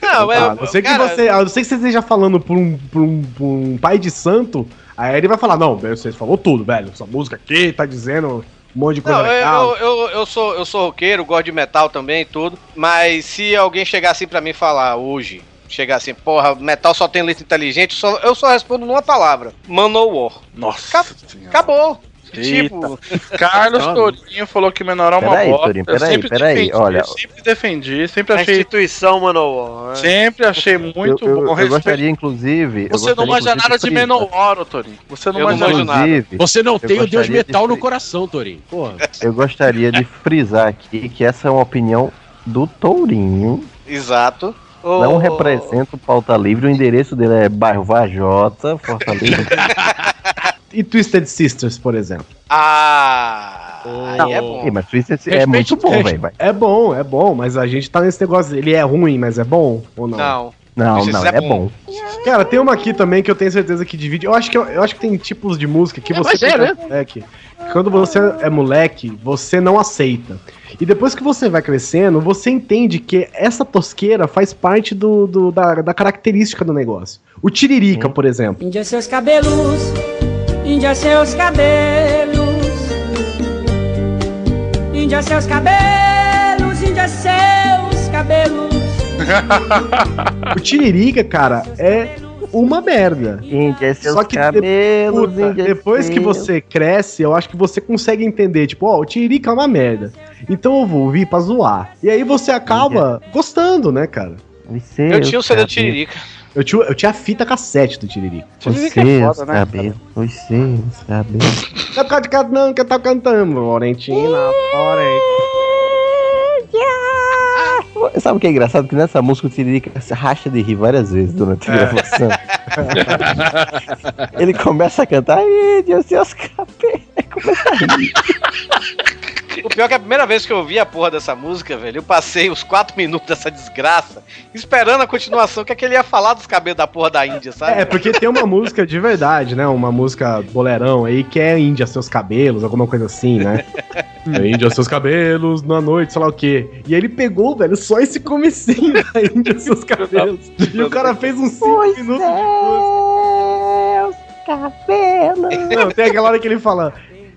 D: Não, é,
G: Tá, a não ser que você. A não ser que você esteja falando por um, por um, por um pai de santo, aí ele vai falar, não, velho, vocês falou tudo, velho. Essa música aqui tá dizendo um monte de coisa
D: Não,
G: legal.
D: eu, eu, eu, eu sou, eu sou roqueiro, gosto de metal também e tudo. Mas se alguém chegar assim pra mim falar hoje, chegar assim, porra, metal só tem letra inteligente, só- eu só respondo numa palavra: Manowar.
C: Nossa.
D: Acabou.
C: Tipo, Carlos Torinho falou que Menorá é uma
O: Peraí,
C: bosta.
O: Torinho,
C: Eu
O: peraí,
C: sempre
O: peraí,
C: defendi,
O: olha.
C: Eu sempre defendi, sempre
F: A
C: achei.
F: instituição, mano.
C: Sempre achei muito
O: eu, eu,
C: bom.
O: Eu
C: Respeito.
O: gostaria, inclusive. eu
C: Você não
O: gostaria,
C: manja
O: inclusive,
C: nada de
O: Prisma.
C: Menor, Torinho. Você não
O: Eu não
C: manja
O: manjo
C: nada.
O: nada.
H: Você não
O: Eu
H: tem o Deus
O: gostaria de
H: Metal no coração, Torinho. Porra.
O: Eu gostaria de frisar aqui que essa é uma opinião do Tourinho.
D: Exato.
O: Não representa o pauta livre. O endereço dele é bairro Vajota, Fortaleza.
G: E Twisted Sisters, por exemplo.
D: Ah! Aí é bom.
O: Ih, mas Twisted Sisters é muito bom, velho. vai.
G: É bom, é bom, mas a gente tá nesse negócio. Ele é ruim, mas é bom ou não?
D: Não.
O: Não,
G: Twisted
O: não,
G: Sisters
O: é bom.
G: Cara, tem uma aqui também que eu tenho certeza que divide. Eu acho que, é, eu acho que tem tipos de música que
D: É,
G: você.
D: mas é, né?
G: moleque. Quando você é moleque, você não aceita. E depois que você vai crescendo, você entende que essa tosqueira faz parte do, do- da, da característica do negócio. O tiririca, por exemplo.
X: Índia seus cabelos, Índia seus cabelos, Índia seus cabelos, Índia seus cabelos.
G: O tiririca, cara, é uma merda.
O: seus
G: Só que de-
O: cabelos,
G: puta,
O: Índia
G: depois que
O: seus-
G: você cresce, eu acho que você consegue entender, tipo, ó, o tiririca é uma merda. Então eu vou ouvir pra zoar. E aí você acaba gostando, né, cara?
D: Eu tinha o CD do Tiririca.
G: Eu tinha, eu tinha a fita cassete do Tiririca.
D: Tiririca é foda, né, cara?
O: Os seus cabelos.
G: Tá por causa de cada não que tá cantando. Florentina, Florent.
O: Sabe o que é engraçado? Que nessa música o Tiririca se racha de rir várias vezes durante
F: É.
O: a
F: [laughs]
O: gravação. Ele começa a cantar e Deus seus cabelos. Começa a rir.
D: O pior é que a primeira vez que eu ouvi a porra dessa música, velho, eu passei os quatro minutos dessa desgraça esperando a continuação, que é que ele ia falar dos cabelos da porra da Índia, sabe?
G: É, porque tem uma música de verdade, né? Uma música bolerão aí que é Índia Seus Cabelos, alguma coisa assim, né? [laughs] É Índia Seus Cabelos, na noite, sei lá o quê. E aí ele pegou, velho, só esse comecinho da Índia Seus Cabelos. E o cara fez uns 5
B: é.
G: minutos de [laughs]
X: Cabelo.
G: Não, tem aquela hora que ele fala.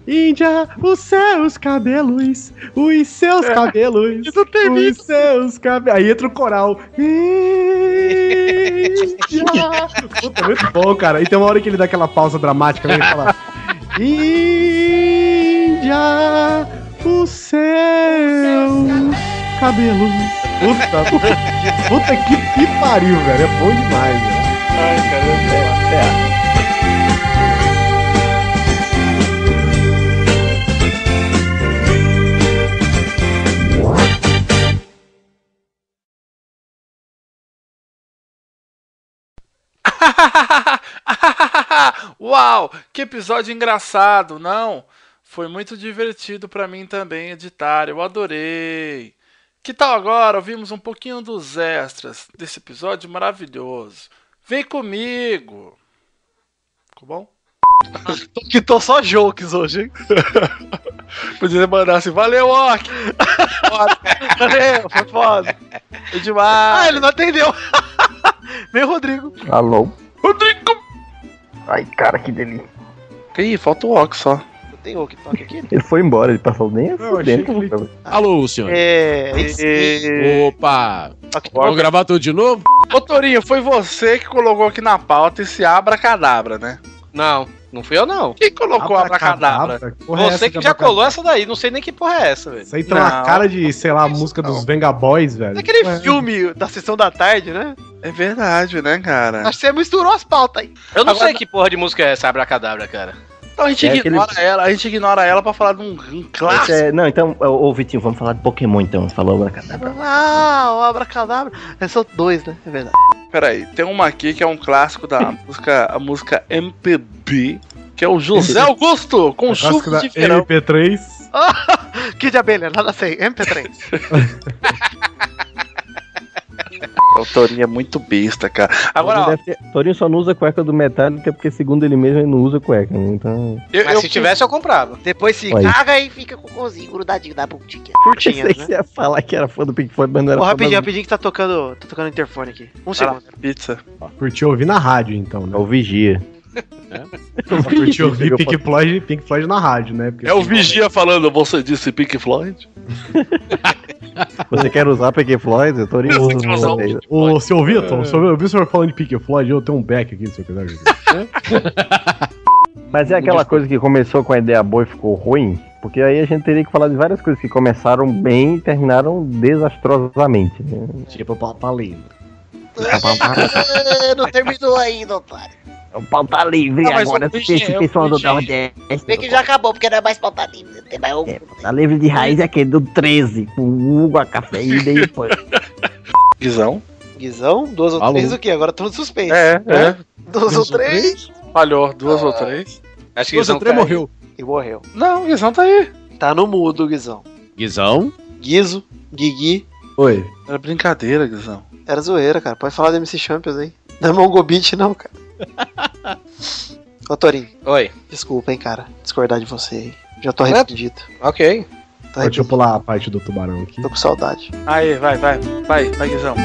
G: Índia, os seus cabelos, os
D: É.
G: seus cabelos, não tem os seus cabelos. Aí entra o
D: [laughs]
G: coral. Índia. Puta, é muito bom, cara. E tem uma hora que ele dá aquela pausa dramática, né? Ele fala. Índia, os seus cabelos. Puta, puta, que- puta que, que pariu, velho. É bom demais, velho.
D: Ai, caramba.
C: [laughs] Uau, que episódio engraçado, não? Foi muito divertido pra mim também editar, eu adorei. Que tal agora ouvimos um pouquinho dos extras desse episódio maravilhoso? Vem comigo. Ficou bom?
A: Que tô só jokes hoje, hein?
C: Podia mandar assim, valeu, Ok!
A: Foda. Valeu, foi foda. Foi demais. Ah, ele não
F: [laughs]
A: atendeu. Nem o Rodrigo.
O: Alô?
A: Rodrigo!
O: Ai, cara, que delícia.
C: Ih, falta o Ox só.
F: Tem o que toca aqui?
O: Ele foi embora, ele passou nem a
F: Eu achei
O: dentro.
F: que ele-
H: Alô, senhor.
F: É.
H: Opa! Vamos gravar tudo de novo?
C: Ô Torinho, foi você que colocou aqui na pauta esse abracadabra, né?
D: Não, não fui eu não.
C: Quem colocou abracadabra?
G: é
D: Você que já colou essa daí, não sei nem que porra é essa, velho.
G: Isso aí tá na cara de, sei lá, a música dos Venga Boys, velho.
F: é Aquele filme da sessão da tarde, né?
C: É verdade, né, cara?
F: É. Acho que você misturou as pautas aí.
D: Eu não
F: Agora-
D: sei que porra de música é essa, Abracadabra, cara.
C: Então a gente
O: É
C: ignora ela, a gente ignora ela pra falar de um, um clássico.
O: Esse é- não, então, ô, ô Vitinho, vamos falar de Pokémon então. Falou, abracadabra.
F: Ah, o abracadabra. É só dois, né? É [laughs] verdade.
C: Peraí, tem uma aqui que é um clássico [laughs] da música, a música MPB, que é o José Augusto com
G: É um Clássico
C: chuva
G: da
C: um de verão.
G: MP3.
F: que de abelha, nada sei. MP3.
C: O Torinho é muito besta, cara. Agora,
O: Torinho
C: ó,
O: deve ter- Torinho só não usa cueca do Metallica porque, segundo ele mesmo, ele não usa cueca. né? Então.
D: Mas se tivesse, eu comprava.
F: Depois [laughs] se
O: Olha aí.
F: caga e fica com o cozinho grudadinho na bundinha.
O: [laughs] Pensei
F: Curtinha,
O: que
F: né?
O: você ia falar que era fã do Pink Floyd, mas não era
F: Ó,
O: fã
F: rapidinho,
O: da-
F: rapidinho que tá tocando, tá tocando interfone aqui. Um
O: Vai lá.
F: segundo.
C: Pizza.
G: Curtiu ouvir na rádio, então, né?
O: É
F: [laughs]
O: o Vigia.
G: Curtiu ouvir
O: Chegou
G: Pink Floyd, Pink Floyd na rádio, né? Porque
C: é o Vigia falando, você disse Pink Floyd?
O: Você quer usar Pink Floyd? Eu tô nem
X: um
O: uso.
X: tipo
G: Ô, seu Vitor, seu- eu ouvi o senhor falando de Pink Floyd, eu tenho um back aqui, se eu quiser.
O: Mas é aquela coisa que começou com a ideia boa e ficou ruim? Porque aí a gente teria que falar de várias coisas que começaram bem e terminaram desastrosamente. Né?
G: Tipo o Pauta Livre.
X: não terminou ainda, otário.
O: O pau tá livre
X: Ah, mas
O: agora,
X: o
O: deixa
X: Vigia-
O: esse pessoal
X: o
O: do
X: Vigia-
O: Nordeste.
X: Vê que já acabou, porque não é mais pauta livre. Tem mais um.
O: Tá livre de raiz é aquele do 13, com Hugo, a cafeína e pô.
C: Guizão?
F: Guizão? Duas ou
O: Alô.
F: três o quê? Agora estamos suspensos.
C: É, é.
F: Duas, ou três?
C: Falhou, duas ou três.
D: Acho
F: que Duas ou Guizão três caiu.
H: morreu.
F: E morreu.
C: Não, o Guizão tá aí.
F: Tá no mudo, o Guizão.
H: Guizão?
F: Guizo, Guigui.
G: Oi.
C: Era brincadeira, Guizão.
F: Era zoeira, cara. Pode falar do MC Champions aí. Não é Mongobit, não, cara. [laughs] Ô, Torinho.
D: Oi.
F: Desculpa, hein, cara. Discordar de você aí. Já tô arrependido.
D: Ok.
G: Deixa eu pular a parte do tubarão aqui.
F: Tô com saudade.
C: Aí, vai, vai. Vai, vai, Guizão.